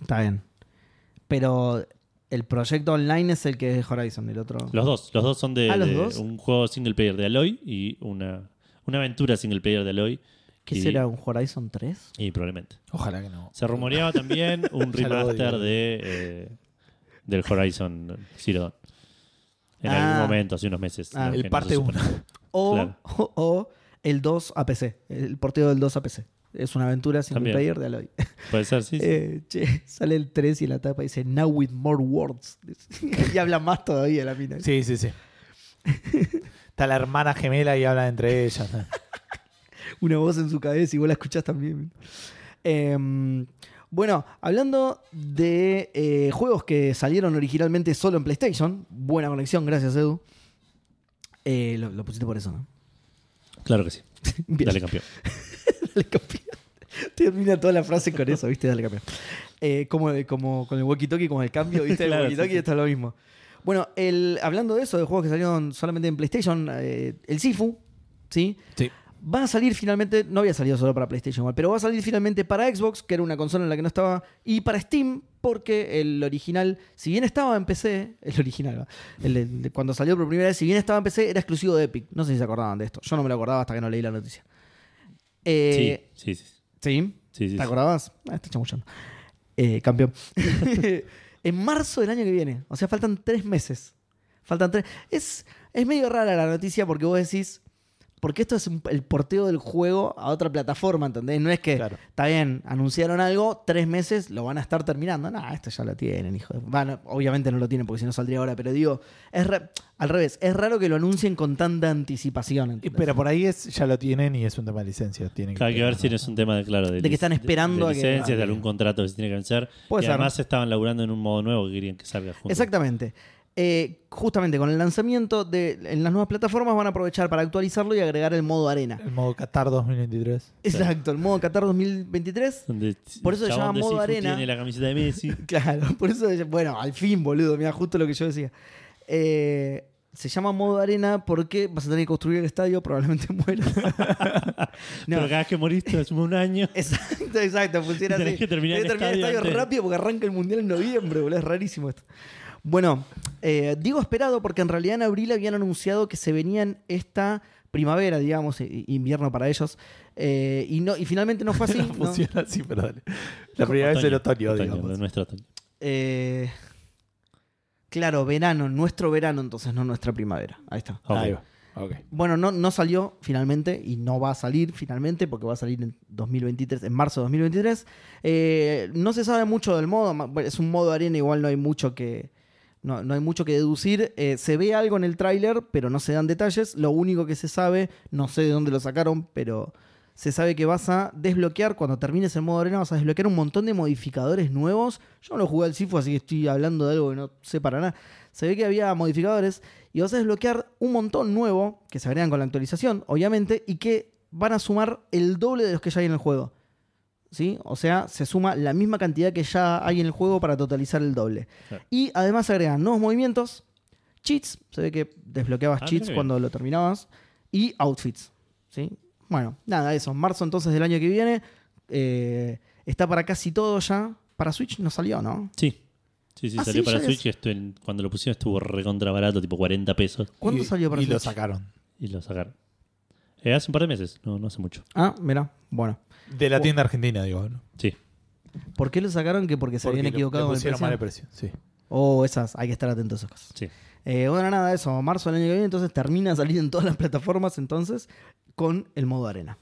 Speaker 1: está bien. Pero El proyecto online es el que es Horizon, el otro.
Speaker 3: Los dos, los dos son de,
Speaker 1: Ah, ¿los
Speaker 3: de
Speaker 1: dos?
Speaker 3: un juego single player de Aloy y una, una aventura single player de Aloy.
Speaker 1: ¿Qué
Speaker 3: y-
Speaker 1: será? ¿Un Horizon 3?
Speaker 3: Y probablemente.
Speaker 2: Ojalá que no.
Speaker 3: Se rumoreaba también un
Speaker 2: Ya lo
Speaker 3: remaster
Speaker 2: odio.
Speaker 3: de eh, del Horizon Zero Dawn. En
Speaker 1: Ah.
Speaker 3: algún momento, hace unos meses.
Speaker 1: Ah.
Speaker 3: ¿no?
Speaker 2: El
Speaker 3: Que no
Speaker 2: parte
Speaker 3: se
Speaker 2: uno.
Speaker 3: supone.
Speaker 1: O,
Speaker 3: Claro.
Speaker 1: o, o el 2 a PC. El porteo del 2 a PC. Es una aventura single
Speaker 3: También.
Speaker 1: player de Aloy.
Speaker 3: Puede ser, sí. sí.
Speaker 1: Eh, che, sale el 3 y en la tapa dice Now with more words. y habla más todavía la mina.
Speaker 2: Sí, sí, sí. Está la hermana gemela y hablan entre ellas.
Speaker 1: Una voz en su cabeza y vos la escuchás también. Eh, bueno, hablando de eh, juegos que salieron originalmente solo en PlayStation. Buena conexión, gracias Edu. Eh, lo, lo pusiste por eso, ¿no?
Speaker 3: Claro que sí.
Speaker 1: Bien.
Speaker 3: Dale, campeón.
Speaker 1: Dale, campeón. Termina toda la frase con eso, ¿viste? Dale, campeón. Eh, como, como con el walkie-talkie, como el cambio, ¿viste?
Speaker 3: Claro,
Speaker 1: el walkie-talkie
Speaker 3: sí, sí.
Speaker 1: está lo mismo. Bueno, el, hablando de eso, de juegos que salieron solamente en PlayStation, eh, el Sifu, ¿sí?
Speaker 2: Sí.
Speaker 1: Va a salir finalmente, no había salido solo para PlayStation igual, pero va a salir finalmente para Xbox, que era una consola en la que no estaba, y para Steam, porque el original, si bien estaba en PC, el original, ¿va? El de- de cuando salió por primera vez, si bien estaba en PC, era exclusivo de Epic. No sé si se acordaban de esto. Yo no me lo acordaba hasta que no leí la noticia. Eh,
Speaker 3: sí, sí, sí.
Speaker 1: ¿Sí?
Speaker 3: Sí, sí,
Speaker 1: ¿Te
Speaker 3: sí.
Speaker 1: acordabas? Ah, estoy chamuchando. Eh, campeón. en marzo del año que viene. O sea, faltan tres meses. Faltan tres. Es, es medio rara la noticia porque vos decís. Porque esto es un- el porteo del juego a otra plataforma, ¿entendés? No es que,
Speaker 2: Claro.
Speaker 1: está bien, anunciaron algo, tres meses lo van a estar terminando. No, esto ya lo tienen, hijo de... Bueno, obviamente no lo tienen porque si no saldría ahora, pero digo, es ra- al revés, es raro que lo anuncien con tanta anticipación.
Speaker 2: Y-
Speaker 1: ¿entendés?
Speaker 2: Pero por ahí es, ya lo tienen y es un tema de licencia. Tienen
Speaker 3: Claro, hay que ver si
Speaker 2: tenerlo.
Speaker 3: es un tema de claro. De,
Speaker 1: De que están
Speaker 3: lic-
Speaker 1: esperando
Speaker 3: de
Speaker 1: a que-
Speaker 3: licencias,
Speaker 1: ah,
Speaker 3: de
Speaker 1: bien.
Speaker 3: algún contrato que se tiene que vencer.
Speaker 1: Puede
Speaker 3: y
Speaker 1: ser.
Speaker 3: además estaban laburando en un modo nuevo que querían que salga junto.
Speaker 1: Exactamente. Eh, justamente con el lanzamiento de en las nuevas plataformas van a aprovechar para actualizarlo y agregar el modo arena.
Speaker 2: El modo Qatar 2023.
Speaker 1: Exacto, el modo Qatar 2023.
Speaker 3: Donde
Speaker 1: Por eso se
Speaker 3: el chabón
Speaker 1: llama
Speaker 3: de
Speaker 1: modo
Speaker 3: Sifu
Speaker 1: arena.
Speaker 3: Tiene la camiseta de Messi.
Speaker 1: Claro, por eso, bueno, al fin, boludo, mira, justo lo que yo decía. Eh, se llama modo arena porque vas a tener que construir el estadio, probablemente mueras. No.
Speaker 3: Pero cada vez que moriste, hace un año.
Speaker 1: Exacto, exacto, funciona
Speaker 3: Tenés
Speaker 1: así.
Speaker 3: que terminar
Speaker 1: Tenés que
Speaker 3: el
Speaker 1: terminar el
Speaker 3: estadio
Speaker 1: estadio
Speaker 3: antes.
Speaker 1: rápido porque arranca el mundial en noviembre, boludo. Es rarísimo esto. Bueno, eh, digo esperado porque en realidad en abril habían anunciado que se venían esta primavera, digamos, i- invierno para ellos. eh, y, no, y finalmente no fue así.
Speaker 2: no
Speaker 1: ¿no?
Speaker 2: funciona así, pero dale. La primera vez en otoño,
Speaker 3: de
Speaker 2: digamos.
Speaker 3: nuestro otoño.
Speaker 1: Eh, claro, verano, nuestro verano, entonces, no nuestra primavera. Ahí está.
Speaker 3: Ok.
Speaker 2: Ahí va. Ok.
Speaker 1: Bueno, no, no salió finalmente y no va a salir finalmente porque va a salir en 2023, en marzo de 2023. Eh, no se sabe mucho del modo, ma- bueno, es un modo arena, igual no hay mucho que no, no hay mucho que deducir. Eh, se ve algo en el tráiler, pero no se dan detalles. Lo único que se sabe, no sé de dónde lo sacaron, pero se sabe que vas a desbloquear cuando termines el modo arena, vas a desbloquear un montón de modificadores nuevos. Yo no lo jugué al Sifu, así que estoy hablando de algo que no sé para nada. Se ve que había modificadores y vas a desbloquear un montón nuevo que se agregan con la actualización, obviamente, y que van a sumar el doble de los que ya hay en el juego. ¿Sí? O sea, se suma la misma cantidad que ya hay en el juego para totalizar el doble.
Speaker 3: Claro.
Speaker 1: Y además agregan nuevos movimientos, cheats, se ve que desbloqueabas
Speaker 3: Ah, mira
Speaker 1: cheats
Speaker 3: qué
Speaker 1: cuando lo terminabas, y outfits. ¿Sí? Bueno, nada, eso. Marzo entonces del año que viene. eh, está para casi todo ya. Para Switch no salió, ¿no?
Speaker 3: Sí. Sí, sí,
Speaker 1: Ah,
Speaker 3: salió
Speaker 1: sí,
Speaker 3: para
Speaker 1: ya
Speaker 3: Switch.
Speaker 1: es.
Speaker 3: esto en- cuando lo pusieron estuvo recontra barato, tipo 40 pesos.
Speaker 1: ¿Cuándo
Speaker 2: Y-
Speaker 1: salió para
Speaker 2: Y
Speaker 1: Switch?
Speaker 2: lo sacaron.
Speaker 3: Y lo sacaron. Eh, hace un par de meses, no, no hace mucho.
Speaker 1: Ah, mira, bueno.
Speaker 2: De la tienda argentina, digo. ¿no?
Speaker 3: Sí.
Speaker 1: ¿por qué lo sacaron? Que porque se
Speaker 2: Porque
Speaker 1: habían
Speaker 2: le-
Speaker 1: equivocado ¿eh?
Speaker 2: le
Speaker 1: con el
Speaker 2: pusieron
Speaker 1: precio.
Speaker 2: mal el precio. Sí.
Speaker 1: Oh, esas, hay que estar atentos a esas cosas.
Speaker 3: Sí.
Speaker 1: Eh, bueno, nada, eso, marzo del año que viene, entonces termina de salir en todas las plataformas entonces con el modo arena.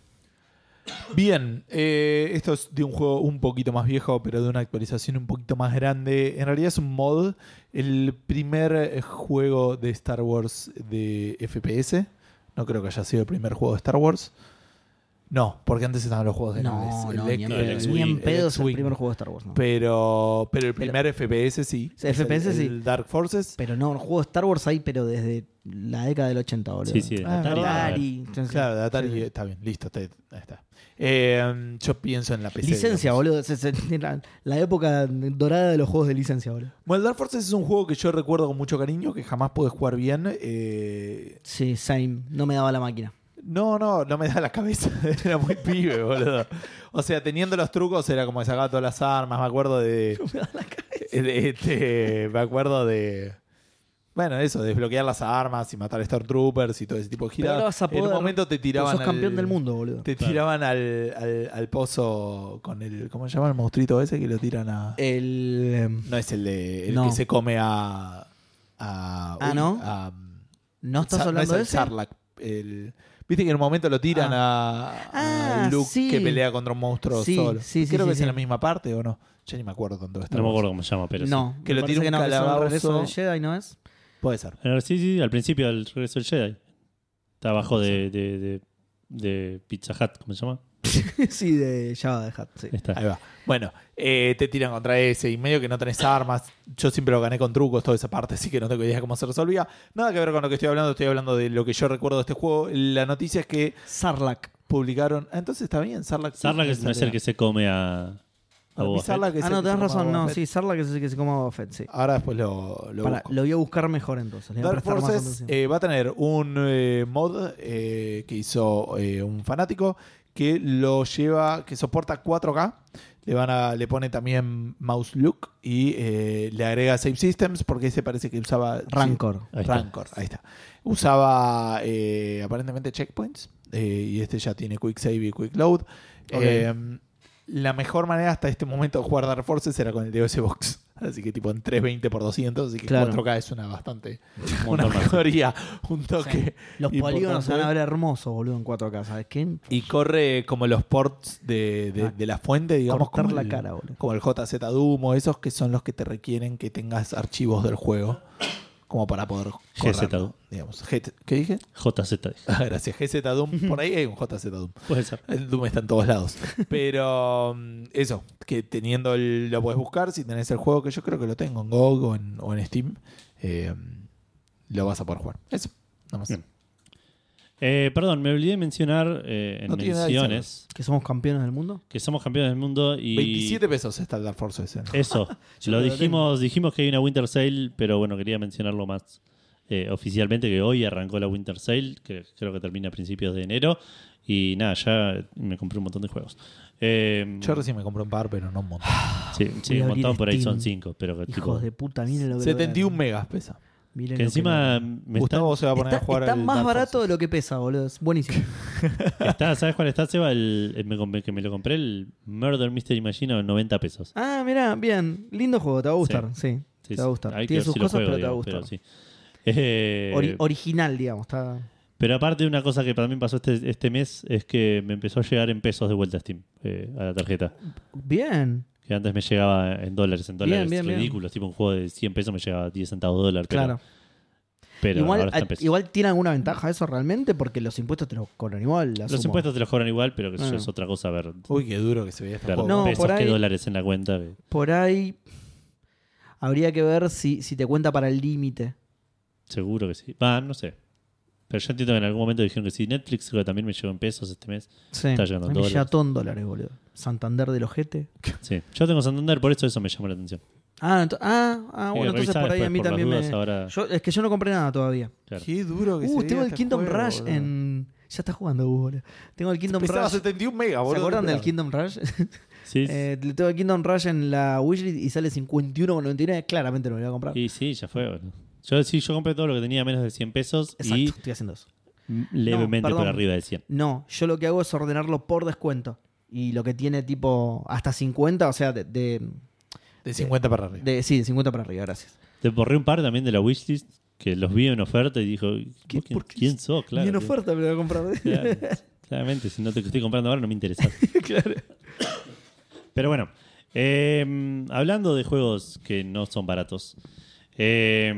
Speaker 2: Bien, eh, esto es de un juego un poquito más viejo, pero de una actualización un poquito más grande. En realidad es un mod, el primer eh, juego de Star Wars de FPS. No creo que haya sido el primer juego de Star Wars. No, porque antes estaban los juegos de naves.
Speaker 1: No,
Speaker 2: El
Speaker 1: no,
Speaker 2: X-
Speaker 1: ni en
Speaker 3: no,
Speaker 2: el
Speaker 1: pedo,
Speaker 2: X-Wing,
Speaker 1: ni en
Speaker 2: el
Speaker 1: pedo es el
Speaker 2: X-Wing.
Speaker 1: primer juego de Star Wars, ¿no?
Speaker 2: Pero, pero el primer FPS sí.
Speaker 1: Sí, FPS
Speaker 2: el,
Speaker 1: sí.
Speaker 2: el Dark Forces.
Speaker 1: Pero no, el juego de Star Wars hay, pero desde la década del 80, boludo.
Speaker 3: Sí, sí, de
Speaker 2: Ah,
Speaker 3: Atari.
Speaker 2: verdad.
Speaker 1: Atari, entonces-
Speaker 2: Claro, de Atari
Speaker 1: sí.
Speaker 2: está bien, listo, te- ahí está. Eh, yo pienso en la PC.
Speaker 1: Licencia,
Speaker 2: digamos.
Speaker 1: boludo. se- se- La, la época dorada de los juegos de licencia, boludo.
Speaker 2: Bueno, el Dark Forces es un juego que yo recuerdo con mucho cariño, que jamás pude jugar bien. eh,
Speaker 1: Sí, same. No me daba la máquina.
Speaker 2: no, no, no me da la cabeza. Era muy pibe, boludo. O sea, teniendo los trucos era como que sacaba todas las armas. Me acuerdo de. Eh, este, me acuerdo de. Bueno, eso, desbloquear las armas y matar Stormtroopers y todo ese tipo de
Speaker 1: Pero
Speaker 2: giras.
Speaker 1: ahora vas a
Speaker 2: en un
Speaker 1: poder,
Speaker 2: momento te
Speaker 1: Porque
Speaker 2: tiraban.
Speaker 1: sos campeón
Speaker 2: al-
Speaker 1: del mundo, boludo.
Speaker 2: Te
Speaker 3: Claro.
Speaker 2: tiraban al, al, al pozo con el. ¿Cómo se llama el monstruito ese que lo tiran a.?
Speaker 1: El. em,
Speaker 2: No es el de. El
Speaker 1: No.
Speaker 2: que se come a. a
Speaker 1: Ah, ¿no?
Speaker 2: a-
Speaker 1: ¿No estás
Speaker 2: Sa-
Speaker 1: hablando
Speaker 2: es
Speaker 1: de
Speaker 2: el
Speaker 1: ese?
Speaker 2: Sarlacc, el- Viste que en un momento lo tiran a, a
Speaker 1: Ah,
Speaker 2: Luke
Speaker 1: sí.
Speaker 2: que pelea contra un monstruo
Speaker 1: Sí,
Speaker 2: solo.
Speaker 1: sí, sí, sí,
Speaker 2: Creo que es
Speaker 1: sí.
Speaker 2: en la misma parte o no. Ya ni me acuerdo con todo esto.
Speaker 3: No me acuerdo cómo se llama, pero sí.
Speaker 1: No,
Speaker 2: Que
Speaker 1: me
Speaker 2: lo
Speaker 1: parece que
Speaker 2: tiene un
Speaker 1: no, que son
Speaker 2: calabazo.
Speaker 1: regreso del Jedi, ¿no es?
Speaker 2: Puede ser.
Speaker 3: Ah, Sí, sí, al principio, al regreso del Jedi. Está
Speaker 2: Ah,
Speaker 3: abajo de, de, de- de Pizza Hut, ¿cómo se llama?
Speaker 1: sí, de Java de Hat, sí.
Speaker 3: Está.
Speaker 2: Ahí va. Bueno, eh, te tiran contra ese y medio que no tenés armas. Yo siempre lo gané con trucos, toda esa parte, así que no tengo idea cómo se resolvía. Nada que ver con lo que estoy hablando, estoy hablando de lo que yo recuerdo de este juego. La noticia es que
Speaker 1: Sarlacc.
Speaker 2: publicaron. Ah, entonces está bien, Sarlacc. sí
Speaker 3: Sarlacc
Speaker 2: me
Speaker 3: no es
Speaker 2: salía.
Speaker 3: el que se come a, a
Speaker 2: Para mí
Speaker 3: Boba Fett.
Speaker 2: Sarlacc es
Speaker 1: Ah,
Speaker 2: el
Speaker 1: no, tenés
Speaker 2: que se llama
Speaker 1: razón,
Speaker 2: Boba
Speaker 1: no,
Speaker 2: Fett.
Speaker 1: sí, Sarlacc es el que se come a Boba Fett, sí.
Speaker 2: Ahora después lo, lo
Speaker 1: Pará,
Speaker 2: busco.
Speaker 1: lo voy a buscar mejor entonces. le voy a
Speaker 2: Dark
Speaker 1: prestar más
Speaker 2: Forces
Speaker 1: atención.
Speaker 2: eh, va a tener un eh, mod eh, que hizo eh, un fanático que lo lleva, que soporta 4K. Le, van a, le pone también mouse look y eh, le agrega save systems porque ese parece que usaba
Speaker 1: Rancor.
Speaker 3: Ahí está.
Speaker 2: Rancor, ahí está. Usaba eh, aparentemente checkpoints eh, y este ya tiene quick save y quick load. Eh, la mejor manera hasta este momento de jugar Dark Forces era con el DOS Box. Así que tipo en 320 por 200 así que
Speaker 1: Claro.
Speaker 2: 4K es una bastante
Speaker 3: Un
Speaker 2: una
Speaker 3: montón más.
Speaker 2: mejoría, un toque.
Speaker 1: Los
Speaker 2: importante.
Speaker 1: polígonos se van a ver hermosos, boludo, en 4K, ¿sabes qué?
Speaker 2: Y corre como los ports de, de-
Speaker 1: Ah.
Speaker 2: de la fuente, digamos.
Speaker 1: Cortar
Speaker 2: como
Speaker 1: la
Speaker 2: el-
Speaker 1: cara, boludo.
Speaker 2: Como el JZ Doom o esos que son los que te requieren que tengas archivos del juego. Como para poder
Speaker 3: GZ
Speaker 2: correrlo,
Speaker 3: Doom.
Speaker 2: digamos. G- ¿Qué dije?
Speaker 3: JZ.
Speaker 2: Ah, gracias. GZ Doom. Por ahí hay un JZ Doom.
Speaker 3: Puede ser.
Speaker 2: El Doom está en todos lados. Pero mm, eso, que teniendo el- lo puedes buscar, si tenés el juego que yo creo que lo tengo en GOG o en, o en Steam, eh, lo vas a poder jugar. Eso, nada más.
Speaker 3: Bien. Eh, perdón, me olvidé de mencionar eh, en
Speaker 2: No tiene nada de
Speaker 3: menciones
Speaker 1: Que somos campeones del mundo.
Speaker 3: que somos campeones del mundo y. Eh,
Speaker 2: 27 pesos está el Dark Force ese. ¿no?
Speaker 3: Eso.
Speaker 1: Yo
Speaker 3: lo
Speaker 1: no lo
Speaker 3: dijimos, dijimos que hay una Winter Sale, pero bueno, quería mencionarlo más eh, oficialmente, que hoy arrancó la Winter Sale, que creo que termina a principios de enero. Y nada, ya me compré un montón de juegos. Eh,
Speaker 2: Yo recién me compré un par, pero no un montón.
Speaker 3: sí,
Speaker 1: Voy
Speaker 3: sí,
Speaker 1: a
Speaker 3: un
Speaker 1: abrir
Speaker 3: montón por ahí
Speaker 1: Steam.
Speaker 3: son cinco, pero que tipo-
Speaker 1: Hijos de puta, miren lo que
Speaker 2: 71
Speaker 1: lograron.
Speaker 2: megas pesa.
Speaker 1: Miren
Speaker 3: que
Speaker 1: lo
Speaker 3: encima
Speaker 1: lograron.
Speaker 3: me está,
Speaker 2: Gustavo se va a poner
Speaker 1: Está,
Speaker 2: a jugar
Speaker 1: está
Speaker 2: al
Speaker 1: más
Speaker 2: Dark
Speaker 1: barato
Speaker 2: Forces.
Speaker 1: de lo que pesa, boludo. Es buenísimo.
Speaker 3: está- ¿sabes cuál está, Seba? El, el- me com- que me lo compré, el Murder Mystery Machine, a 90 pesos.
Speaker 1: Ah, mirá, bien. Lindo juego, te va a gustar. Sí, te
Speaker 3: Sí,
Speaker 1: va a
Speaker 3: sí.
Speaker 1: gustar.
Speaker 3: Hay que
Speaker 1: Tiene
Speaker 3: ver
Speaker 1: sus
Speaker 3: si lo
Speaker 1: cosas,
Speaker 3: juego,
Speaker 1: pero te va a
Speaker 3: digamos,
Speaker 1: gustar.
Speaker 3: sí. Eh,
Speaker 1: Ori- original, digamos. Está...
Speaker 3: Pero aparte, una cosa que también pasó este, este mes es que me empezó a llegar en pesos de vuelta a Steam eh, a la tarjeta.
Speaker 1: Bien.
Speaker 3: Que antes me llegaba en dólares, en dólares
Speaker 1: bien, bien.
Speaker 3: ridículos. Tipo un juego de 100 pesos me llegaba 10 centavos de dólar. Pero,
Speaker 1: Claro.
Speaker 3: pero ahora
Speaker 1: igual,
Speaker 3: está en
Speaker 1: a-
Speaker 3: pesos.
Speaker 1: igual tiene alguna ventaja eso realmente, porque los impuestos te los cobran igual.
Speaker 3: Los
Speaker 1: asumo.
Speaker 3: impuestos te los cobran igual, pero que eso
Speaker 1: Bueno.
Speaker 3: es otra cosa ver,
Speaker 2: Uy, qué duro que se veía este
Speaker 3: ver
Speaker 2: juego.
Speaker 1: No,
Speaker 3: pesos
Speaker 1: por ahí-
Speaker 3: que dólares en la cuenta. que-
Speaker 1: Por ahí habría que ver si, si te cuenta para el límite.
Speaker 3: Seguro que sí. Va, no sé. Pero yo entiendo que en algún momento dijeron que sí. Netflix creo que también me llegó en pesos este mes.
Speaker 1: Sí.
Speaker 3: Está llegando
Speaker 1: A mí
Speaker 3: dólares.
Speaker 1: llega todo en dólares, boludo. Santander del ojete.
Speaker 3: Sí. Yo tengo Santander, por eso eso me llamó la atención.
Speaker 1: Ah, ento- ah, ah,
Speaker 3: Eh,
Speaker 1: bueno, entonces
Speaker 3: revisá
Speaker 1: por ahí a
Speaker 3: después
Speaker 1: mí
Speaker 3: por las
Speaker 1: también
Speaker 3: dudas
Speaker 1: me...
Speaker 3: ahora.
Speaker 1: Yo- es que yo no compré nada todavía.
Speaker 3: Claro.
Speaker 2: Qué duro que se
Speaker 1: Uh,
Speaker 2: veía
Speaker 1: tengo el
Speaker 2: este
Speaker 1: Kingdom
Speaker 2: juego,
Speaker 1: Rush
Speaker 2: boludo.
Speaker 1: en... Ya está jugando vos, boludo. Tengo el Kingdom
Speaker 2: Pesaba
Speaker 1: Rush.
Speaker 2: 71 megas,
Speaker 1: ¿Se
Speaker 2: boludo.
Speaker 1: acuerdan del
Speaker 2: Claro.
Speaker 1: Kingdom Rush?
Speaker 3: Sí, sí.
Speaker 1: Eh, le tengo el Kingdom Rush en la wishlist y sale 51,99. Claramente no lo voy a comprar.
Speaker 3: Y sí, ya fue. boludo. Yo sí, yo compré todo lo que tenía menos de 100 pesos
Speaker 1: Exacto, estoy haciendo eso.
Speaker 3: y levemente por
Speaker 1: perdón.
Speaker 3: arriba de 100.
Speaker 1: No, yo lo que hago es ordenarlo por descuento. Y lo que tiene tipo hasta 50, o sea, de, de,
Speaker 2: De 50 para arriba.
Speaker 1: de- sí, de 50 para arriba, gracias.
Speaker 3: Te borré un par también de la wishlist que los vi en oferta y dijo,
Speaker 1: ¿Qué?
Speaker 3: ¿vos quién,
Speaker 1: ¿Por qué?
Speaker 3: quién sos? Claro.
Speaker 1: Ni en
Speaker 3: que-
Speaker 1: oferta me lo voy a comprar. ¿eh?
Speaker 3: Claro, claramente, si no te estoy comprando ahora no me interesa.
Speaker 1: claro.
Speaker 3: Pero bueno, eh, hablando de juegos que no son baratos. eh,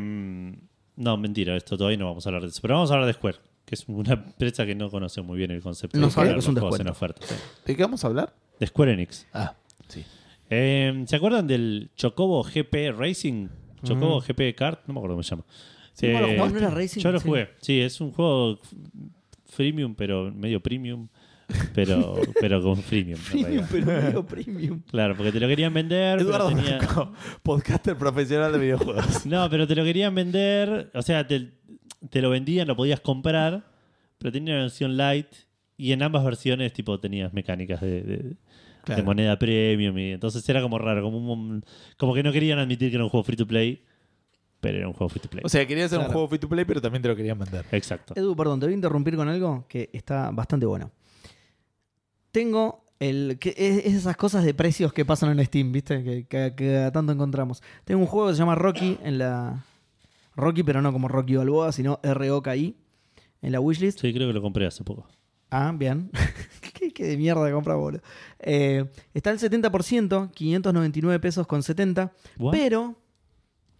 Speaker 3: no, mentira, esto todavía no vamos a hablar de eso. Pero vamos a hablar de Square, que es una empresa que no conoce muy bien el concepto
Speaker 1: No
Speaker 3: de
Speaker 1: sabe
Speaker 3: poner
Speaker 1: que es un
Speaker 3: los juegos en oferta.
Speaker 2: ¿De qué vamos a hablar?
Speaker 3: De Square Enix.
Speaker 2: Ah, sí.
Speaker 3: Eh, ¿Se acuerdan del Chocobo GP Racing? Chocobo GP Kart, no me acuerdo cómo se llama.
Speaker 1: Mm.
Speaker 3: Eh,
Speaker 1: Sí, vos lo jugaste. ¿No era Racing?
Speaker 3: Yo lo
Speaker 1: Sí.
Speaker 3: jugué. Sí, es un juego f- freemium, pero medio premium, pero, pero con freemium. en
Speaker 1: Premium,
Speaker 3: realidad.
Speaker 1: pero medio premium.
Speaker 3: Claro, porque te lo querían vender. pero
Speaker 2: Eduardo
Speaker 3: tenía-
Speaker 2: Franco, podcaster profesional de videojuegos.
Speaker 3: No, pero te lo querían vender. O sea, te, te lo vendían, lo podías comprar, pero tenía una versión light. Y en ambas versiones, tipo, tenías mecánicas de, de-
Speaker 2: Claro.
Speaker 3: de moneda premium. Y entonces era como raro, como, un- como que no querían admitir que era un juego free to play, pero era un juego free to play.
Speaker 2: O sea, quería hacer un
Speaker 1: Claro.
Speaker 2: juego free to play, pero también te lo querían vender.
Speaker 3: Exacto.
Speaker 1: Edu, perdón, te voy a interrumpir con algo que está bastante bueno. Tengo el. que es, es esas cosas de precios que pasan en Steam, ¿viste? Que, que- que a tanto encontramos. Tengo un juego que se llama Rocky en la. Rocky, pero no como Rocky Balboa, sino R.O.K.I. en la wishlist.
Speaker 3: Sí, creo que lo compré hace poco.
Speaker 1: Ah, bien. ¿Qué, qué de mierda compra, boludo. Eh, está al 70%, 599 pesos con 70.
Speaker 3: What?
Speaker 1: Pero.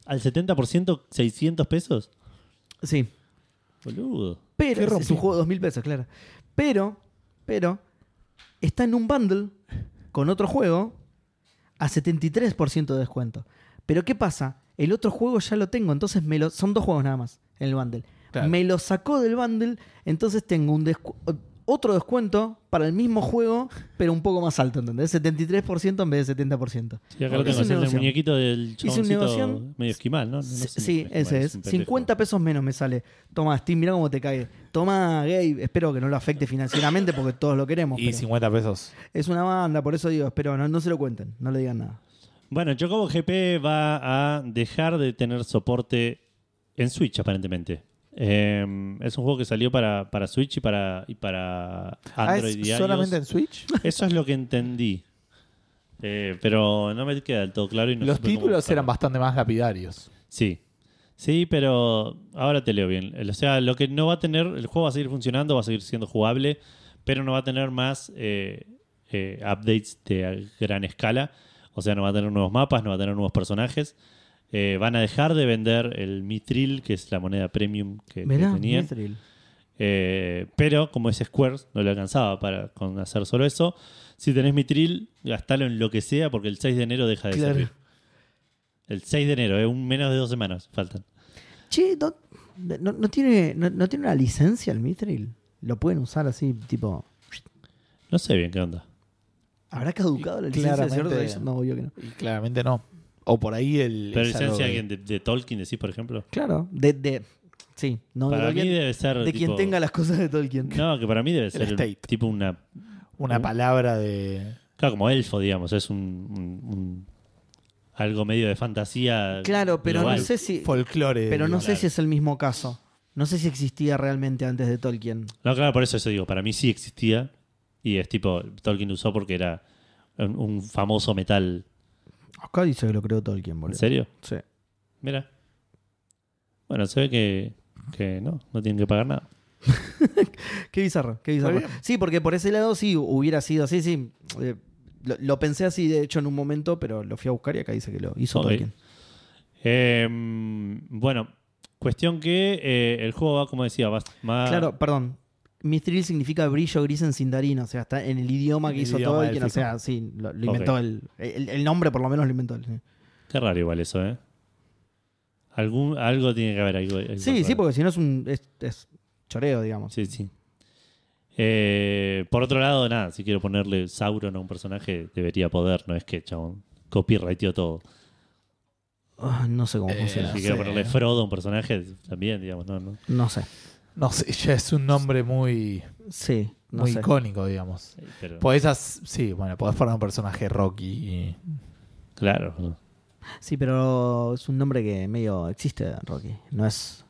Speaker 3: ¿Al 70% 600 pesos?
Speaker 1: Sí,
Speaker 3: Boludo.
Speaker 2: Qué
Speaker 1: Pero es un
Speaker 2: rompimos.
Speaker 1: juego de 2000 pesos, claro. Pero, pero, está en un bundle con otro juego a 73% de descuento. Pero ¿qué pasa? El otro juego ya lo tengo, entonces me lo, son dos juegos nada más en el bundle.
Speaker 2: Claro.
Speaker 1: Me lo sacó del bundle, entonces tengo un descu- otro descuento para el mismo juego, pero un poco más alto, ¿entendés? 73% en vez de 70%.
Speaker 3: Sí, acá lo
Speaker 1: Hice
Speaker 3: tengo,
Speaker 1: un
Speaker 3: es el
Speaker 1: negocio.
Speaker 3: muñequito del
Speaker 1: un negocio.
Speaker 3: chaboncito medio esquimal, ¿no? No sé, no
Speaker 1: sí,
Speaker 3: esquimal,
Speaker 1: ese es.
Speaker 3: un pendejo.
Speaker 1: 50 pesos menos me sale. Toma, Steam, mira cómo te cae. Toma, Gabe. Espero que no lo afecte financieramente porque todos lo queremos.
Speaker 2: Y
Speaker 1: pero
Speaker 2: 50 pesos.
Speaker 1: Es una banda, por eso digo, espero, no, no se lo cuenten, no le digan nada.
Speaker 3: Bueno, Chocobo GP va a dejar de tener soporte en Switch, aparentemente. Eh, es un juego que salió para, para Switch y para, y para
Speaker 2: Ah,
Speaker 3: Android y
Speaker 2: ¿es
Speaker 3: iOS.
Speaker 2: solamente en Switch?
Speaker 3: Eso es lo que entendí. Eh, pero no me queda del todo claro. Y no
Speaker 2: Los
Speaker 3: supe cómo
Speaker 2: títulos
Speaker 3: buscarlo.
Speaker 2: eran bastante más lapidarios.
Speaker 3: Sí. Sí, pero ahora te leo bien. O sea, lo que no va a tener, el juego va a seguir funcionando, va a seguir siendo jugable, pero no va a tener más eh, eh, updates de a gran escala. O sea, no va a tener nuevos mapas, no va a tener nuevos personajes. Eh, van a dejar de vender el Mitril, que es la moneda premium que, que
Speaker 1: Mirá,
Speaker 3: tenían.
Speaker 1: Mithril.
Speaker 3: Eh, pero como es Square, no le alcanzaba para con hacer solo eso. Si tenés Mitril, gastalo en lo que sea porque el 6 de enero deja de
Speaker 1: Claro.
Speaker 3: servir. El 6 de enero, es un menos de dos semanas faltan.
Speaker 1: Che, ¿no, no- no tiene, no, no tiene una licencia el Mithril? ¿Lo pueden usar así, tipo...
Speaker 3: No sé bien qué onda.
Speaker 1: ¿Habrá caducado la licencia del Señor de los
Speaker 2: Claramente.
Speaker 1: Anillos? No, obvio que no.
Speaker 2: Y claramente no. O por ahí el.
Speaker 3: Pero
Speaker 2: es algo
Speaker 3: licencia
Speaker 2: de-
Speaker 3: alguien de, de Tolkien, decís, por ejemplo.
Speaker 1: Claro, de... de sí, no de,
Speaker 3: para mí
Speaker 1: Tolkien,
Speaker 3: debe ser.
Speaker 1: de
Speaker 3: tipo-
Speaker 1: quien tenga las cosas de Tolkien.
Speaker 3: No, que para mí debe ser
Speaker 2: estate.
Speaker 3: tipo una.
Speaker 1: ¿Mm?
Speaker 2: Una palabra de.
Speaker 3: Claro, como elfo, digamos. Es un. un- un- algo medio de fantasía.
Speaker 1: claro, pero
Speaker 3: global.
Speaker 1: no sé si...
Speaker 2: folclore.
Speaker 1: Pero no
Speaker 2: digamos.
Speaker 1: sé si es el mismo caso. No sé si existía realmente antes de Tolkien.
Speaker 3: No, claro, por eso eso digo, para mí sí existía. Y es tipo, Tolkien lo usó porque era un, un famoso metal.
Speaker 1: Acá dice que lo creó Tolkien,
Speaker 3: ¿En
Speaker 1: boludo.
Speaker 3: serio?
Speaker 1: Sí.
Speaker 3: Mira. Bueno, se ve que, que no, no tienen que pagar nada.
Speaker 1: Qué bizarro, qué bizarro.
Speaker 2: Está bien.
Speaker 1: Sí, porque por ese lado sí hubiera sido así, sí. Eh, lo, lo pensé así, de hecho, en un momento, pero lo fui a buscar y acá dice que lo hizo
Speaker 3: Ok.
Speaker 1: Tolkien.
Speaker 3: Eh, bueno, cuestión que eh, el juego va, como decía, va, va-
Speaker 1: Claro, perdón. Mithril significa brillo gris en sindarín, o sea, está en el idioma que
Speaker 2: El
Speaker 1: hizo
Speaker 2: idioma
Speaker 1: Tolkien, o
Speaker 2: élfico.
Speaker 1: sea, sí, lo, lo inventó él. el, el nombre por lo menos lo inventó él. sí.
Speaker 3: Qué raro igual eso, ¿eh? Algún, algo tiene que haber. Algo, algo
Speaker 1: Sí, sí,
Speaker 3: raro.
Speaker 1: porque si no es un es, es choreo, digamos.
Speaker 3: Sí, sí. Eh, por otro lado, nada, si quiero ponerle Sauron a un personaje, debería poder, no es que, chabón, copyrighteo todo.
Speaker 1: Ah, no sé cómo
Speaker 2: Eh,
Speaker 1: funciona.
Speaker 3: Si
Speaker 2: sí.
Speaker 3: quiero ponerle Frodo a un personaje, también, digamos, no, no.
Speaker 1: No sé.
Speaker 2: No sé, ya es un nombre muy,
Speaker 1: Sí, no
Speaker 2: muy
Speaker 1: sé.
Speaker 2: icónico, digamos.
Speaker 3: Pero,
Speaker 1: Pues,
Speaker 2: Podés as- sí, bueno, podés formar un personaje Rocky. y-
Speaker 3: claro. ¿no?
Speaker 1: Sí, pero es un nombre que medio existe, Rocky. No es.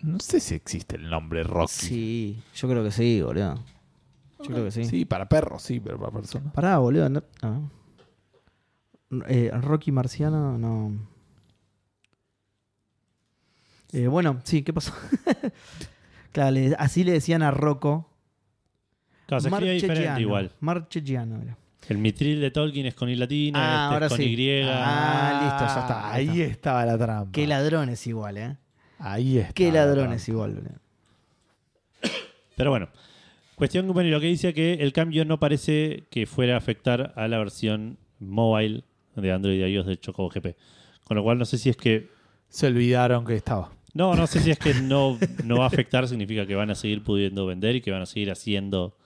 Speaker 2: No sé si existe el nombre Rocky.
Speaker 1: Sí, yo creo que sí, boludo. Yo creo que sí.
Speaker 2: Sí, para perros, sí, pero para personas.
Speaker 1: Pará, boludo. no- ah. Eh, Rocky Marciano, no. Eh, bueno, sí, ¿qué pasó? claro, le- así le decían a Rocco.
Speaker 3: Claro, se escribe diferente
Speaker 1: Marchegiano.
Speaker 3: igual.
Speaker 1: Marchegiano era.
Speaker 3: El mitril de Tolkien es con I latina,
Speaker 1: Ah,
Speaker 3: este
Speaker 1: ahora
Speaker 3: es con
Speaker 1: sí.
Speaker 3: Y.
Speaker 1: Ah, listo, ya está, ahí
Speaker 2: Ahí, estaba la trampa.
Speaker 1: Qué ladrones igual, ¿eh?
Speaker 2: Ahí está.
Speaker 1: Qué
Speaker 2: la
Speaker 1: ladrones
Speaker 2: trampa.
Speaker 1: igual, boludo.
Speaker 3: Pero bueno, cuestión que, bueno, y lo que dice que el cambio no parece que fuera a afectar a la versión mobile de Android y iOS de Chocobo GP. Con lo cual no sé si es que
Speaker 2: Se olvidaron que estaba.
Speaker 3: No, no sé si es que no, no va a afectar, significa que van a seguir pudiendo vender y que van a seguir haciendo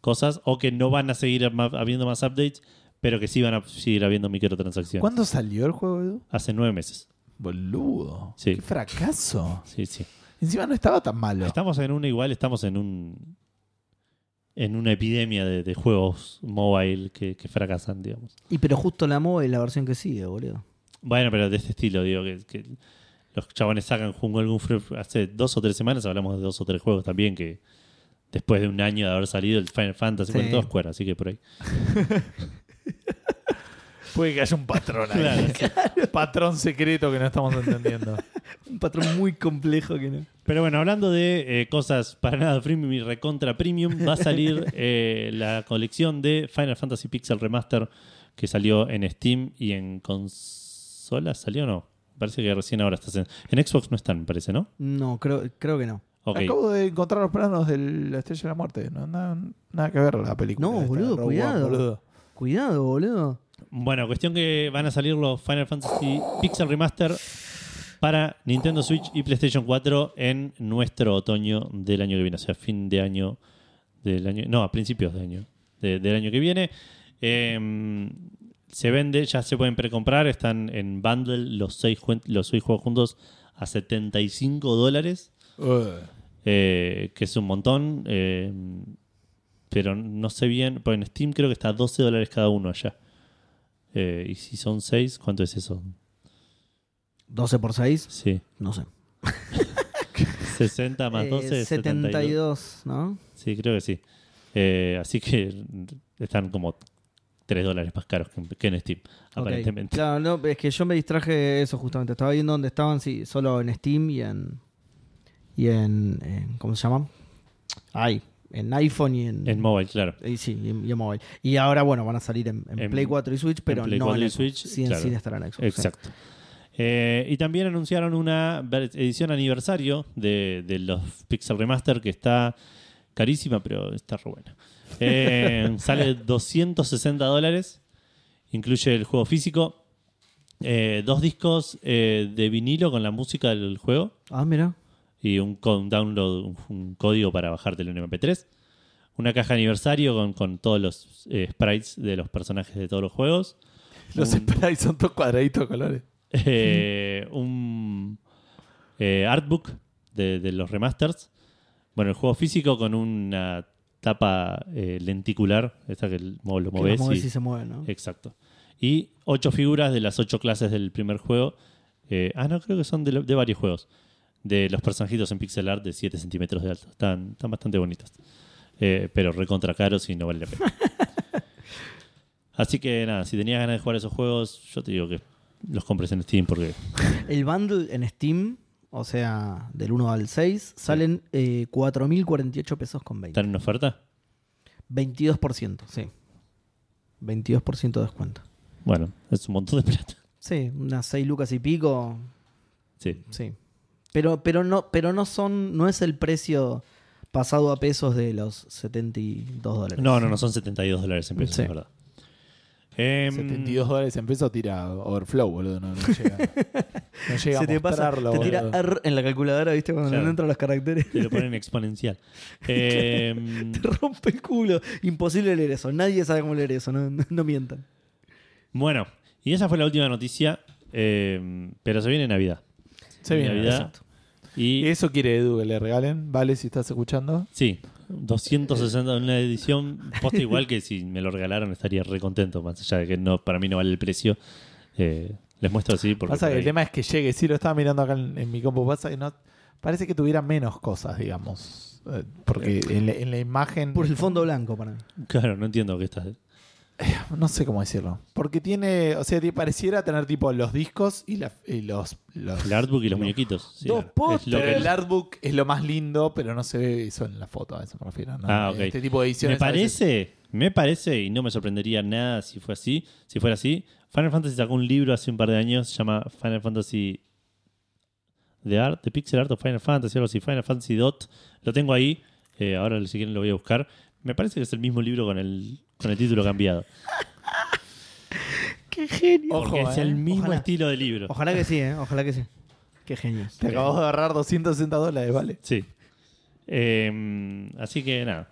Speaker 3: cosas, o que no van a seguir ma- habiendo más updates, pero que sí van a seguir habiendo microtransacciones.
Speaker 2: ¿Cuándo salió el juego, Edu?
Speaker 3: Hace nueve meses.
Speaker 2: Boludo.
Speaker 3: Sí.
Speaker 2: Qué fracaso.
Speaker 3: Sí, sí.
Speaker 2: Encima no estaba tan malo.
Speaker 3: Estamos en un igual, estamos en un. en una epidemia de, de juegos mobile que, que fracasan, digamos.
Speaker 1: Y pero justo la MOBA es la versión que sigue, boludo.
Speaker 3: Bueno, pero de este estilo, digo, que, que los chabones sacan Jungle Gun Free- hace dos o tres semanas, hablamos de dos o tres juegos también que después de un año de haber salido el Final Fantasy,
Speaker 1: Sí.
Speaker 3: bueno, todo Square, así que por ahí.
Speaker 2: Puede que haya un patrón ahí.
Speaker 3: Claro,
Speaker 2: Patrón secreto que no estamos entendiendo.
Speaker 1: Un patrón muy complejo que no.
Speaker 3: Pero bueno, hablando de eh, cosas para nada premium y recontra premium, va a salir eh, la colección de Final Fantasy Pixel Remaster que salió en Steam y en consolas. ¿Salió o no? Parece que recién ahora estás en... En Xbox no están, me parece, ¿no?
Speaker 1: No, creo, creo que no.
Speaker 3: Ok.
Speaker 2: Acabo de encontrar los planos de la Estrella de la Muerte. No, nada, nada que ver la película.
Speaker 1: No,
Speaker 2: esta,
Speaker 1: boludo,
Speaker 2: Rogue One,
Speaker 1: cuidado.
Speaker 2: boludo.
Speaker 1: Cuidado, boludo.
Speaker 3: Bueno, cuestión que van a salir los Final Fantasy Pixel Remaster para Nintendo Switch y PlayStation 4 en nuestro otoño del año que viene, o sea, fin de año del año, no, a principios de año de- del año que viene. Eh, se vende, ya se pueden precomprar, están en bundle los seis, juen- los seis juegos juntos a 75 dólares,
Speaker 2: Ugh.
Speaker 3: eh, que es un montón, eh, pero no sé bien, porque en Steam creo que está a 12 dólares cada uno allá. Eh, y si son 6, ¿cuánto es eso?
Speaker 1: 12 por 6,
Speaker 3: Sí,
Speaker 1: no sé.
Speaker 3: 60 más
Speaker 1: Eh,
Speaker 3: 12 es 72.
Speaker 1: 72, ¿no?
Speaker 3: Sí, creo que sí. Eh, así que mm, están como 3 dólares más caros que en- que en Steam,
Speaker 1: Ok.
Speaker 3: aparentemente.
Speaker 1: Claro, no, es que yo me distraje de eso justamente. Estaba viendo dónde estaban, sí, solo en Steam y en. Y en. en- ¿Cómo se llama? Ay, en iPhone y en.
Speaker 3: En móvil, claro.
Speaker 1: y sí, y en, y en mobile. Y ahora, bueno, van a salir en, en
Speaker 3: En-
Speaker 1: Play 4 y Switch, pero
Speaker 3: Play
Speaker 1: no
Speaker 3: 4
Speaker 1: en
Speaker 3: y
Speaker 1: Xbox.
Speaker 3: Switch,
Speaker 1: Sí, en-
Speaker 3: claro.
Speaker 1: sí estará en Xbox. sí.
Speaker 3: Exacto. Eh, y también anunciaron una ver- edición aniversario de, de los Pixel Remaster que está carísima, pero está re buena. Eh, sale 260 dólares, incluye el juego físico, eh, dos discos eh, de vinilo con la música del juego
Speaker 1: Ah, mira.
Speaker 3: y un, co- un download, un, un código para bajártelo en MP3. Una caja de aniversario con, con todos los eh, sprites de los personajes de todos los juegos.
Speaker 2: Los
Speaker 3: Un-
Speaker 2: sprites son todos cuadraditos de colores.
Speaker 3: eh, un eh, artbook de, de los remasters. Bueno, el juego físico con una tapa eh, lenticular, esta que el- mo- lo
Speaker 1: Que los
Speaker 3: moves.
Speaker 1: móviles
Speaker 3: y-
Speaker 1: sí
Speaker 3: eh.
Speaker 1: se mueven, ¿no?
Speaker 3: Exacto. Y ocho figuras de las ocho clases del primer juego. Eh, ah, no, creo que son de, lo- de varios juegos. De los personajitos en pixel art de 7 centímetros de alto. Están, están bastante bonitas. Eh, pero recontra caros y no vale la pena. Así que nada, si tenías ganas de jugar esos juegos, yo te digo que los compres en Steam porque
Speaker 1: El bundle en Steam, o sea, del 1 al 6, salen eh, 4.048 pesos con 20.
Speaker 3: están en oferta.
Speaker 1: 22%, sí. 22% de descuento.
Speaker 3: Bueno, es un montón de plata.
Speaker 1: Sí, unas 6 lucas y pico,
Speaker 3: Sí.
Speaker 1: sí. Pero, pero, no, pero no son, no es el precio pasado a pesos de los 72 dólares.
Speaker 3: No, no, no, son 72 dólares en pesos,
Speaker 1: Sí.
Speaker 3: es verdad. Em,
Speaker 2: 72 dólares en pesos tira overflow, boludo. No, no llega. No llega
Speaker 1: Se
Speaker 2: a
Speaker 1: te pasa,
Speaker 2: mostrarlo,
Speaker 1: te tira
Speaker 2: boludo.
Speaker 1: R en la calculadora, ¿viste? Cuando
Speaker 3: Claro.
Speaker 1: le entran los caracteres.
Speaker 3: Te lo ponen exponencial. Em,
Speaker 1: Te rompe el culo. Imposible leer eso. Nadie sabe cómo leer eso. No, no- no mientan.
Speaker 3: Bueno, y esa fue la última noticia. eh, pero se viene Navidad.
Speaker 2: Se viene
Speaker 3: Navidad. Y
Speaker 2: Y eso quiere Edu que le regalen, ¿vale? Si estás escuchando.
Speaker 3: sí, 260 en una edición. Posta igual que si me lo regalaron estaría re contento. Más allá de que no, para mí no vale el precio. Eh, les muestro así. Porque
Speaker 2: Pasa
Speaker 3: por
Speaker 2: que el
Speaker 3: ahí-
Speaker 2: tema es que llegue. Sí, lo estaba mirando acá en, en mi compu. Pasa que no. Parece que tuviera menos cosas, digamos. Eh, Porque en la, en la imagen.
Speaker 1: Por el fondo blanco, para mí.
Speaker 3: Claro, no entiendo qué estás.
Speaker 2: No sé cómo decirlo. Porque tiene. O sea, te pareciera tener tipo los discos y, la- y los. los-
Speaker 3: El artbook y los muñequitos. sí.
Speaker 1: Dos
Speaker 3: Es lo
Speaker 1: pósteres.
Speaker 3: que-
Speaker 2: Pero el artbook es lo más lindo, pero no se ve eso en la foto, a eso me refiero. ¿no?
Speaker 3: Ah, ok.
Speaker 2: Este tipo de
Speaker 3: Me
Speaker 2: ediciones. a veces-
Speaker 3: parece, me parece, y no me sorprendería nada si fue así, si fuera así. Final Fantasy sacó un libro hace un par de años, se llama Final Fantasy The Art, The Pixel Art of Final Fantasy, algo así, Final Fantasy Dot. Lo tengo ahí, eh, ahora si quieren lo voy a buscar. Me parece que es el mismo libro con el, con el título cambiado.
Speaker 1: ¡Qué genio!
Speaker 2: Ojo,
Speaker 3: porque es
Speaker 2: eh.
Speaker 3: el mismo
Speaker 1: Ojalá.
Speaker 3: estilo de libro.
Speaker 1: Ojalá que sí, ¿eh? Ojalá que sí. ¡Qué genio!
Speaker 2: Te acabas de agarrar 260 dólares, ¿vale?
Speaker 3: Sí. Eh, así que nada.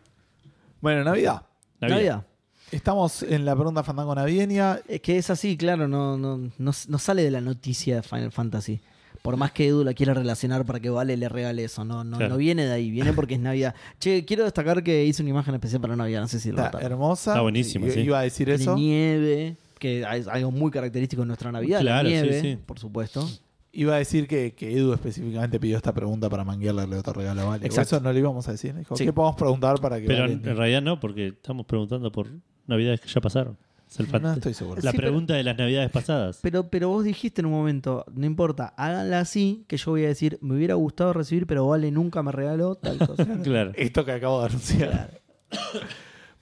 Speaker 2: Bueno, Navidad.
Speaker 3: Navidad.
Speaker 1: Navidad.
Speaker 2: Estamos en la pregunta Fandango Navideña.
Speaker 1: Eh, Es que es así, claro, no, no, no, no sale de la noticia de Final Fantasy. por más que Edu la quiera relacionar para que Vale le regale eso, no, no,
Speaker 3: Claro.
Speaker 1: no viene de ahí, viene porque es Navidad. Che, quiero destacar que hice una imagen especial para Navidad, no sé si lo
Speaker 2: Está
Speaker 1: notaron.
Speaker 2: hermosa.
Speaker 3: Está buenísima,
Speaker 2: I-
Speaker 3: sí.
Speaker 2: Iba a decir
Speaker 1: Tiene
Speaker 2: eso.
Speaker 1: nieve, que es algo muy característico de nuestra Navidad,
Speaker 3: Claro,
Speaker 1: la
Speaker 3: sí,
Speaker 1: nieve,
Speaker 3: sí.
Speaker 1: por supuesto.
Speaker 2: Iba a decir que, que Edu específicamente pidió esta pregunta para manguearle otro regalo a Vale. O
Speaker 1: Exacto.
Speaker 2: Eso no le íbamos a decir. Dijo,
Speaker 1: Sí.
Speaker 2: ¿qué podemos preguntar para que
Speaker 3: Pero
Speaker 2: Vale-
Speaker 3: en, en realidad no, porque estamos preguntando por navidades que ya pasaron. Es el
Speaker 2: No
Speaker 3: fact-
Speaker 2: estoy seguro.
Speaker 3: La
Speaker 1: Sí, pero-
Speaker 3: pregunta de las navidades pasadas.
Speaker 1: Pero, pero vos dijiste en un momento, no importa, háganla así, que yo voy a decir, me hubiera gustado recibir, pero Vale nunca me regaló tal cosa.
Speaker 3: Claro.
Speaker 2: Esto que acabo de anunciar.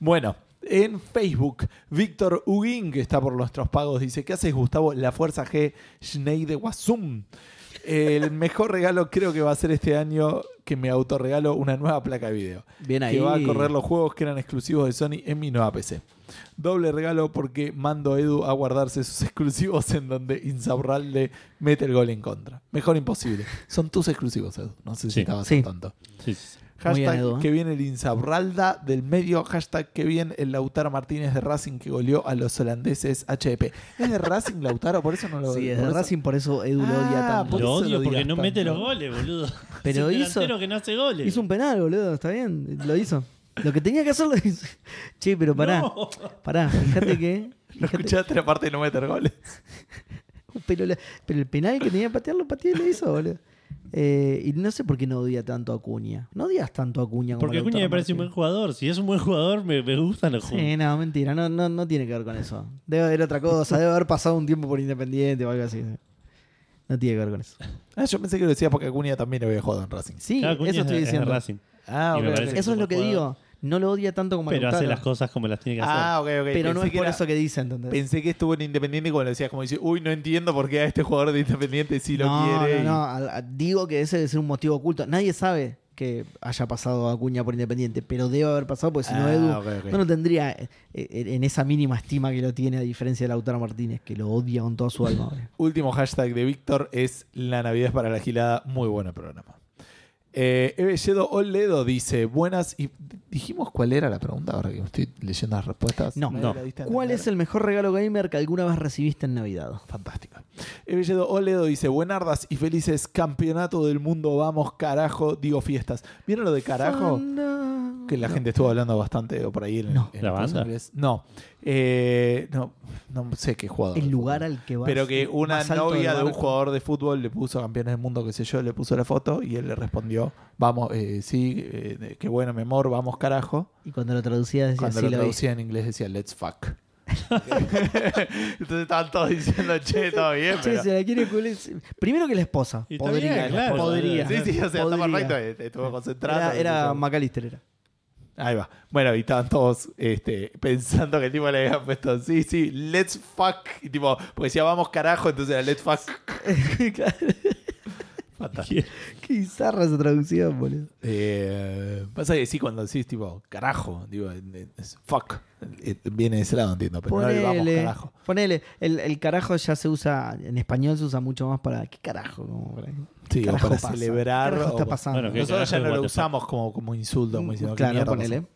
Speaker 2: Bueno, en Facebook, Víctor Huguín, que está por nuestros pagos, dice: ¿Qué haces, Gustavo? La Fuerza G Schneide Wasum. El mejor regalo creo que va a ser este año que me autorregalo una nueva placa de video.
Speaker 1: Bien ahí.
Speaker 2: Que va a correr los juegos que eran exclusivos de Sony en mi nueva PC. Doble regalo porque mando a Edu a guardarse sus exclusivos en donde Insaurralde mete el gol en contra. Mejor imposible. Son tus exclusivos, Edu. No sé si
Speaker 3: Sí.
Speaker 2: estabas
Speaker 1: Sí.
Speaker 2: al tanto.
Speaker 3: Sí, sí, sí.
Speaker 1: Muy bien,
Speaker 2: Hashtag
Speaker 1: Edu, ¿eh?
Speaker 2: que viene el Insaurralda del medio. Hashtag que viene el Lautaro Martínez de Racing que goleó a los holandeses HDP. ¿Es de Racing Lautaro? Por eso no lo
Speaker 1: Sí, es
Speaker 2: por
Speaker 1: de
Speaker 2: eso-
Speaker 1: Racing, por eso Edu lo odia
Speaker 2: Ah,
Speaker 1: tanto.
Speaker 2: Por
Speaker 3: Lo
Speaker 2: eso
Speaker 3: odio
Speaker 2: lo
Speaker 3: porque
Speaker 2: digas
Speaker 3: no mete
Speaker 2: tanto.
Speaker 3: los goles, boludo.
Speaker 1: Pero
Speaker 3: es un
Speaker 1: hizo-
Speaker 3: delantero que no hace goles.
Speaker 1: Hizo un penal, boludo, está bien, lo hizo. Lo que tenía que hacer lo hizo. Che, pero pará,
Speaker 3: No.
Speaker 1: pará, fíjate que.
Speaker 2: ¿No
Speaker 1: fíjate-
Speaker 2: escuchaste la parte de no meter goles?
Speaker 1: pero, la- pero el penal que tenía que patear lo pateó y lo hizo, boludo. Eh, y no sé por qué no odia tanto a Acuña. No odias tanto a Acuña como
Speaker 3: Porque
Speaker 1: Lautaro
Speaker 3: Acuña me parece un buen
Speaker 1: Martínez.
Speaker 3: jugador. Si es un buen jugador, me, me gustan los
Speaker 1: Sí,
Speaker 3: juegos.
Speaker 1: no, mentira, no, no, no tiene que ver con eso. Debe haber otra cosa, debe haber pasado un tiempo por Independiente o algo así. No tiene que ver con eso.
Speaker 2: Ah, yo pensé que lo decía porque Acuña también había jugado en Racing.
Speaker 1: Sí,
Speaker 3: Claro, Acuña
Speaker 1: eso
Speaker 3: es de-
Speaker 1: estoy
Speaker 3: es de
Speaker 1: diciendo.
Speaker 3: Racing,
Speaker 2: Ah,
Speaker 3: Y me
Speaker 2: ok,
Speaker 3: parece
Speaker 2: ok.
Speaker 3: que
Speaker 1: Eso es lo que
Speaker 3: Jugador.
Speaker 1: digo. No lo odia tanto como a
Speaker 3: pero hace
Speaker 1: Lautaro,
Speaker 3: las cosas como las tiene que hacer.
Speaker 2: Ah, ok, ok.
Speaker 1: Pero no
Speaker 2: Pensé
Speaker 1: es
Speaker 2: que
Speaker 1: por
Speaker 2: era-
Speaker 1: eso que dice, ¿entendés?
Speaker 2: Pensé que estuvo en Independiente y cuando lo decías como dice, uy, no entiendo por qué a este jugador de Independiente sí lo
Speaker 1: no,
Speaker 2: quiere.
Speaker 1: No,
Speaker 2: y-
Speaker 1: no, al- a- digo que ese debe ser un motivo oculto. Nadie sabe que haya pasado Acuña por Independiente, pero debe haber pasado, porque si no,
Speaker 2: Ah,
Speaker 1: Edu
Speaker 2: ok, ok.
Speaker 1: no lo tendría eh, eh, en esa mínima estima que lo tiene, a diferencia de Lautaro Martínez, que lo odia con toda su alma. boludo.
Speaker 2: Último hashtag de Víctor es La Navidad es para la Gilada. Muy bueno programa. Eh, Ebelledo Oledo dice: Buenas. Y dijimos cuál era la pregunta ahora que estoy leyendo las respuestas.
Speaker 1: No.
Speaker 2: ¿Me
Speaker 3: No.
Speaker 2: la diste a
Speaker 1: ¿Cuál
Speaker 2: entender?
Speaker 1: es el mejor regalo gamer que alguna vez recibiste en Navidad?
Speaker 2: Fantástico. Ebelledo Oledo dice: Buenardas y felices campeonato del mundo. Vamos, carajo. Digo fiestas. ¿Vieron lo de carajo?
Speaker 1: Fanda.
Speaker 2: Que la gente estuvo hablando bastante por ahí en
Speaker 1: No.
Speaker 2: en
Speaker 3: ¿La
Speaker 2: Estados
Speaker 3: banda?
Speaker 2: Unidos. No. Eh, no. No sé qué jugador.
Speaker 1: El
Speaker 2: de
Speaker 1: lugar
Speaker 2: fútbol.
Speaker 1: al que vas.
Speaker 2: Pero que una
Speaker 1: más alto
Speaker 2: novia
Speaker 1: del
Speaker 2: de un
Speaker 1: barco.
Speaker 2: jugador de fútbol le puso campeones del mundo, qué sé yo, le puso la foto y él le respondió, vamos, eh, sí, eh, qué bueno, mi amor, vamos carajo.
Speaker 1: Y cuando lo traducía decía
Speaker 2: Cuando
Speaker 1: así
Speaker 2: lo
Speaker 1: lo vi.
Speaker 2: traducía en inglés decía, let's fuck. Entonces estaban todos diciendo, che, todo bien,
Speaker 1: Che,
Speaker 2: pero...
Speaker 1: se la quiere culiar. Primero que la esposa.
Speaker 3: Y está
Speaker 1: Podría,
Speaker 3: bien, claro.
Speaker 1: podría.
Speaker 2: Sí, sí, o sea, está
Speaker 1: Podría.
Speaker 2: perfecto, eh, estuvo concentrado.
Speaker 1: Era,
Speaker 2: qué sé
Speaker 1: era
Speaker 2: yo.
Speaker 1: Macalister, era.
Speaker 2: Ahí va. Bueno, y estaban todos este, pensando que el tipo le había puesto, sí, sí, let's fuck. Y tipo, porque decía, vamos carajo, entonces era let's fuck.
Speaker 1: Claro.
Speaker 2: Fantástico.
Speaker 1: Qué bizarra esa traducción, boludo.
Speaker 2: Eh, pasa que sí, cuando decís tipo, carajo, digo, es fuck, eh, viene de ese lado, entiendo, pero no le vamos,
Speaker 1: Ponele,
Speaker 2: carajo.
Speaker 1: ponele. El, el carajo ya se usa, en español se usa mucho más para, ¿qué carajo? Como para-
Speaker 2: Sí, o
Speaker 1: carajo
Speaker 2: para
Speaker 1: pasa?
Speaker 2: celebrar.
Speaker 1: Carajo
Speaker 2: o-
Speaker 1: está pasando.
Speaker 3: Bueno, que-
Speaker 2: Nosotros ya
Speaker 3: Carajo
Speaker 2: no
Speaker 3: es
Speaker 2: lo
Speaker 3: what the fuck.
Speaker 2: usamos como, como insulto, como diciendo, "¿Qué
Speaker 1: claro,
Speaker 2: mierda
Speaker 1: ponele.
Speaker 2: pasó?".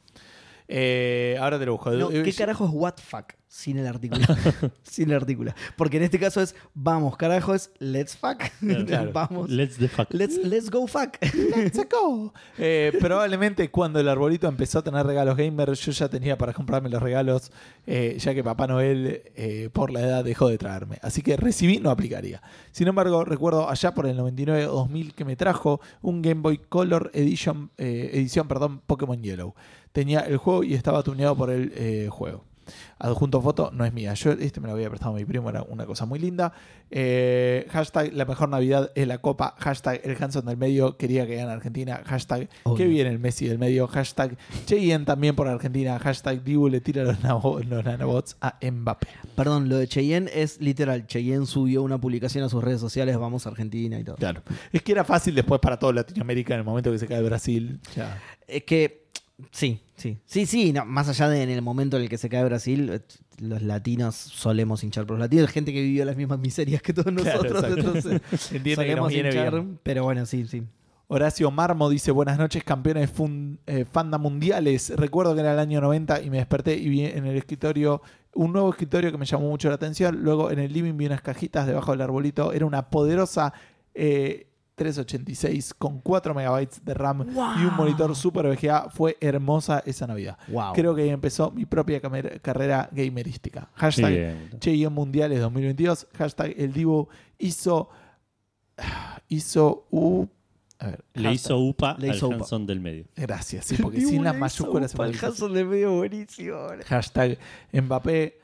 Speaker 2: Eh, ahora te lo busco.
Speaker 1: No,
Speaker 2: Eh,
Speaker 1: ¿Qué carajo es what fuck? Sin el artículo. Sin el artículo. Porque en este caso es vamos, carajo, es let's fuck.
Speaker 2: Claro.
Speaker 1: vamos.
Speaker 3: Let's the fuck.
Speaker 1: Let's, let's go fuck.
Speaker 2: let's go. Eh, probablemente cuando el arbolito empezó a tener regalos gamer, yo ya tenía para comprarme los regalos, eh, ya que Papá Noel, eh, por la edad, dejó de traerme. Así que recibí, no aplicaría. Sin embargo, recuerdo allá por el 99 o 2000 que me trajo un Game Boy Color Edition, eh, edición perdón, Pokémon Yellow. Tenía el juego y estaba tuneado por el eh, juego. Adjunto foto, no es mía. Yo este me lo había prestado a mi primo, era una cosa muy linda. Eh, hashtag la mejor Navidad es la copa. Hashtag el Hanson del medio quería que gane Argentina. Hashtag
Speaker 1: Obvio.
Speaker 2: que viene el Messi del medio. Hashtag Cheyenne también por Argentina. Hashtag Dibu le tira los, nabo- los nanobots a Mbappé.
Speaker 1: Perdón, lo de Cheyenne es literal. Cheyenne subió una publicación a sus redes sociales, vamos a Argentina y todo.
Speaker 2: Claro. Es que era fácil después para toda Latinoamérica en el momento que se cae Brasil. Ya.
Speaker 1: Es Eh, que, sí, sí. Sí, sí, no, más allá de en el momento en el que se cae Brasil, eh, los latinos solemos hinchar por los latinos. Gente que vivió las mismas miserias que todos
Speaker 2: Claro,
Speaker 1: nosotros,
Speaker 2: exacto.
Speaker 1: entonces
Speaker 2: Entiende que nos
Speaker 1: solemos
Speaker 2: viene
Speaker 1: hinchar.
Speaker 2: bien.
Speaker 1: Pero bueno, sí, sí.
Speaker 2: Horacio Marmo dice: Buenas noches, campeones fun, eh, fanda mundiales. Recuerdo que era el año 90 y me desperté y vi en el escritorio un nuevo escritorio que me llamó mucho la atención. Luego en el living vi unas cajitas debajo del arbolito. Era una poderosa eh, 386 con 4 megabytes de RAM
Speaker 1: ¡Wow!
Speaker 2: y un monitor Super VGA. Fue hermosa esa Navidad.
Speaker 1: Wow.
Speaker 2: Creo que ahí empezó mi propia camer- carrera gamerística. Hashtag
Speaker 3: Bien.
Speaker 2: Che y en Mundiales 2022. Hashtag el Divo hizo. Hizo u. A ver,
Speaker 3: Le
Speaker 2: hashtag-
Speaker 3: hizo UPA
Speaker 1: Le hizo
Speaker 3: al
Speaker 1: upa.
Speaker 3: Hanson del medio.
Speaker 2: Gracias, sí, porque sin las mayúsculas se me
Speaker 1: El
Speaker 2: dice.
Speaker 1: Hanson de medio buenísimo. boludo.
Speaker 2: Hashtag Mbappé.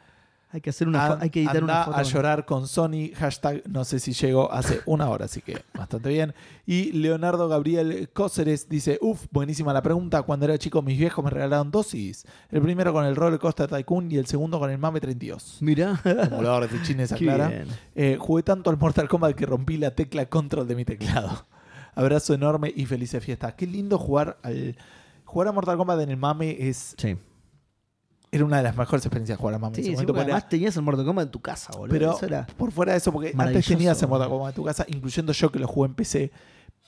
Speaker 1: Hay que hacer una fo-
Speaker 2: an-
Speaker 1: hay que editar
Speaker 2: anda
Speaker 1: una foto.
Speaker 2: a llorar con Sony. Hashtag no sé si llego hace una hora, así que bastante bien. Y Leonardo Gabriel Cóceres dice: Uf, buenísima la pregunta. Cuando era chico, mis viejos me regalaron dos CDs. El primero con el Roller Coaster Tycoon y el segundo con el Mame 32.
Speaker 1: Mirá.
Speaker 2: Como la hora de chines
Speaker 1: Qué
Speaker 2: aclara.
Speaker 1: bien.
Speaker 2: Eh, jugué tanto al Mortal Kombat que rompí la tecla control de mi teclado. Abrazo enorme y felices fiestas. Qué lindo jugar al. Jugar a Mortal Kombat en el mame es,
Speaker 1: Sí.
Speaker 2: era una de las mejores experiencias jugar a mame. en ese
Speaker 1: Sí, sí,
Speaker 2: momento,
Speaker 1: porque
Speaker 2: porque era-
Speaker 1: además tenías el Mortal Kombat en tu casa, boludo.
Speaker 2: pero
Speaker 1: Eso era.
Speaker 2: por fuera de eso, porque antes
Speaker 1: Maravilloso,
Speaker 2: tenías el Mortal
Speaker 1: boludo.
Speaker 2: Kombat en tu casa, incluyendo yo que lo jugué en PC.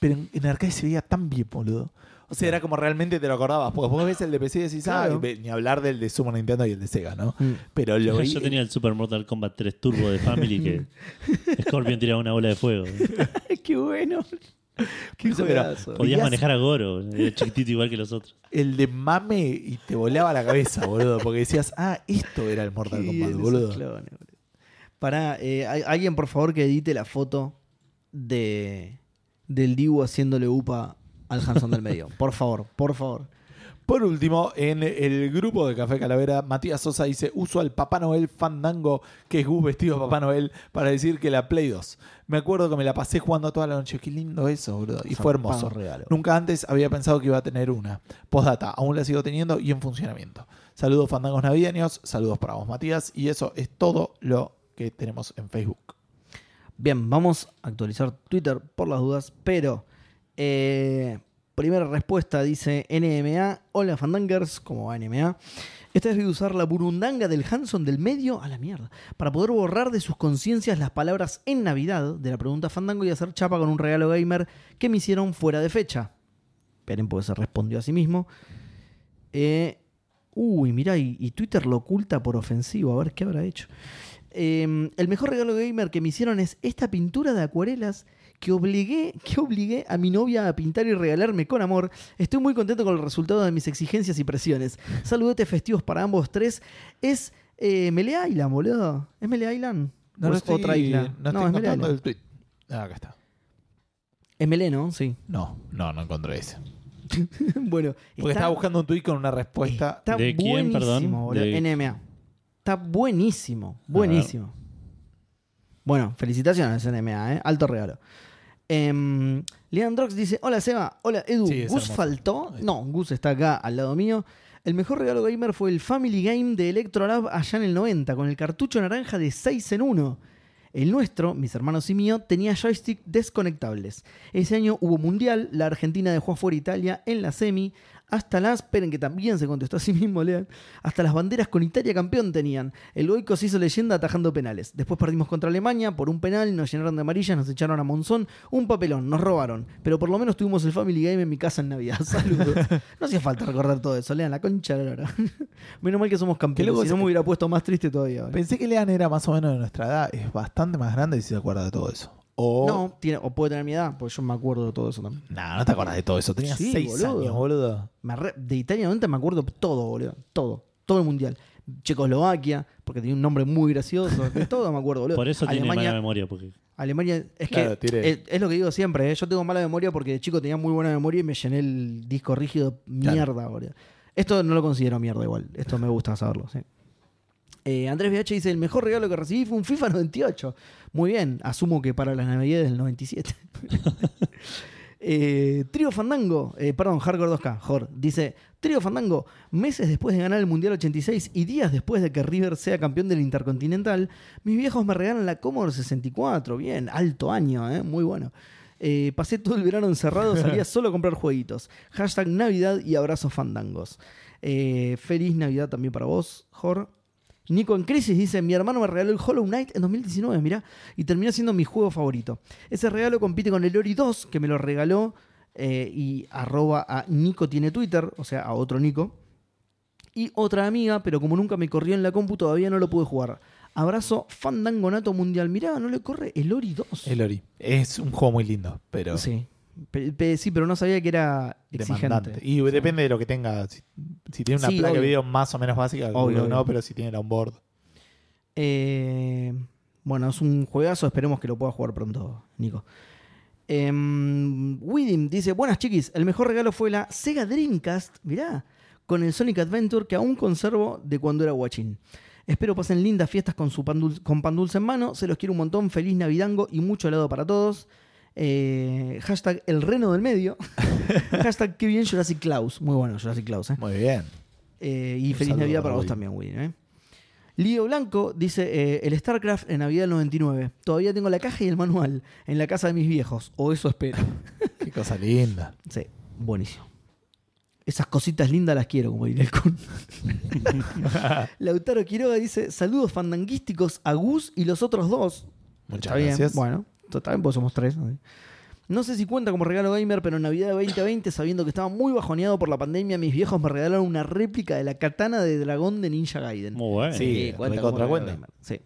Speaker 2: Pero en, en arcade se veía tan bien, boludo. O sea, era como realmente te lo acordabas. Porque vos ves el de PC y decís, ah,
Speaker 1: Claro.
Speaker 2: y ve- ni hablar del de Super Nintendo y el de Sega, ¿no?
Speaker 1: Mm.
Speaker 2: Pero lo vi.
Speaker 3: Yo tenía el Super Mortal Kombat 3 Turbo de Family que Scorpion tiraba una bola de fuego.
Speaker 1: Qué bueno. Qué
Speaker 2: Eso, pero-
Speaker 1: juegazo.
Speaker 3: Podías
Speaker 2: Veías-
Speaker 3: manejar a Goro, era chiquitito igual que los otros.
Speaker 2: el de mame y te volaba la cabeza, boludo. Porque decías, ah, esto era el Mortal
Speaker 1: Qué
Speaker 2: Kombat,
Speaker 1: bien
Speaker 2: boludo.
Speaker 1: esos clones, boludo. Pará, eh, hay- alguien por favor que edite la foto de del Dibu haciéndole upa al Hanson del medio. Por favor, por favor.
Speaker 2: Por último, en el grupo de Café Calavera, Matías Sosa dice: Uso al Papá Noel Fandango, que es Gus vestido de Papá Noel, para decir que la Play 2. Me acuerdo que me la pasé jugando toda la noche. Qué lindo eso, boludo. Y fue hermoso.
Speaker 1: Zarpado regalo.
Speaker 2: Nunca antes había pensado que iba a tener una. Postdata, aún la sigo teniendo y en funcionamiento. Saludos, fandangos navideños. Saludos para vos, Matías. Y eso es todo lo que tenemos en Facebook.
Speaker 1: Bien, vamos a actualizar Twitter por las dudas, pero eh, primera respuesta dice NMA, hola Fandangers, ¿cómo va NMA? Esta vez voy a usar la burundanga del Hanson del medio a la mierda, para poder borrar de sus conciencias las palabras en Navidad de la pregunta Fandango y hacer chapa con un regalo gamer que me hicieron fuera de fecha. Esperen, porque se respondió a sí mismo. Eh, uy, mirá, y, y Twitter lo oculta por ofensivo, a ver qué habrá hecho. Eh, el mejor regalo gamer que me hicieron es esta pintura de acuarelas que obligué, que obligué a mi novia a pintar y regalarme con amor. Estoy muy contento con el resultado de mis exigencias y presiones. Saludetes festivos para ambos tres. Es eh, Melee Island, boludo. ¿Es Melee Island? ¿O es otra isla?
Speaker 2: No, estoy
Speaker 1: es Melee
Speaker 2: encontrando
Speaker 1: Island.
Speaker 2: el tweet. Ah, acá está.
Speaker 1: Es Melee, ¿no? Sí.
Speaker 2: No, no, no encontré ese.
Speaker 1: bueno.
Speaker 2: Porque
Speaker 1: está- Eh,
Speaker 2: estaba buscando un tweet con una respuesta.
Speaker 1: pues Está
Speaker 3: ¿De quién,
Speaker 1: buenísimo,
Speaker 3: perdón?
Speaker 1: boludo.
Speaker 3: De-
Speaker 1: NMA. Está buenísimo, buenísimo. Bueno, felicitaciones NMA, ¿eh? alto regalo. Em, Leandrox dice, hola Seba, hola Edu,
Speaker 2: Sí, es
Speaker 1: ¿Gus
Speaker 2: hermoso.
Speaker 1: faltó? No, Gus está acá al lado mío. El mejor regalo gamer fue el Family Game de Electrolab allá en el 90, con el cartucho naranja de 6 en 1. El nuestro, mis hermanos y mío, tenía joystick desconectables. Ese año hubo mundial, la Argentina dejó afuera a Italia en la semi, hasta las, esperen que también se contestó a sí mismo, lean, hasta las banderas con Italia campeón tenían. El Goico se hizo leyenda atajando penales. Después perdimos contra Alemania por un penal, nos llenaron de amarillas, nos echaron a Monzón, un papelón, nos robaron. Pero por lo menos tuvimos el Family Game en mi casa en Navidad. Saludos. No hacía falta recordar todo eso, lean la concha de la hora. Menos mal que somos
Speaker 2: Qué
Speaker 1: campeones,
Speaker 2: loco
Speaker 1: si no
Speaker 2: es-
Speaker 1: me hubiera puesto más triste todavía. boludo.
Speaker 2: Pensé que Lean era más o menos de nuestra edad. Es bastante más grande y se acuerda de todo eso. O. No.
Speaker 1: No, tiene, o puede tener mi edad, porque yo me acuerdo de todo eso también.
Speaker 2: no te acordás de todo eso. Tenías
Speaker 1: Sí,
Speaker 2: seis
Speaker 1: boludo.
Speaker 2: años, boludo.
Speaker 1: Me re- de Italia 90 me acuerdo todo, boludo. Todo. Todo el mundial. Checoslovaquia, porque tenía un nombre muy gracioso. De todo me acuerdo, boludo.
Speaker 3: Por eso tiene mala
Speaker 1: Alemania,
Speaker 3: memoria, porque
Speaker 1: Alemania, es
Speaker 2: Claro,
Speaker 1: que
Speaker 2: tiré.
Speaker 1: es, es lo que digo siempre, ¿eh? yo tengo mala memoria porque de chico tenía muy buena memoria y me llené el disco rígido
Speaker 2: Claro.
Speaker 1: mierda, boludo. Esto no lo considero mierda igual, esto me gusta saberlo, sí. Eh, Andrés VH dice, el mejor regalo que recibí fue un FIFA 98. Muy bien, asumo que para las navidades del 97. Eh, Trío Fandango, eh, perdón, Hardcore 2K, Jor, dice, Trío Fandango, meses después de ganar el Mundial 86 y días después de que River sea campeón del Intercontinental, mis viejos me regalan la Commodore 64, bien, alto año, eh, muy bueno. Eh, pasé todo el verano encerrado, salía solo a comprar jueguitos. Hashtag Navidad y abrazos fandangos. Eh, feliz Navidad también para vos, Jor. Nico en Crisis dice, mi hermano me regaló el Hollow Knight en 2019, mirá, y terminó siendo mi juego favorito. Ese regalo compite con el Ori 2, que me lo regaló, eh, y arroba a Nico tiene Twitter, o sea, a otro Nico. Y otra amiga, pero como nunca me corrió en la compu, todavía no lo pude jugar. Abrazo fandangonato mundial. Mirá, no le corre el Ori 2.
Speaker 2: El Ori. Es un juego muy lindo, pero
Speaker 1: Sí. Pe- pe- sí, pero no sabía que era
Speaker 2: demandante.
Speaker 1: exigente.
Speaker 2: Y depende de lo que tenga. Si, si tiene una
Speaker 1: Sí,
Speaker 2: placa de
Speaker 1: obvio.
Speaker 2: video más o menos básica,
Speaker 1: Obvio,
Speaker 2: obvio, no,
Speaker 1: obvio.
Speaker 2: pero si tiene el onboard.
Speaker 1: Eh, bueno, es un juegazo. Esperemos que lo pueda jugar pronto, Nico. Em, Widim dice: Buenas chiquis, el mejor regalo fue la Sega Dreamcast. Mirá, con el Sonic Adventure que aún conservo de cuando era guachín. Espero pasen lindas fiestas con su pan dulce, con pan dulce en mano. Se los quiero un montón. Feliz Navidango y mucho helado para todos. Eh, hashtag el reno del medio. hashtag que bien Jurassic Klaus. Muy bueno, Jurassic Klaus. ¿eh?
Speaker 2: Muy bien.
Speaker 1: Eh, y
Speaker 2: Un
Speaker 1: feliz
Speaker 2: saludo
Speaker 1: Navidad
Speaker 2: para
Speaker 1: para vos
Speaker 2: Woody.
Speaker 1: también, Will. ¿eh? Lío Blanco dice: eh, El StarCraft en Navidad del 99. Todavía tengo la caja y el manual en la casa de mis viejos. O eso espero.
Speaker 2: Qué cosa linda.
Speaker 1: sí, buenísimo. Esas cositas lindas las quiero, como diría el Kun. Lautaro Quiroga dice: Saludos fandanguísticos a Gus y los otros dos.
Speaker 2: Muchas
Speaker 1: Está bien.
Speaker 2: gracias.
Speaker 1: Bueno, total, pues somos tres. ¿no? No sé si cuenta como regalo gamer, pero en Navidad de 2020, sabiendo que estaba muy bajoneado por la pandemia, mis viejos me regalaron una réplica de la katana de dragón de Ninja Gaiden.
Speaker 3: Muy bueno.
Speaker 2: Sí.
Speaker 1: como
Speaker 2: recontra
Speaker 1: regalo
Speaker 2: cuenta.
Speaker 1: gamer, Sí.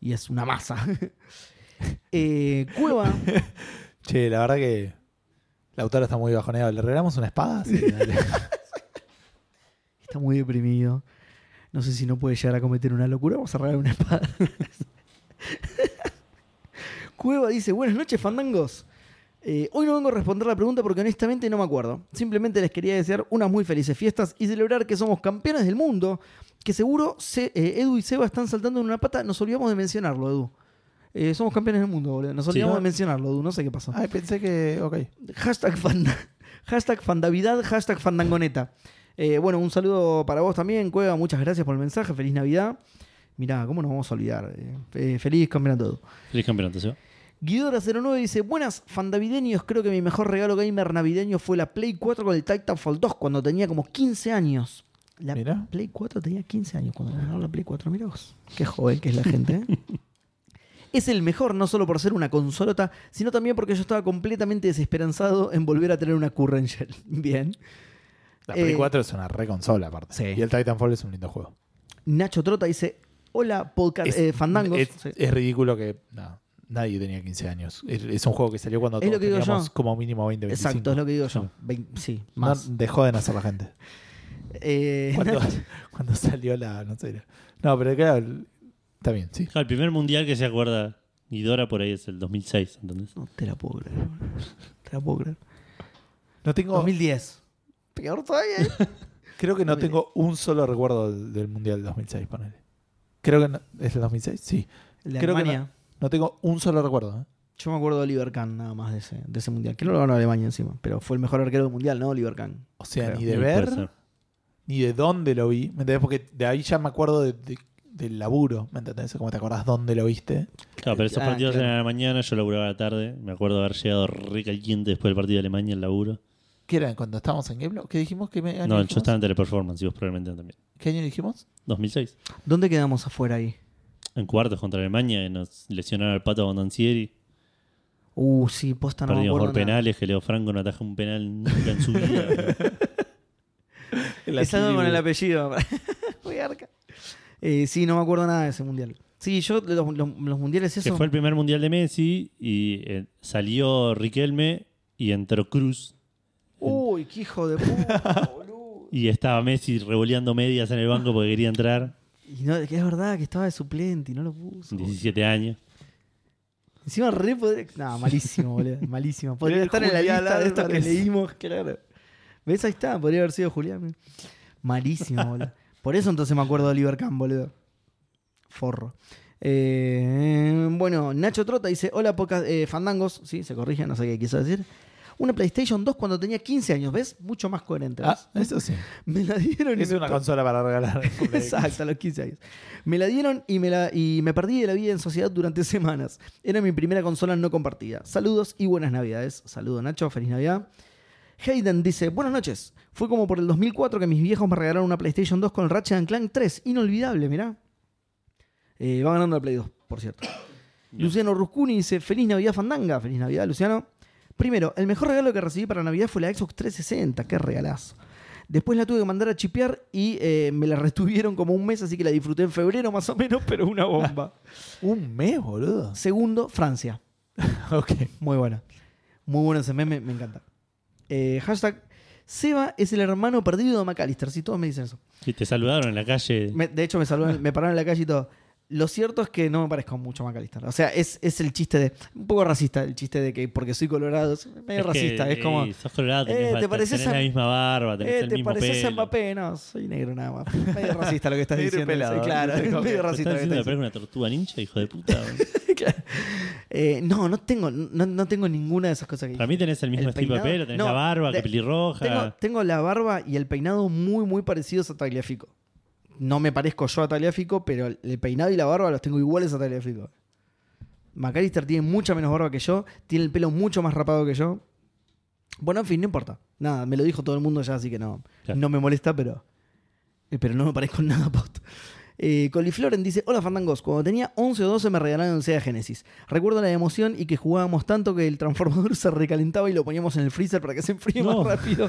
Speaker 1: Y es una masa. Eh, Cueva.
Speaker 2: Che, la verdad que Lautaro está muy bajoneado. ¿Le regalamos una espada? Sí, dale.
Speaker 1: Está muy deprimido. No sé si no puede llegar a cometer una locura. Vamos a regalar una espada. Cueva dice, buenas noches, fandangos. Eh, hoy no vengo a responder la pregunta porque honestamente no me acuerdo. Simplemente les quería desear unas muy felices fiestas y celebrar que somos campeones del mundo. Que seguro se- eh, Edu y Seba están saltando en una pata. Nos olvidamos de mencionarlo, Edu. Eh, somos campeones del mundo, boludo. Nos
Speaker 2: Sí,
Speaker 1: olvidamos
Speaker 2: ¿no?
Speaker 1: de mencionarlo, Edu. No sé qué pasó.
Speaker 2: Ay, pensé que. Ok.
Speaker 1: Hashtag, fan- hashtag fandavidad, hashtag fandangoneta. Eh, bueno, un saludo para vos también, Cueva. Muchas gracias por el mensaje. Feliz Navidad. Mirá, ¿cómo nos vamos a olvidar? Eh, fe- feliz campeonato.
Speaker 3: Feliz campeonato, ¿sí?
Speaker 1: Guidora09 dice: Buenas, fandavideños. Creo que mi mejor regalo gamer navideño fue la Play 4 con el Titanfall 2 cuando tenía como 15 años. La
Speaker 2: Mirá.
Speaker 1: Play 4 tenía 15 años cuando ganaron la Play 4. Mirá vos. Qué joven que es la gente, ¿eh? Es el mejor no solo por ser una consolota, sino también porque yo estaba completamente desesperanzado en volver a tener una Current Shell. Bien.
Speaker 2: La Play
Speaker 1: Eh,
Speaker 2: 4 es una reconsola, aparte.
Speaker 1: Sí.
Speaker 2: Y el Titanfall es un lindo juego.
Speaker 1: Nacho Trota dice: Hola, podcast
Speaker 2: Es-
Speaker 1: eh, Fandangos.
Speaker 2: Es,
Speaker 1: Sí.
Speaker 2: es ridículo que. no, nadie tenía 15 años. Es, es un juego que salió cuando
Speaker 1: Es lo
Speaker 2: todos
Speaker 1: que digo
Speaker 2: teníamos
Speaker 1: yo.
Speaker 2: como mínimo 20, 25.
Speaker 1: Exacto, es lo que digo yo. Vein- sí,
Speaker 2: No
Speaker 1: más.
Speaker 2: dejó de nacer la gente.
Speaker 1: Eh,
Speaker 2: Cuando, cuando salió la. No sé. No, pero claro. el- Está bien, sí.
Speaker 3: Ja, el primer mundial que se acuerda Guidora por ahí es el 2006, ¿entendés?
Speaker 1: No te la puedo creer. boludo. Te la puedo creer.
Speaker 2: No tengo,
Speaker 1: 2010. Peor todavía. ¿eh?
Speaker 2: creo que no
Speaker 1: 2010.
Speaker 2: tengo un solo recuerdo del, del Mundial 2006, ponele. Creo que no- es el 2006, sí.
Speaker 1: La
Speaker 2: Creo que
Speaker 1: Alemania.
Speaker 2: No tengo un solo recuerdo. ¿eh?
Speaker 1: Yo me acuerdo de Oliver Kahn nada más de ese, de ese mundial. Que no lo ganó Alemania encima. Pero fue el mejor arquero del mundial, ¿no? Oliver Kahn.
Speaker 2: O sea,
Speaker 1: Creo.
Speaker 2: ni de
Speaker 3: Sí,
Speaker 2: ver,
Speaker 3: puede ser.
Speaker 2: ni de dónde lo vi. ¿Me entendés? Porque de ahí ya me acuerdo de- de- del laburo. ¿Me entendés? Como te acordás dónde lo viste.
Speaker 3: Claro, pero esos
Speaker 1: Ah,
Speaker 3: partidos
Speaker 1: claro.
Speaker 3: eran a la mañana, yo laburaba a la tarde. Me acuerdo haber llegado recaliente después del partido de Alemania al laburo.
Speaker 2: ¿Qué era cuando estábamos en Gameblog? ¿Qué dijimos? ¿Qué me- año
Speaker 3: No, yo
Speaker 2: dijimos?
Speaker 3: estaba en Teleperformance y vos probablemente también.
Speaker 2: ¿Qué año dijimos?
Speaker 3: 2006.
Speaker 1: ¿Dónde quedamos afuera ahí?
Speaker 3: En cuartos contra Alemania, que nos lesionaron al pato Bondancieri.
Speaker 1: Uh, sí, posta no Ah, me
Speaker 3: Perdimos
Speaker 1: acuerdo
Speaker 3: por
Speaker 1: nada.
Speaker 3: penales, que Leo Franco no ataja un penal nunca en su vida.
Speaker 1: Es algo con el apellido. Muy arca. Eh, sí, no me acuerdo nada de ese mundial. Sí, yo los, los- los mundiales
Speaker 3: que
Speaker 1: eso.
Speaker 3: fue el primer mundial de Messi y eh, salió Riquelme y entró Cruz.
Speaker 1: Uy, qué hijo de puta, boludo.
Speaker 3: Y estaba Messi revoleando medias en el banco porque quería entrar.
Speaker 1: Y no, es que es verdad que estaba de suplente y no lo puso.
Speaker 3: 17 años.
Speaker 1: Encima re podría. No, malísimo, boludo. Malísimo. Podría
Speaker 2: Era el
Speaker 1: estar en la
Speaker 2: Julián
Speaker 1: lista de estos que
Speaker 2: Álvarez.
Speaker 1: leímos, claro. ¿Ves? Ahí está, podría haber sido Julián. Malísimo, boludo. Por eso entonces me acuerdo de Oliver Kahn, boludo. Forro. Eh, bueno, Nacho Trota dice: Hola, pocas eh, fandangos. Sí, se corrige, no sé qué quiso decir. Una PlayStation 2 cuando tenía 15 años, ¿ves? Mucho más coherente.
Speaker 2: Ah,
Speaker 1: ¿ves?
Speaker 2: eso sí.
Speaker 1: Me la dieron y
Speaker 2: Es
Speaker 1: me
Speaker 2: una
Speaker 1: to-
Speaker 2: consola para regalar.
Speaker 1: Exacto, a los 15 años. Me la dieron y me, la, y me perdí de la vida en sociedad durante semanas. Era mi primera consola no compartida. Saludos y buenas navidades. Saludo Nacho, feliz Navidad. Hayden dice, buenas noches. Fue como por el 2004 que mis viejos me regalaron una PlayStation 2 con el Ratchet and Clank 3. Inolvidable, mirá. Eh, va ganando la Play 2, por cierto. Luciano Ruscuni dice, feliz Navidad Fandanga. Feliz Navidad, Luciano. Primero, el mejor regalo que recibí para Navidad fue la Xbox 360. Qué regalazo. Después la tuve que mandar a chipear y eh, me la retuvieron como un mes, así que la disfruté en febrero más o menos, pero una bomba.
Speaker 3: Ah.
Speaker 2: Un mes, boludo.
Speaker 1: Segundo, Francia.
Speaker 2: Ok.
Speaker 1: Muy buena. Muy bueno ese meme, me encanta. Eh, hashtag Seba es el hermano perdido de McAllister. Si todos me dicen eso.
Speaker 3: Y te saludaron en la calle.
Speaker 1: Me- de hecho, me, saludaron- me pararon en la calle y todo. Lo cierto es que no me parezco mucho a McAllister. O sea, es, es el chiste de. Un poco racista, el chiste de que porque soy colorado. Es medio
Speaker 3: que,
Speaker 1: racista. es como.
Speaker 3: eh, sos colorado, tenés,
Speaker 1: eh,
Speaker 3: ba-
Speaker 1: te pareces
Speaker 3: tenés
Speaker 1: a-
Speaker 3: la misma barba, tenés
Speaker 1: Eh,
Speaker 3: el
Speaker 1: ¿Te
Speaker 3: mismo
Speaker 1: pareces
Speaker 3: pelo.
Speaker 1: a Mbappé? No, soy negro nada más. Medio racista lo que estás
Speaker 2: Negro y
Speaker 1: diciendo.
Speaker 2: pelado.
Speaker 1: Sí, claro,
Speaker 2: Te
Speaker 1: es medio
Speaker 2: copias.
Speaker 1: racista.
Speaker 3: ¿Estás
Speaker 1: lo que
Speaker 3: diciendo que
Speaker 1: estás
Speaker 3: parece una tortuga ninja, hijo de puta?
Speaker 1: Claro. Eh, no, no tengo, no, no tengo ninguna de esas cosas que
Speaker 3: Para mí tenés el mismo
Speaker 1: El
Speaker 3: estilo de
Speaker 1: peinado-
Speaker 3: pelo, tenés
Speaker 1: no,
Speaker 3: la barba,
Speaker 1: de-
Speaker 3: que pelirroja.
Speaker 1: Tengo, tengo la barba y el peinado muy, muy parecidos a Tagliafico. No me parezco yo a Tagliafico, pero el peinado y la barba los tengo iguales a Tagliafico. McAllister tiene mucha menos barba que yo, tiene el pelo mucho más rapado que yo. Bueno, en fin, no importa. Nada, me lo dijo todo el mundo ya, así que no,
Speaker 3: Claro.
Speaker 1: no me molesta, pero, eh, pero no me parezco en nada posta. Eh, Colifloren dice, hola Fandangos, cuando tenía 11 o 12 me regalaron un Sega Genesis. Recuerdo la emoción y que jugábamos tanto que el transformador se recalentaba y lo poníamos en el freezer para que se enfríe
Speaker 3: No.
Speaker 1: más rápido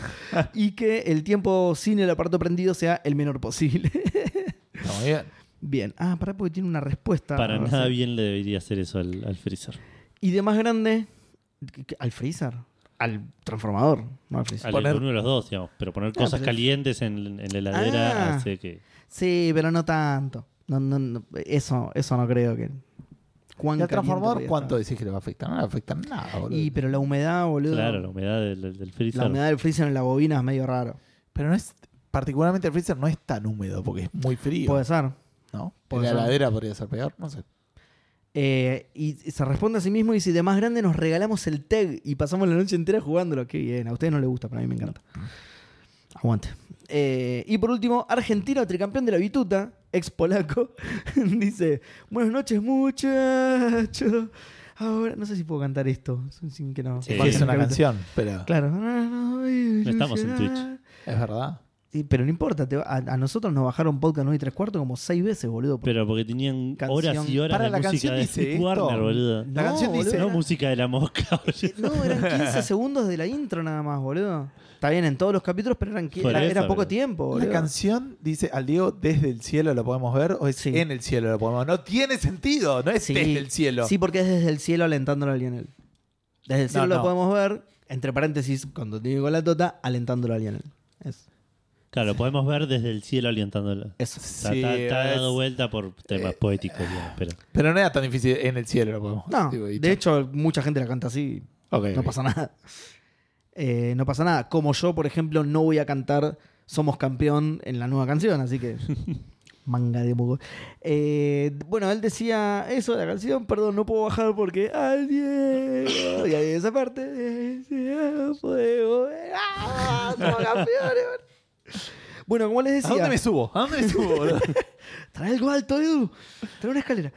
Speaker 1: y que el tiempo sin el aparato prendido sea el menor posible.
Speaker 2: Está muy bien.
Speaker 1: bien, ah, pará porque tiene una respuesta.
Speaker 3: Para
Speaker 1: No sé.
Speaker 3: nada bien le debería hacer eso al, al freezer.
Speaker 1: Y de más grande, al freezer, al transformador, no al freezer.
Speaker 3: Al
Speaker 2: Poner-
Speaker 3: uno de los dos, digamos. Pero poner
Speaker 1: Claro,
Speaker 3: cosas
Speaker 1: Ah, pero-
Speaker 3: calientes en, en la heladera
Speaker 1: Ah.
Speaker 3: hace que.
Speaker 1: Sí, pero no tanto. No, no, no, eso, eso no creo que. ¿Cuán
Speaker 2: ¿Y
Speaker 1: caliente
Speaker 2: al transformador
Speaker 1: podía
Speaker 2: cuánto
Speaker 1: estar?
Speaker 2: decís que le va a afectar? No le afecta nada, boludo.
Speaker 1: Y pero la humedad, boludo.
Speaker 3: Claro, la humedad del, del- del freezer.
Speaker 1: La humedad del freezer en la bobina es medio raro.
Speaker 2: Pero no es. Particularmente el freezer no es tan húmedo porque es muy frío.
Speaker 1: Puede ser.
Speaker 2: ¿no?
Speaker 1: puede
Speaker 2: la
Speaker 1: ser.
Speaker 2: heladera podría ser peor. No sé.
Speaker 1: Eh, y se responde a sí mismo y dice, de más grande nos regalamos el TEG y pasamos la noche entera jugándolo. Qué bien, a ustedes no les gusta, pero a mí me encanta. Aguante. Eh, y por último, argentino tricampeón de la bituta, ex polaco, dice, buenas noches muchachos. Ahora, no sé si puedo cantar esto, sin- sin que no.
Speaker 3: Sí.
Speaker 1: Pase
Speaker 2: Porque es
Speaker 1: la
Speaker 2: una
Speaker 1: cabeza.
Speaker 2: canción, pero.
Speaker 1: Claro. No
Speaker 3: estamos en Twitch.
Speaker 2: Es verdad.
Speaker 1: pero no importa, te va- a, a nosotros nos bajaron podcast 9 y 3 cuartos como 6 veces, boludo.
Speaker 3: Pero porque tenían
Speaker 1: Canción.
Speaker 3: horas y horas
Speaker 2: Para,
Speaker 3: de
Speaker 2: la
Speaker 3: música
Speaker 2: canción
Speaker 3: de
Speaker 2: dice
Speaker 3: Steve
Speaker 2: esto.
Speaker 3: Warner, boludo.
Speaker 2: La canción
Speaker 1: boludo,
Speaker 2: dice-
Speaker 3: No
Speaker 1: era-
Speaker 3: música de la mosca, boludo.
Speaker 1: No, eran 15 segundos de la intro nada más, boludo. Está bien en todos los capítulos, pero eran, qui-
Speaker 3: Por
Speaker 1: era,
Speaker 3: eso,
Speaker 1: era poco
Speaker 3: boludo.
Speaker 1: tiempo,
Speaker 2: La
Speaker 1: boludo.
Speaker 2: canción dice al Diego desde el cielo lo podemos ver o es
Speaker 1: Sí.
Speaker 2: en el cielo lo podemos ver. No tiene sentido, no es
Speaker 1: Sí.
Speaker 2: desde el cielo.
Speaker 1: Sí, porque es desde el cielo alentándolo a Lionel. Desde el cielo
Speaker 2: No,
Speaker 1: lo
Speaker 2: no.
Speaker 1: podemos ver, entre paréntesis, cuando tiene con la tota, alentándolo a Lionel. Es-
Speaker 3: Claro, podemos ver desde el cielo alientándola.
Speaker 1: eso.
Speaker 3: Está,
Speaker 2: Sí,
Speaker 3: está- está
Speaker 2: es- eh,
Speaker 3: dado vuelta por temas poéticos, digamos, pero.
Speaker 2: Pero no era tan difícil en el cielo lo podemos
Speaker 1: No,
Speaker 2: Digo, y
Speaker 1: de hecho, mucha gente la canta así.
Speaker 2: chao. Ok,
Speaker 1: No
Speaker 2: ok.
Speaker 1: pasa nada. Eh, no pasa nada. Como yo, por ejemplo, no voy a cantar Somos campeón en la nueva canción, así que. Manga de poco. bueno, él decía eso de la canción, perdón, no puedo bajar porque. ¡Ay, Diego! Y ahí esa parte. eh, eh, podemos, eh, ¡ah, somos campeones! Bueno, como les
Speaker 2: ¿A
Speaker 1: decía.
Speaker 2: dónde me subo? ¿A dónde me subo? boludo?
Speaker 1: Trae algo alto, Edu. Trae una escalera.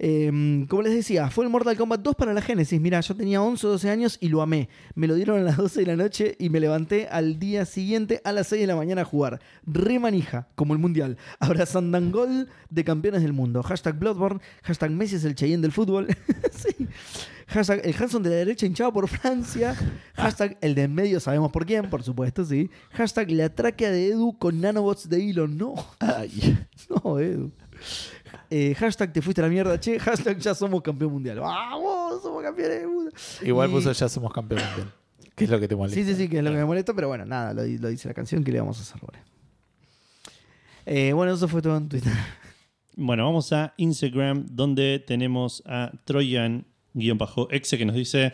Speaker 1: Eh, como les decía, fue el Mortal Kombat 2 para la Genesis. Mira, yo tenía 11 o 12 años y lo amé. Me lo dieron a las 12 de la noche y me levanté al día siguiente a las 6 de la mañana a jugar. Re manija, como el mundial. Ahora Sandangol de campeones del mundo. Hashtag Bloodborne. Hashtag Messi es el Cheyenne del fútbol. sí. Hashtag el Hanson de la derecha hinchado por Francia. Hashtag el de en medio sabemos por quién, por supuesto, sí. Hashtag la tráquea de Edu con nanobots de Elon. No. No, Edu. Eh, hashtag te fuiste a la mierda, che. Hashtag ya somos campeón mundial. ¡Vamos! Somos campeones del mundo.
Speaker 2: Igual
Speaker 1: Y-
Speaker 2: puso ya somos campeón mundial. ¿Qué es lo que te molesta?
Speaker 1: Sí, sí, sí, que es lo que me molesta, pero bueno, nada, lo, di- lo dice la canción que le vamos a hacer ahora. Eh, bueno, eso fue todo en Twitter.
Speaker 3: Bueno, vamos a Instagram, donde tenemos a Troyan-exe que nos dice: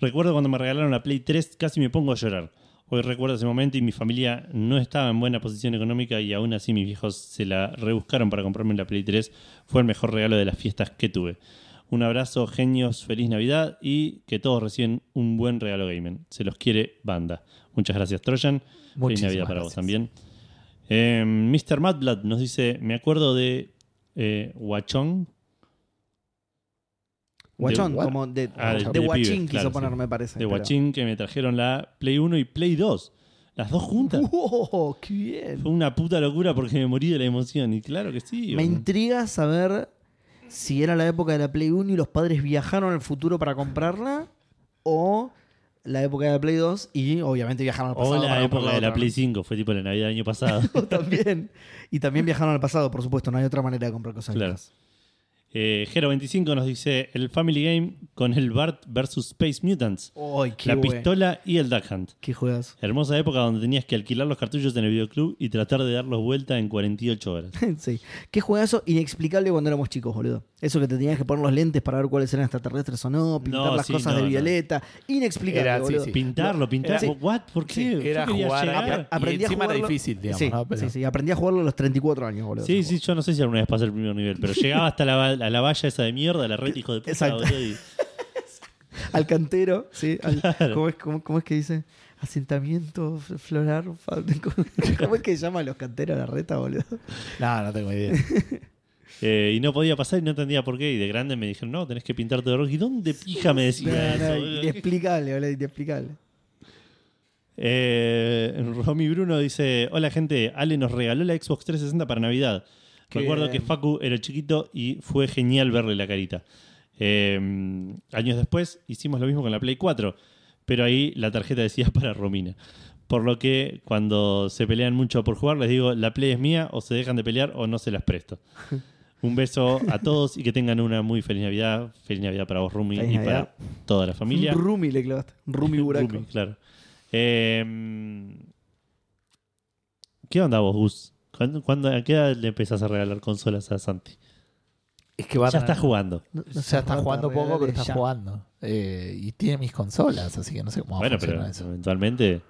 Speaker 3: Recuerdo cuando me regalaron la Play 3, casi me pongo a llorar. Hoy recuerdo ese momento y mi familia no estaba en buena posición económica y aún así mis viejos se la rebuscaron para comprarme la Play 3. Fue el mejor regalo de las fiestas que tuve. Un abrazo, genios, feliz Navidad y que todos reciben un buen regalo gaming. Se los quiere banda. Muchas gracias, Troyan. feliz
Speaker 2: Muchísimas
Speaker 3: Navidad para
Speaker 2: gracias.
Speaker 3: vos también. Eh, Mr. Madblad nos dice: Me acuerdo de eh, Huachón.
Speaker 1: Guachón,
Speaker 2: what?
Speaker 1: como de,
Speaker 3: Ah,
Speaker 1: de,
Speaker 3: de
Speaker 1: guachín
Speaker 3: pibes,
Speaker 1: quiso
Speaker 3: claro, sí.
Speaker 1: poner, me parece.
Speaker 3: de
Speaker 1: pero-
Speaker 3: Guachín que me trajeron la Play 1 y Play 2. Las dos juntas.
Speaker 1: Uh, ¡Wow! ¡Oh, ¡Qué bien!
Speaker 3: Fue una puta locura porque me morí de la emoción. Y claro que sí.
Speaker 1: Me
Speaker 3: boludo.
Speaker 1: intriga saber si era la época de la Play 1 y los padres viajaron al futuro para comprarla o la época de la Play 2 y obviamente viajaron al pasado.
Speaker 3: O
Speaker 1: para
Speaker 3: la
Speaker 1: comprar
Speaker 3: época de la
Speaker 1: otra.
Speaker 3: Play 5, fue tipo la Navidad del año pasado.
Speaker 1: también. Y también viajaron al pasado, por supuesto. No hay otra manera de comprar cosas.
Speaker 3: Claro.
Speaker 1: viejas.
Speaker 3: Eh, Gero25 nos dice el Family Game con el Bart versus Space Mutants,
Speaker 1: Ay, qué
Speaker 3: la
Speaker 1: buen-
Speaker 3: pistola y el Duck Hunt.
Speaker 1: Qué juegas.
Speaker 3: Hermosa época donde tenías que alquilar los cartuchos en el videoclub y tratar de darlos vuelta en 48 horas.
Speaker 1: sí. Qué juegazo inexplicable cuando éramos chicos, boludo. Eso que te tenías que poner los lentes para ver cuáles eran extraterrestres o no, pintar
Speaker 3: No,
Speaker 1: las
Speaker 3: sí,
Speaker 1: cosas
Speaker 3: no,
Speaker 1: de
Speaker 3: no.
Speaker 1: violeta. Inexplicable,
Speaker 2: Era, sí,
Speaker 1: boludo.
Speaker 2: sí.
Speaker 3: Pintarlo, pintarlo.
Speaker 1: sí.
Speaker 3: ¿What? ¿Por qué?
Speaker 2: Sí,
Speaker 3: Yo
Speaker 2: era
Speaker 3: quería
Speaker 2: jugar a-
Speaker 3: llegar.
Speaker 2: a- Y encima era difícil, digamos,
Speaker 1: Sí,
Speaker 2: ¿no? Pero-
Speaker 1: sí, sí. Aprendí a jugarlo a los 34 años, boludo.
Speaker 3: Sí, sí, yo no sé si alguna vez pasé el primer nivel, pero llegaba hasta la, va- a la valla esa de mierda, la red hijo de puta,
Speaker 1: Exacto.
Speaker 3: boludo, y-
Speaker 1: Al cantero, sí. al-
Speaker 3: Claro.
Speaker 1: ¿cómo, es, cómo- cómo es que dice? Asentamiento, florar. fa- ¿Cómo es que llama a los canteros a la reta, boludo?
Speaker 2: No, no tengo idea.
Speaker 3: Eh, y no podía pasar y no entendía por qué. Y de grande me dijeron, no, tenés que pintarte de rojo. ¿Y dónde pija me decía
Speaker 1: No, no,
Speaker 3: eso? boludo?
Speaker 1: inexplicable, boludo, inexplicable.
Speaker 3: Eh, Romy Bruno dice: Hola gente, Ale nos regaló la Xbox 360 para Navidad.
Speaker 1: Qué
Speaker 3: Recuerdo que
Speaker 1: bien.
Speaker 3: Facu era chiquito y fue genial verle la carita. Eh, años después hicimos lo mismo con la Play 4, pero ahí la tarjeta decía para Romina. Por lo que cuando se pelean mucho por jugar, les digo: La Play es mía, o se dejan de pelear o no se las presto. Un beso a todos y que tengan una muy feliz Navidad. Feliz Navidad para vos, Rumi,
Speaker 1: Feliz
Speaker 3: y para
Speaker 1: Navidad.
Speaker 3: toda la familia.
Speaker 1: Rumi le clavaste. Rumi buraco.
Speaker 3: Rumi, claro. Eh, ¿Qué onda vos, Gus? ¿Cuándo, cuándo- a qué edad le empezás a regalar consolas a Santi?
Speaker 2: Es que
Speaker 3: ya está jugando.
Speaker 1: No- no
Speaker 2: Ya
Speaker 1: sé
Speaker 2: está
Speaker 1: cuánto
Speaker 2: jugando poco, pero
Speaker 1: regalarle
Speaker 2: está
Speaker 1: ya.
Speaker 2: jugando. Eh, y tiene mis consolas, así que no sé cómo va
Speaker 3: bueno,
Speaker 2: a
Speaker 3: pero
Speaker 2: funcionar eso.
Speaker 3: eventualmente.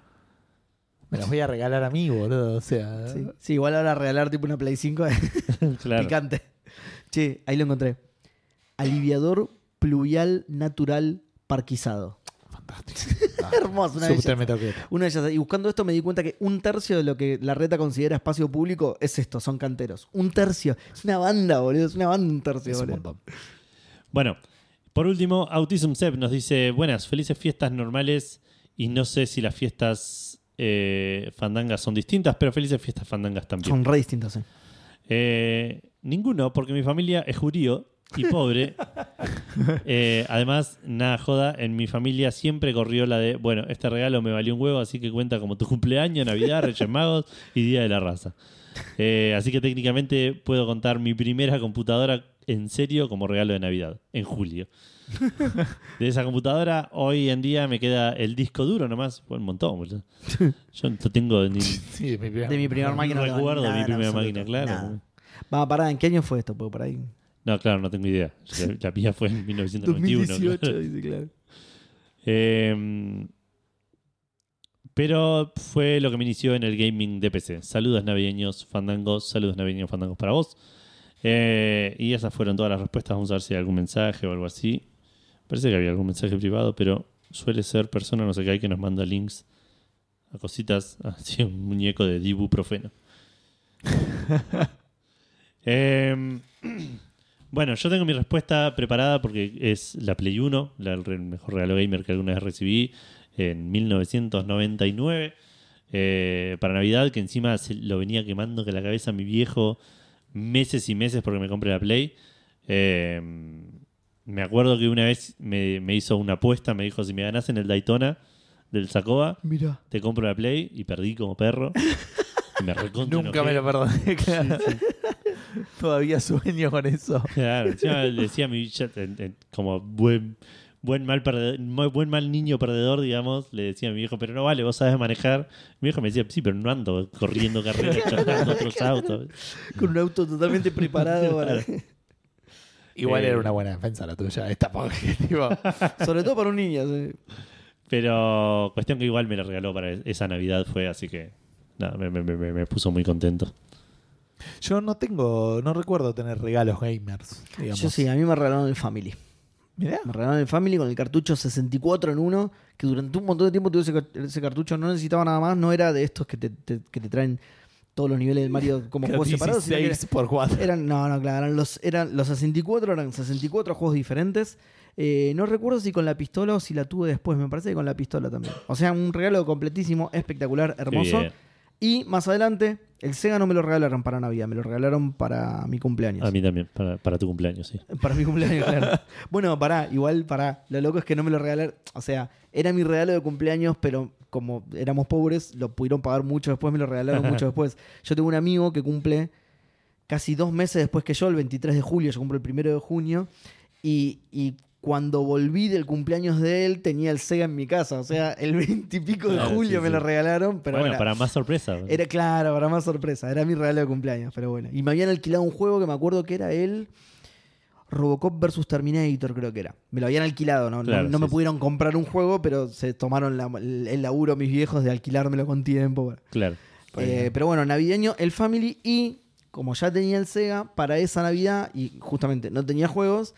Speaker 2: Me las voy a regalar a mí, boludo. O sea,
Speaker 1: Sí. Sí, igual ahora regalar tipo una Play 5 es
Speaker 3: claro.
Speaker 1: picante. Che, ahí lo encontré. Aliviador pluvial natural parquizado.
Speaker 2: fantástico.
Speaker 1: Hermoso, una belleza.
Speaker 2: Subtermíneo que-
Speaker 1: Una de ellas. Y buscando esto me di cuenta que un tercio de lo que la reta considera espacio público es esto, son canteros. Un tercio. Es una banda, boludo. Es una banda un tercio,
Speaker 2: Es un
Speaker 1: boludo.
Speaker 2: montón.
Speaker 3: Bueno, por último, Autism Seb nos dice: Buenas, felices fiestas normales. Y no sé si las fiestas eh, fandangas son distintas, pero felices fiestas fandangas también.
Speaker 1: Son re distintos, eh.
Speaker 3: Eh, ninguno, porque mi familia es judío y pobre. Eh, además, nada joda, en mi familia siempre corrió la de, bueno, este regalo me valió un huevo, así que cuenta como tu cumpleaños, Navidad, Reyes Magos y Día de la Raza. Eh, así que técnicamente puedo contar mi primera computadora en serio como regalo de Navidad, en julio. De esa computadora, hoy en día me queda el disco duro nomás, fue un montón, boludo. Yo no tengo ni...
Speaker 2: Sí, de mi primer-
Speaker 1: De mi primer
Speaker 3: No
Speaker 1: máquina. no tengo
Speaker 3: recuerdo
Speaker 1: nada
Speaker 3: mi
Speaker 1: en
Speaker 3: primera
Speaker 1: absoluto,
Speaker 3: máquina, claro.
Speaker 1: nada. Va, pará, ¿en qué año fue esto? Porque por ahí.
Speaker 3: No, claro, no tengo idea. La, la mía fue en 1991.
Speaker 1: 2018,
Speaker 3: claro.
Speaker 1: dice, claro.
Speaker 3: Eh, pero fue lo que me inició en el gaming de PC. Saludos navideños, fandangos. Saludos navideños, fandangos para vos. Eh, y esas fueron todas las respuestas. Vamos a ver si hay algún mensaje o algo así. Parece que había algún mensaje privado, pero suele ser persona, no sé qué hay, que nos manda links a cositas. Así, un muñeco de dibuprofeno. eh, bueno, yo tengo mi respuesta preparada porque es la Play 1, la- el re- mejor regalo gamer que alguna vez recibí en 1999 eh, para Navidad, que encima se lo venía quemando que la cabeza a mi viejo meses y meses porque me compré la Play. Eh, me acuerdo que una vez me, me hizo una apuesta, me dijo, si me ganas en el Daytona del Sacoa,
Speaker 1: Mirá.
Speaker 3: te compro la Play y perdí como perro. Y me recontra
Speaker 2: Nunca me
Speaker 3: enojé.
Speaker 2: lo perdoné. claro. Todavía sueño con eso.
Speaker 3: Claro, encima le decía a mi bicha, en- en- como buen, buen, mal perde- muy buen mal niño perdedor, digamos, le decía a mi viejo, pero no vale, vos sabes manejar. Mi viejo me decía, sí, pero no ando corriendo carreras, chocando otros autos.
Speaker 1: Con un auto totalmente preparado para.
Speaker 2: Igual
Speaker 3: Eh.
Speaker 2: era una buena defensa la tuya. Esta porque, tipo,
Speaker 1: Sobre todo para un niño. sí.
Speaker 3: Pero cuestión que igual me la regaló para es- esa Navidad fue, así que nada, me, me- me- me puso muy contento.
Speaker 2: Yo no tengo, no recuerdo tener regalos gamers. Digamos.
Speaker 1: Yo sí, ah, a mí me regalaron el Family.
Speaker 2: Mirá.
Speaker 1: Me regalaron el Family con el cartucho 64 en uno, que durante un montón de tiempo tuve ese, car- ese cartucho, no necesitaba nada más, no era de estos que te, te- que te traen todos los niveles del Mario como juegos separados. sino que
Speaker 2: 16 por 4.
Speaker 1: era- eran, no, no, claro, eran los, eran los 64, eran 64 juegos diferentes. Eh, no recuerdo si con la pistola o si la tuve después, me parece que con la pistola también. O sea, un regalo completísimo, espectacular,
Speaker 3: Qué
Speaker 1: hermoso.
Speaker 3: bien.
Speaker 1: Y más adelante, El Sega no me lo regalaron para Navidad, me lo regalaron para mi cumpleaños.
Speaker 3: A mí también, para, para tu cumpleaños, sí.
Speaker 1: Para mi cumpleaños, claro. Bueno, pará, igual pará. Lo loco es que no me lo regalaron. O sea, era mi regalo de cumpleaños, pero como éramos pobres, lo pudieron pagar mucho después, me lo regalaron mucho después. Yo tengo un amigo que cumple casi dos meses después que yo, el 23 de julio, yo cumplo el primero de junio, y, y cuando volví del cumpleaños de él, tenía el Sega en mi casa. O sea, el 20 y pico de
Speaker 3: Claro,
Speaker 1: julio
Speaker 3: sí,
Speaker 1: me
Speaker 3: sí.
Speaker 1: lo regalaron, pero
Speaker 3: bueno,
Speaker 1: bueno,
Speaker 3: para más sorpresa.
Speaker 1: era claro, para más sorpresa. Era mi regalo de cumpleaños, pero bueno. Y me habían alquilado un juego que me acuerdo que era el Robocop vs Terminator, creo que era. Me lo habían alquilado, no, No-
Speaker 3: Claro,
Speaker 1: no,
Speaker 3: sí,
Speaker 1: me
Speaker 3: sí.
Speaker 1: pudieron comprar un juego, pero se tomaron la- el laburo mis viejos de alquilármelo con tiempo. bueno.
Speaker 3: Claro.
Speaker 1: Eh, pero bueno, navideño, el Family y como ya tenía el Sega, para esa Navidad, y justamente no tenía juegos,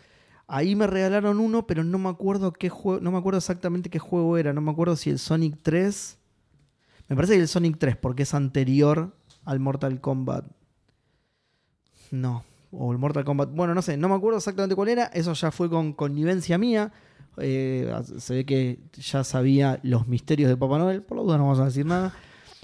Speaker 1: ahí me regalaron uno, pero no me acuerdo qué juego, no me acuerdo exactamente qué juego era, no me acuerdo si el Sonic 3. Me parece que el Sonic 3, porque es anterior al Mortal Kombat. No. O el Mortal Kombat. Bueno, no sé, no me acuerdo exactamente cuál era. Eso ya fue con connivencia mía. Eh, se ve que ya sabía los misterios de Papá Noel. Por la duda no vamos a decir nada.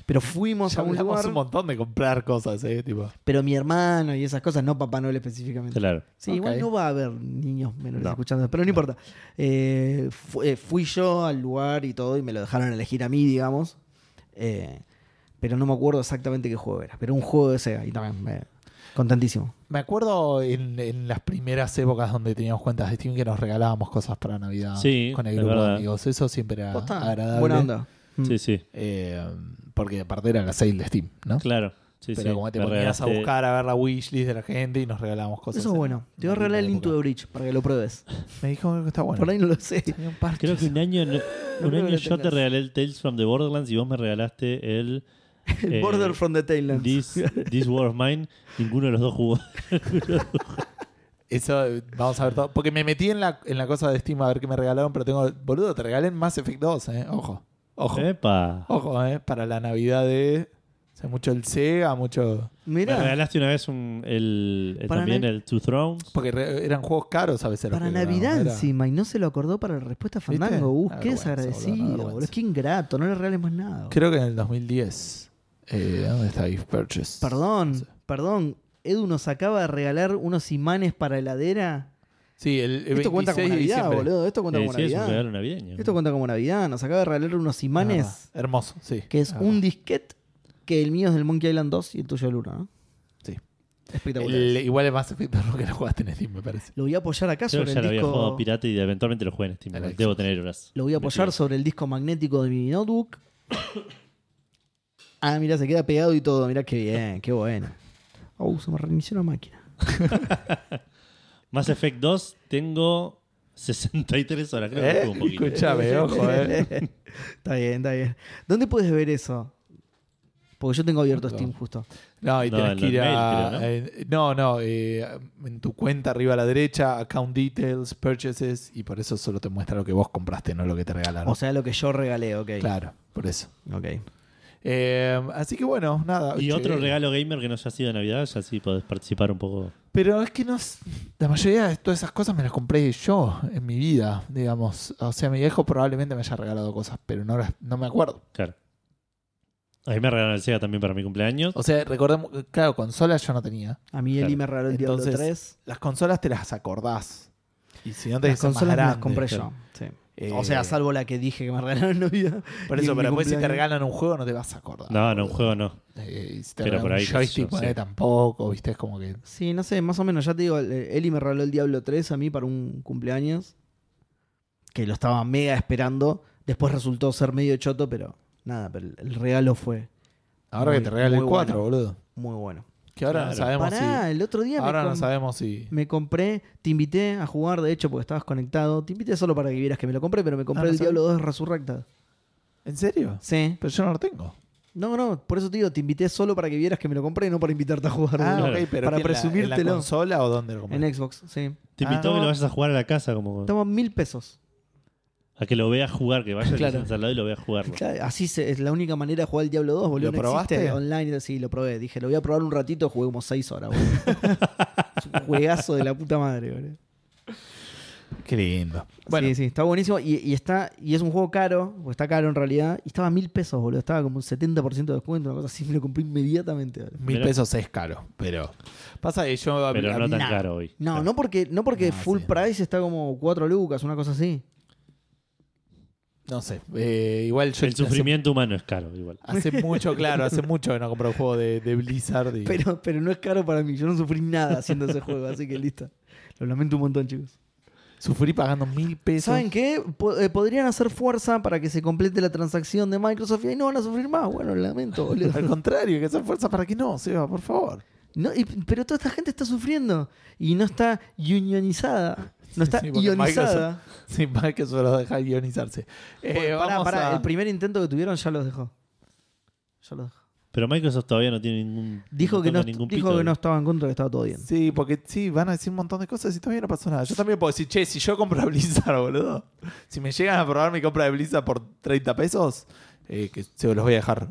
Speaker 1: Pero fuimos
Speaker 2: Ya
Speaker 1: a un
Speaker 2: hablamos
Speaker 1: lugar.
Speaker 2: un montón de comprar cosas, ¿eh? Tipo.
Speaker 1: Pero mi hermano y esas cosas, no Papá Noel específicamente.
Speaker 3: Claro.
Speaker 1: Sí,
Speaker 2: Ok.
Speaker 1: igual no va a haber niños menores
Speaker 3: No.
Speaker 1: escuchando, pero no importa. Eh, fu- eh, fui yo al lugar y todo, y me lo dejaron elegir a mí, digamos. Eh, pero no me acuerdo exactamente qué juego era. Pero un juego de Sega, y también me- contentísimo.
Speaker 2: Me acuerdo en, en las primeras épocas donde teníamos cuentas de Steam que nos regalábamos cosas para Navidad
Speaker 3: Sí,
Speaker 2: con el
Speaker 3: es
Speaker 2: grupo de
Speaker 3: verdad.
Speaker 2: amigos. Eso siempre era
Speaker 1: Posta,
Speaker 2: Ah, agradable.
Speaker 1: Buena onda. Mm.
Speaker 3: Sí, sí.
Speaker 2: Eh, porque aparte era la sale de Steam, ¿no?
Speaker 3: Claro. Sí,
Speaker 2: Pero
Speaker 3: sí.
Speaker 2: como te
Speaker 3: Me
Speaker 2: ponías a
Speaker 3: regalaste-
Speaker 2: buscar a ver la wishlist de la gente y nos regalábamos cosas.
Speaker 1: Eso es
Speaker 2: en-
Speaker 1: bueno. Te voy a
Speaker 2: en
Speaker 1: regalar el
Speaker 2: aquella
Speaker 1: Into the
Speaker 2: época.
Speaker 1: Bridge para que lo pruebes.
Speaker 2: Me dijo que está bueno.
Speaker 1: Por ahí no lo sé.
Speaker 2: Tenía un parche.
Speaker 3: Creo que un año, no- un
Speaker 1: creo que
Speaker 3: año
Speaker 1: lo
Speaker 3: yo te
Speaker 1: tengas.
Speaker 3: regalé el Tales from the Borderlands y vos me regalaste el
Speaker 1: El
Speaker 3: Eh,
Speaker 1: Border from the Taillands.
Speaker 3: This, This War of Mine. Ninguno de los dos jugó.
Speaker 2: Eso eh, vamos a ver todo. Porque me metí en la, en la cosa de Steam a ver qué me regalaron, pero tengo. Boludo, te regalen Mass Effect 2, ¿eh? Ojo.
Speaker 1: Oh,
Speaker 2: Ojo.
Speaker 3: Epa.
Speaker 2: Ojo, ¿eh? Para la Navidad de. O sea, mucho el Sega, mucho.
Speaker 1: Mirá,
Speaker 3: Me regalaste una vez un- el, el-
Speaker 1: Para
Speaker 3: también
Speaker 1: mí-
Speaker 3: el Two Thrones.
Speaker 2: Porque re- eran juegos caros a veces. los
Speaker 1: para
Speaker 2: que regalaban,
Speaker 1: Navidad
Speaker 2: era-
Speaker 1: encima, y no se lo acordó para la respuesta a
Speaker 2: ¿Viste?
Speaker 1: Fandango. Uh,
Speaker 2: Una
Speaker 1: qué
Speaker 2: vergüenza, boludo, una
Speaker 1: desagradecido, boludo.
Speaker 2: vergüenza.
Speaker 1: Es que ingrato, no le regales más nada.
Speaker 2: Creo que en el 2010. Eh, ¿Dónde está If Purchase?
Speaker 1: Perdón,
Speaker 2: Sí.
Speaker 1: perdón. Edu nos acaba de regalar unos imanes para heladera.
Speaker 2: Sí, el, el
Speaker 1: Esto cuenta como
Speaker 2: 26 de
Speaker 1: Navidad,
Speaker 2: diciembre.
Speaker 1: boludo. Esto cuenta
Speaker 3: Eh,
Speaker 1: como
Speaker 3: sí, es un
Speaker 1: Navidad.
Speaker 3: regalo navideño.
Speaker 1: Esto cuenta como Navidad. Nos acaba de regalar unos
Speaker 2: Ah,
Speaker 1: imanes,
Speaker 2: hermoso, sí.
Speaker 1: que es
Speaker 2: Ah,
Speaker 1: un disquete, que el mío es del Monkey Island 2 y el tuyo el 1, ¿no?
Speaker 2: Sí.
Speaker 1: Espectacular.
Speaker 2: el- igual es más Effect 2 que lo jugaste en Steam, me parece.
Speaker 1: Lo voy a apoyar acá
Speaker 3: Creo
Speaker 1: sobre
Speaker 3: que ya
Speaker 1: el
Speaker 3: lo había jugado
Speaker 1: disco.
Speaker 3: pirata y eventualmente lo jugué en Steam.
Speaker 2: En el
Speaker 3: Debo tener horas.
Speaker 1: Lo voy a apoyar
Speaker 3: metidas.
Speaker 1: sobre el disco magnético de mi notebook. Ah, mira, se queda pegado y todo. Mira qué bien, qué bueno. Oh, se me reinició la máquina.
Speaker 3: Mass Effect 2 tengo 63 horas. Creo que
Speaker 2: ¿Eh?
Speaker 3: jugué un poquito.
Speaker 2: Escuchame, ojo, ¿eh?
Speaker 1: está bien, está bien. ¿Dónde puedes ver eso? Porque yo tengo abierto
Speaker 2: No.
Speaker 1: Steam justo.
Speaker 2: No, y
Speaker 3: No,
Speaker 2: tenés
Speaker 3: en
Speaker 2: que ir
Speaker 3: los
Speaker 2: a.
Speaker 3: mail,
Speaker 2: eh, no, no, eh, en tu cuenta arriba a la derecha, account details, purchases, y por eso solo te muestra lo que vos compraste, no lo que te regalaron.
Speaker 1: O sea, lo que yo regalé, ok.
Speaker 2: claro, por eso.
Speaker 1: Ok.
Speaker 2: Eh, así que bueno, nada.
Speaker 3: Y
Speaker 2: che,
Speaker 3: otro regalo gamer que no haya sido de Navidad, ya sí podés participar un poco.
Speaker 2: Pero es que no. s- La mayoría de todas esas cosas me las compré yo en mi vida, digamos. O sea, mi viejo probablemente me haya regalado cosas, pero no, las- no me acuerdo.
Speaker 3: Claro. A mí me regalaron el Sega también para mi cumpleaños.
Speaker 2: O sea, recordemos, claro, consolas yo no tenía.
Speaker 1: A mí Eli
Speaker 3: Claro.
Speaker 1: me regaló el Diablo
Speaker 2: Entonces,
Speaker 1: 3.
Speaker 2: Las consolas te las acordás. Y si no te
Speaker 1: Las consolas me las compré yo. sí.
Speaker 2: Eh,
Speaker 1: O sea, salvo la que dije que me regalaron en Navidad.
Speaker 2: Por
Speaker 1: Y
Speaker 2: eso,
Speaker 1: en
Speaker 2: pero
Speaker 1: mi
Speaker 2: después si te
Speaker 1: cumpleaños.
Speaker 2: regalan un juego no te vas a acordar.
Speaker 3: No, no, un juego no.
Speaker 2: Eh, y si te
Speaker 3: Pero
Speaker 2: regalan
Speaker 3: por ahí,
Speaker 2: un
Speaker 3: qué sé
Speaker 2: joystick,
Speaker 3: yo,
Speaker 2: ponele,
Speaker 3: sí.
Speaker 2: tampoco, viste, es como que.
Speaker 1: Sí, no sé, más o menos. Ya te digo, eh, Eli me regaló el Diablo 3 a mí para un cumpleaños. Que lo estaba mega esperando. Después resultó ser medio choto, pero nada, pero el- el regalo fue
Speaker 2: Ahora
Speaker 1: Muy-
Speaker 2: que te regalen el
Speaker 1: muy
Speaker 2: 4,
Speaker 1: bueno.
Speaker 2: boludo.
Speaker 1: muy bueno.
Speaker 2: Que ahora no
Speaker 3: Claro.
Speaker 2: sabemos
Speaker 1: Pará, el otro
Speaker 2: si.
Speaker 1: día
Speaker 2: Ahora
Speaker 1: me,
Speaker 2: no
Speaker 1: com-
Speaker 2: sabemos si.
Speaker 1: me compré, te invité a jugar, de hecho, porque estabas conectado. Te invité solo para que vieras que me lo compré, pero me compré
Speaker 2: Ah, no
Speaker 1: el
Speaker 2: sabía.
Speaker 1: Diablo 2 Resurrected.
Speaker 2: ¿En serio?
Speaker 1: Sí.
Speaker 2: Pero yo no lo tengo.
Speaker 1: No, no, por eso te digo, te invité solo para que vieras que me lo compré, no para invitarte a jugar.
Speaker 2: Ah,
Speaker 1: boludo.
Speaker 3: Claro.
Speaker 1: Para
Speaker 2: pero ¿qué, en la- ¿En la
Speaker 1: presumírtelo.
Speaker 2: consola o dónde lo compraste?
Speaker 1: En Xbox, sí.
Speaker 3: Te invitó
Speaker 2: Ah,
Speaker 3: a que
Speaker 2: no.
Speaker 3: lo vayas a jugar a la casa, como
Speaker 1: Estaba mil pesos.
Speaker 3: a que lo veas jugar, que vayas
Speaker 1: Claro.
Speaker 3: al lado y lo veas jugarlo.
Speaker 1: Claro, así se- es la única manera de jugar el Diablo 2, boludo.
Speaker 2: ¿Lo
Speaker 1: no existe
Speaker 2: probaste?
Speaker 1: online, sí, lo probé. Dije, lo voy a probar un ratito, jugué como 6 horas, boludo. es un juegazo de la puta madre, boludo.
Speaker 2: Qué lindo. Bueno,
Speaker 1: Sí, sí, está buenísimo. Y, y está, y es un juego caro, porque está caro en realidad. Y estaba a mil pesos, boludo. Estaba como un 70% de descuento, una cosa así. Me lo compré inmediatamente. boludo.
Speaker 2: mil
Speaker 3: Pero-
Speaker 2: pesos es caro, pero. Pasa que yo. a-
Speaker 3: Pero
Speaker 2: a
Speaker 3: no
Speaker 2: mí-
Speaker 3: tan
Speaker 1: Nah.
Speaker 3: caro hoy.
Speaker 1: No, no porque, no porque
Speaker 2: Ah,
Speaker 1: full
Speaker 2: sí.
Speaker 1: price está como 4 lucas, una cosa así.
Speaker 2: no sé. eh, igual yo.
Speaker 3: El sufrimiento humano es caro igual.
Speaker 2: Hace, hace mucho, claro, hace mucho que no compro un juego de, de Blizzard. y-
Speaker 1: Pero, pero no es caro para mí. Yo no sufrí nada haciendo ese juego, así que listo. Lo lamento un montón, chicos.
Speaker 2: Sufrí pagando mil pesos.
Speaker 1: ¿Saben qué? Po- eh, podrían hacer fuerza para que se complete la transacción de Microsoft y ahí no van a sufrir más. Bueno, lo lamento, boludo.
Speaker 2: Al contrario, que son fuerzas para que no, Seba, por favor.
Speaker 1: No, y- pero toda esta gente está sufriendo y no está unionizada. No está
Speaker 2: Sí, porque
Speaker 1: ionizada.
Speaker 2: Sí, para que solo deja guionizarse. Eh,
Speaker 1: Bueno, pará,
Speaker 2: vamos
Speaker 1: pará,
Speaker 2: a-
Speaker 1: El primer intento que tuvieron ya los dejó. Ya los dejó.
Speaker 3: Pero Microsoft todavía no tiene ningún.
Speaker 1: Dijo, que,
Speaker 3: toca
Speaker 1: no,
Speaker 3: ningún
Speaker 1: dijo
Speaker 3: pito
Speaker 1: que
Speaker 3: de-
Speaker 1: no estaba en contra, que estaba todo bien.
Speaker 2: Sí, porque sí, van a decir un montón de cosas y todavía no pasó nada. Yo también puedo decir, che, si yo compro a Blizzard, boludo, si me llegan a probar mi compra de Blizzard por 30 pesos, eh, que se los voy a dejar.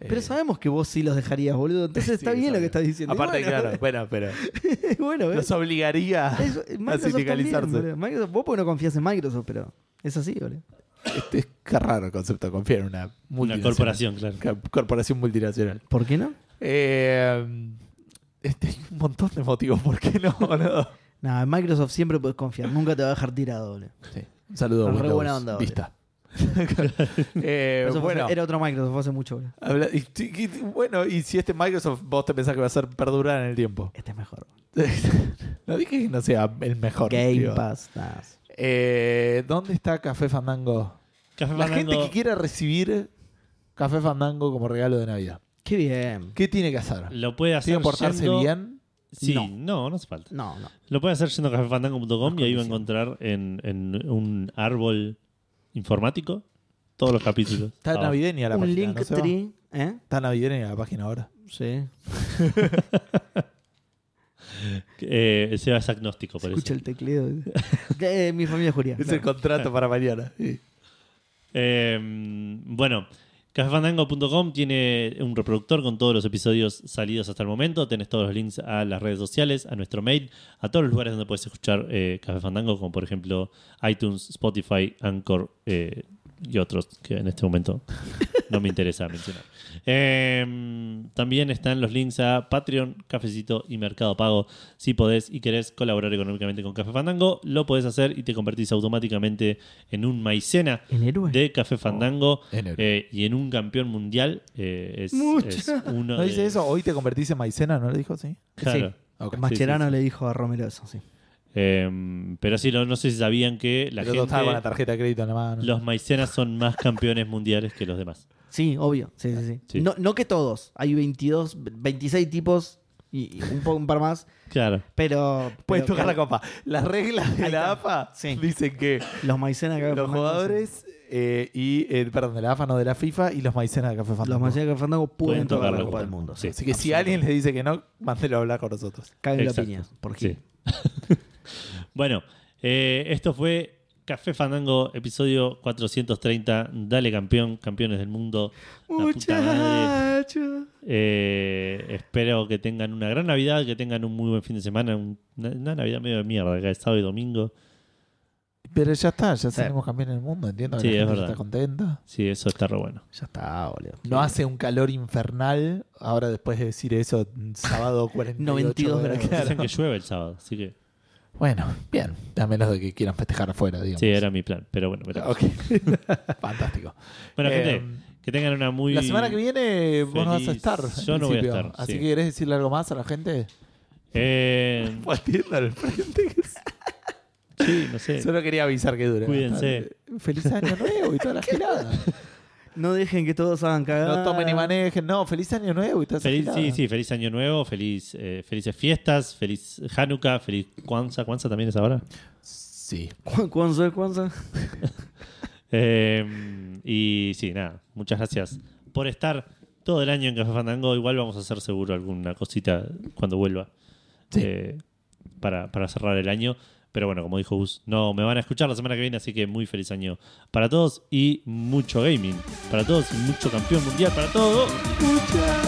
Speaker 2: Eh,
Speaker 1: Pero sabemos que vos sí los dejarías, boludo. Entonces
Speaker 2: sí,
Speaker 1: está bien lo
Speaker 2: sabía.
Speaker 1: que estás diciendo. Y
Speaker 2: Aparte,
Speaker 1: bueno,
Speaker 2: claro, bueno, pero
Speaker 1: bueno, ¿ves?
Speaker 2: los obligaría
Speaker 1: Eso-
Speaker 2: a
Speaker 1: Microsoft también,
Speaker 2: sindicalizarse.
Speaker 1: boludo. Microsoft- vos porque no confías en Microsoft, pero es así, boludo.
Speaker 2: Este es qué raro el concepto, confiar en una
Speaker 3: Una
Speaker 2: multinacional.
Speaker 3: corporación, claro.
Speaker 2: Ca- Corporación multinacional.
Speaker 1: ¿Por qué no?
Speaker 2: Eh, este, hay un montón de motivos, ¿por qué no, boludo?
Speaker 1: Nada, en Microsoft siempre puedes confiar. Nunca te va a dejar tirado, boludo.
Speaker 2: Sí. Un saludo a
Speaker 1: Re
Speaker 2: Windows
Speaker 1: buena onda, boludo.
Speaker 2: Vista. Eh,
Speaker 1: Eso fue hace-
Speaker 2: bueno,
Speaker 1: Era otro Microsoft fue hace mucho, boludo.
Speaker 2: habla- y, ti- y- bueno, y si este Microsoft vos te pensás que va a ser perdurar en el tiempo.
Speaker 1: Este es mejor.
Speaker 2: no dije que no sea el mejor.
Speaker 1: Game
Speaker 2: digo.
Speaker 1: Pass. nada.
Speaker 2: Eh, ¿Dónde está Café Fandango?
Speaker 3: Café
Speaker 2: La gente
Speaker 3: Fandango-
Speaker 2: que quiera recibir Café Fandango como regalo de Navidad.
Speaker 1: Qué bien.
Speaker 2: ¿Qué tiene que hacer?
Speaker 3: Lo puede hacer.
Speaker 2: ¿Tiene que portarse
Speaker 3: yendo-
Speaker 2: bien?
Speaker 3: Sí,
Speaker 1: No.
Speaker 3: no. no, hace falta.
Speaker 1: No, no.
Speaker 3: Lo puede hacer yendo a cafefandango.com y ahí va
Speaker 1: condiciones.
Speaker 3: a encontrar en, en un árbol informático todos los capítulos.
Speaker 2: Está
Speaker 3: Ah,
Speaker 2: navideña la
Speaker 1: Un
Speaker 2: página.
Speaker 1: link
Speaker 2: ¿no, Seba?
Speaker 1: tree, ¿eh?
Speaker 2: Está navideña la página ahora.
Speaker 1: Sí.
Speaker 3: eh, Seba es agnóstico, por
Speaker 1: Escucha
Speaker 3: eso.
Speaker 1: el tecleo. Eh, mi familia juría.
Speaker 2: Es el contrato para mañana. sí.
Speaker 3: Eh, bueno, cafefandango.com tiene un reproductor con todos los episodios salidos hasta el momento. Tenés todos los links a las redes sociales, a nuestro mail, a todos los lugares donde puedes escuchar eh, Café Fandango, como por ejemplo iTunes, Spotify, Anchor eh, y otros que en este momento no me interesa mencionar. Eh, también están los links a Patreon, Cafecito y Mercado Pago. Si podés y querés colaborar económicamente con Café Fandango, lo podés hacer y te convertís automáticamente en un maicena
Speaker 1: En héroe.
Speaker 3: de Café Fandango
Speaker 2: en el-
Speaker 3: eh, y en un campeón mundial eh, es,
Speaker 1: Mucha.
Speaker 3: es uno
Speaker 2: ¿No dice
Speaker 3: de-
Speaker 2: eso? Hoy te convertís en maicena, ¿no lo dijo? Sí.
Speaker 3: Claro.
Speaker 1: Sí.
Speaker 2: Ok.
Speaker 1: Mascherano
Speaker 3: Sí, sí,
Speaker 1: le dijo a Romero eso, sí.
Speaker 3: Eh, pero sí, no, no sé si sabían que la
Speaker 2: Pero todo estaba con la
Speaker 3: gente,
Speaker 2: tarjeta de crédito en la mano.
Speaker 3: los maicenas son más campeones mundiales que los demás.
Speaker 1: Sí, obvio. Sí, sí, sí.
Speaker 3: Sí.
Speaker 1: No, no que todos. Hay 22, 26 tipos y, y un, po- un par más,
Speaker 3: Claro.
Speaker 1: pero...
Speaker 2: Puedes
Speaker 1: pero-
Speaker 2: tocar la copa. Las reglas de
Speaker 1: Ahí está.
Speaker 2: la AFA
Speaker 1: Sí.
Speaker 2: dicen que
Speaker 1: Los maicenas que
Speaker 2: los jugadores eh, y eh, perdón, de la AFA, no de la FIFA y los maicenas de Café Fandango.
Speaker 1: Los maicenas que Fandango pueden
Speaker 3: Pueden
Speaker 1: tocar la
Speaker 3: tocar la
Speaker 1: Copa
Speaker 3: Copa.
Speaker 1: del Mundo.
Speaker 3: Sí.
Speaker 2: Así que si alguien les dice que no, mándelo a hablar con nosotros.
Speaker 1: Caen la
Speaker 3: Exacto.
Speaker 1: piña. Por
Speaker 3: Sí.
Speaker 1: qué?
Speaker 3: bueno, eh, esto fue Café Fandango, episodio 430. Dale campeón, campeones del mundo. La puta madre.
Speaker 1: Muchachos.
Speaker 3: Eh, espero que tengan una gran Navidad, que tengan un muy buen fin de semana. un- una, una Navidad medio de mierda, acá es sábado y domingo.
Speaker 2: Pero ya está, ya salimos cambiando el mundo, entiendo que
Speaker 3: Sí,
Speaker 2: la
Speaker 3: es
Speaker 2: gente ya
Speaker 3: verdad.
Speaker 2: está contenta.
Speaker 3: Sí, eso está re bueno.
Speaker 1: Ya está, boludo.
Speaker 2: No hace un calor infernal. Ahora después de decir eso, sábado 48
Speaker 1: 92 grados.
Speaker 2: claro.
Speaker 3: Dicen que llueve el sábado, así que
Speaker 2: Bueno, bien. A menos de que quieran festejar afuera, digamos. Ah,
Speaker 3: sí, era mi plan. Pero bueno, veremos.
Speaker 2: Ok. Fantástico.
Speaker 3: bueno,
Speaker 2: Eh,
Speaker 3: gente, que tengan una muy.
Speaker 2: La semana que viene vos no vas a
Speaker 3: feliz.
Speaker 2: estar. en
Speaker 3: Yo no voy a
Speaker 2: principio.
Speaker 3: estar,
Speaker 2: Así
Speaker 3: sí.
Speaker 2: que querés decirle algo más a la gente.
Speaker 3: Eh,
Speaker 2: Partiendo al frente.
Speaker 3: sí, no sé.
Speaker 2: Solo quería avisar que dure.
Speaker 3: Cuídense.
Speaker 2: Feliz año nuevo y todas las giladas.
Speaker 1: No dejen que todos hagan cagada.
Speaker 2: No tomen y manejen. No, feliz año nuevo y todas esas
Speaker 3: Feliz, sí,
Speaker 2: giladas.
Speaker 3: sí, feliz año nuevo, feliz, eh, felices fiestas, feliz Hanukkah, feliz Kwanzaa. ¿Kwanzaa también es ahora?
Speaker 2: Sí.
Speaker 1: ¿Cuán- ¿Cuánzo es cuánzo?
Speaker 3: Eh, y sí, nada, muchas gracias por estar todo el año en Café Fandango. Igual vamos a hacer seguro alguna cosita cuando vuelva
Speaker 2: Sí.
Speaker 3: eh, para, para cerrar el año. Pero bueno, como dijo Gus, no me van a escuchar la semana que viene, así que muy feliz año para todos y mucho gaming para todos y mucho campeón mundial para todos.
Speaker 2: Muchas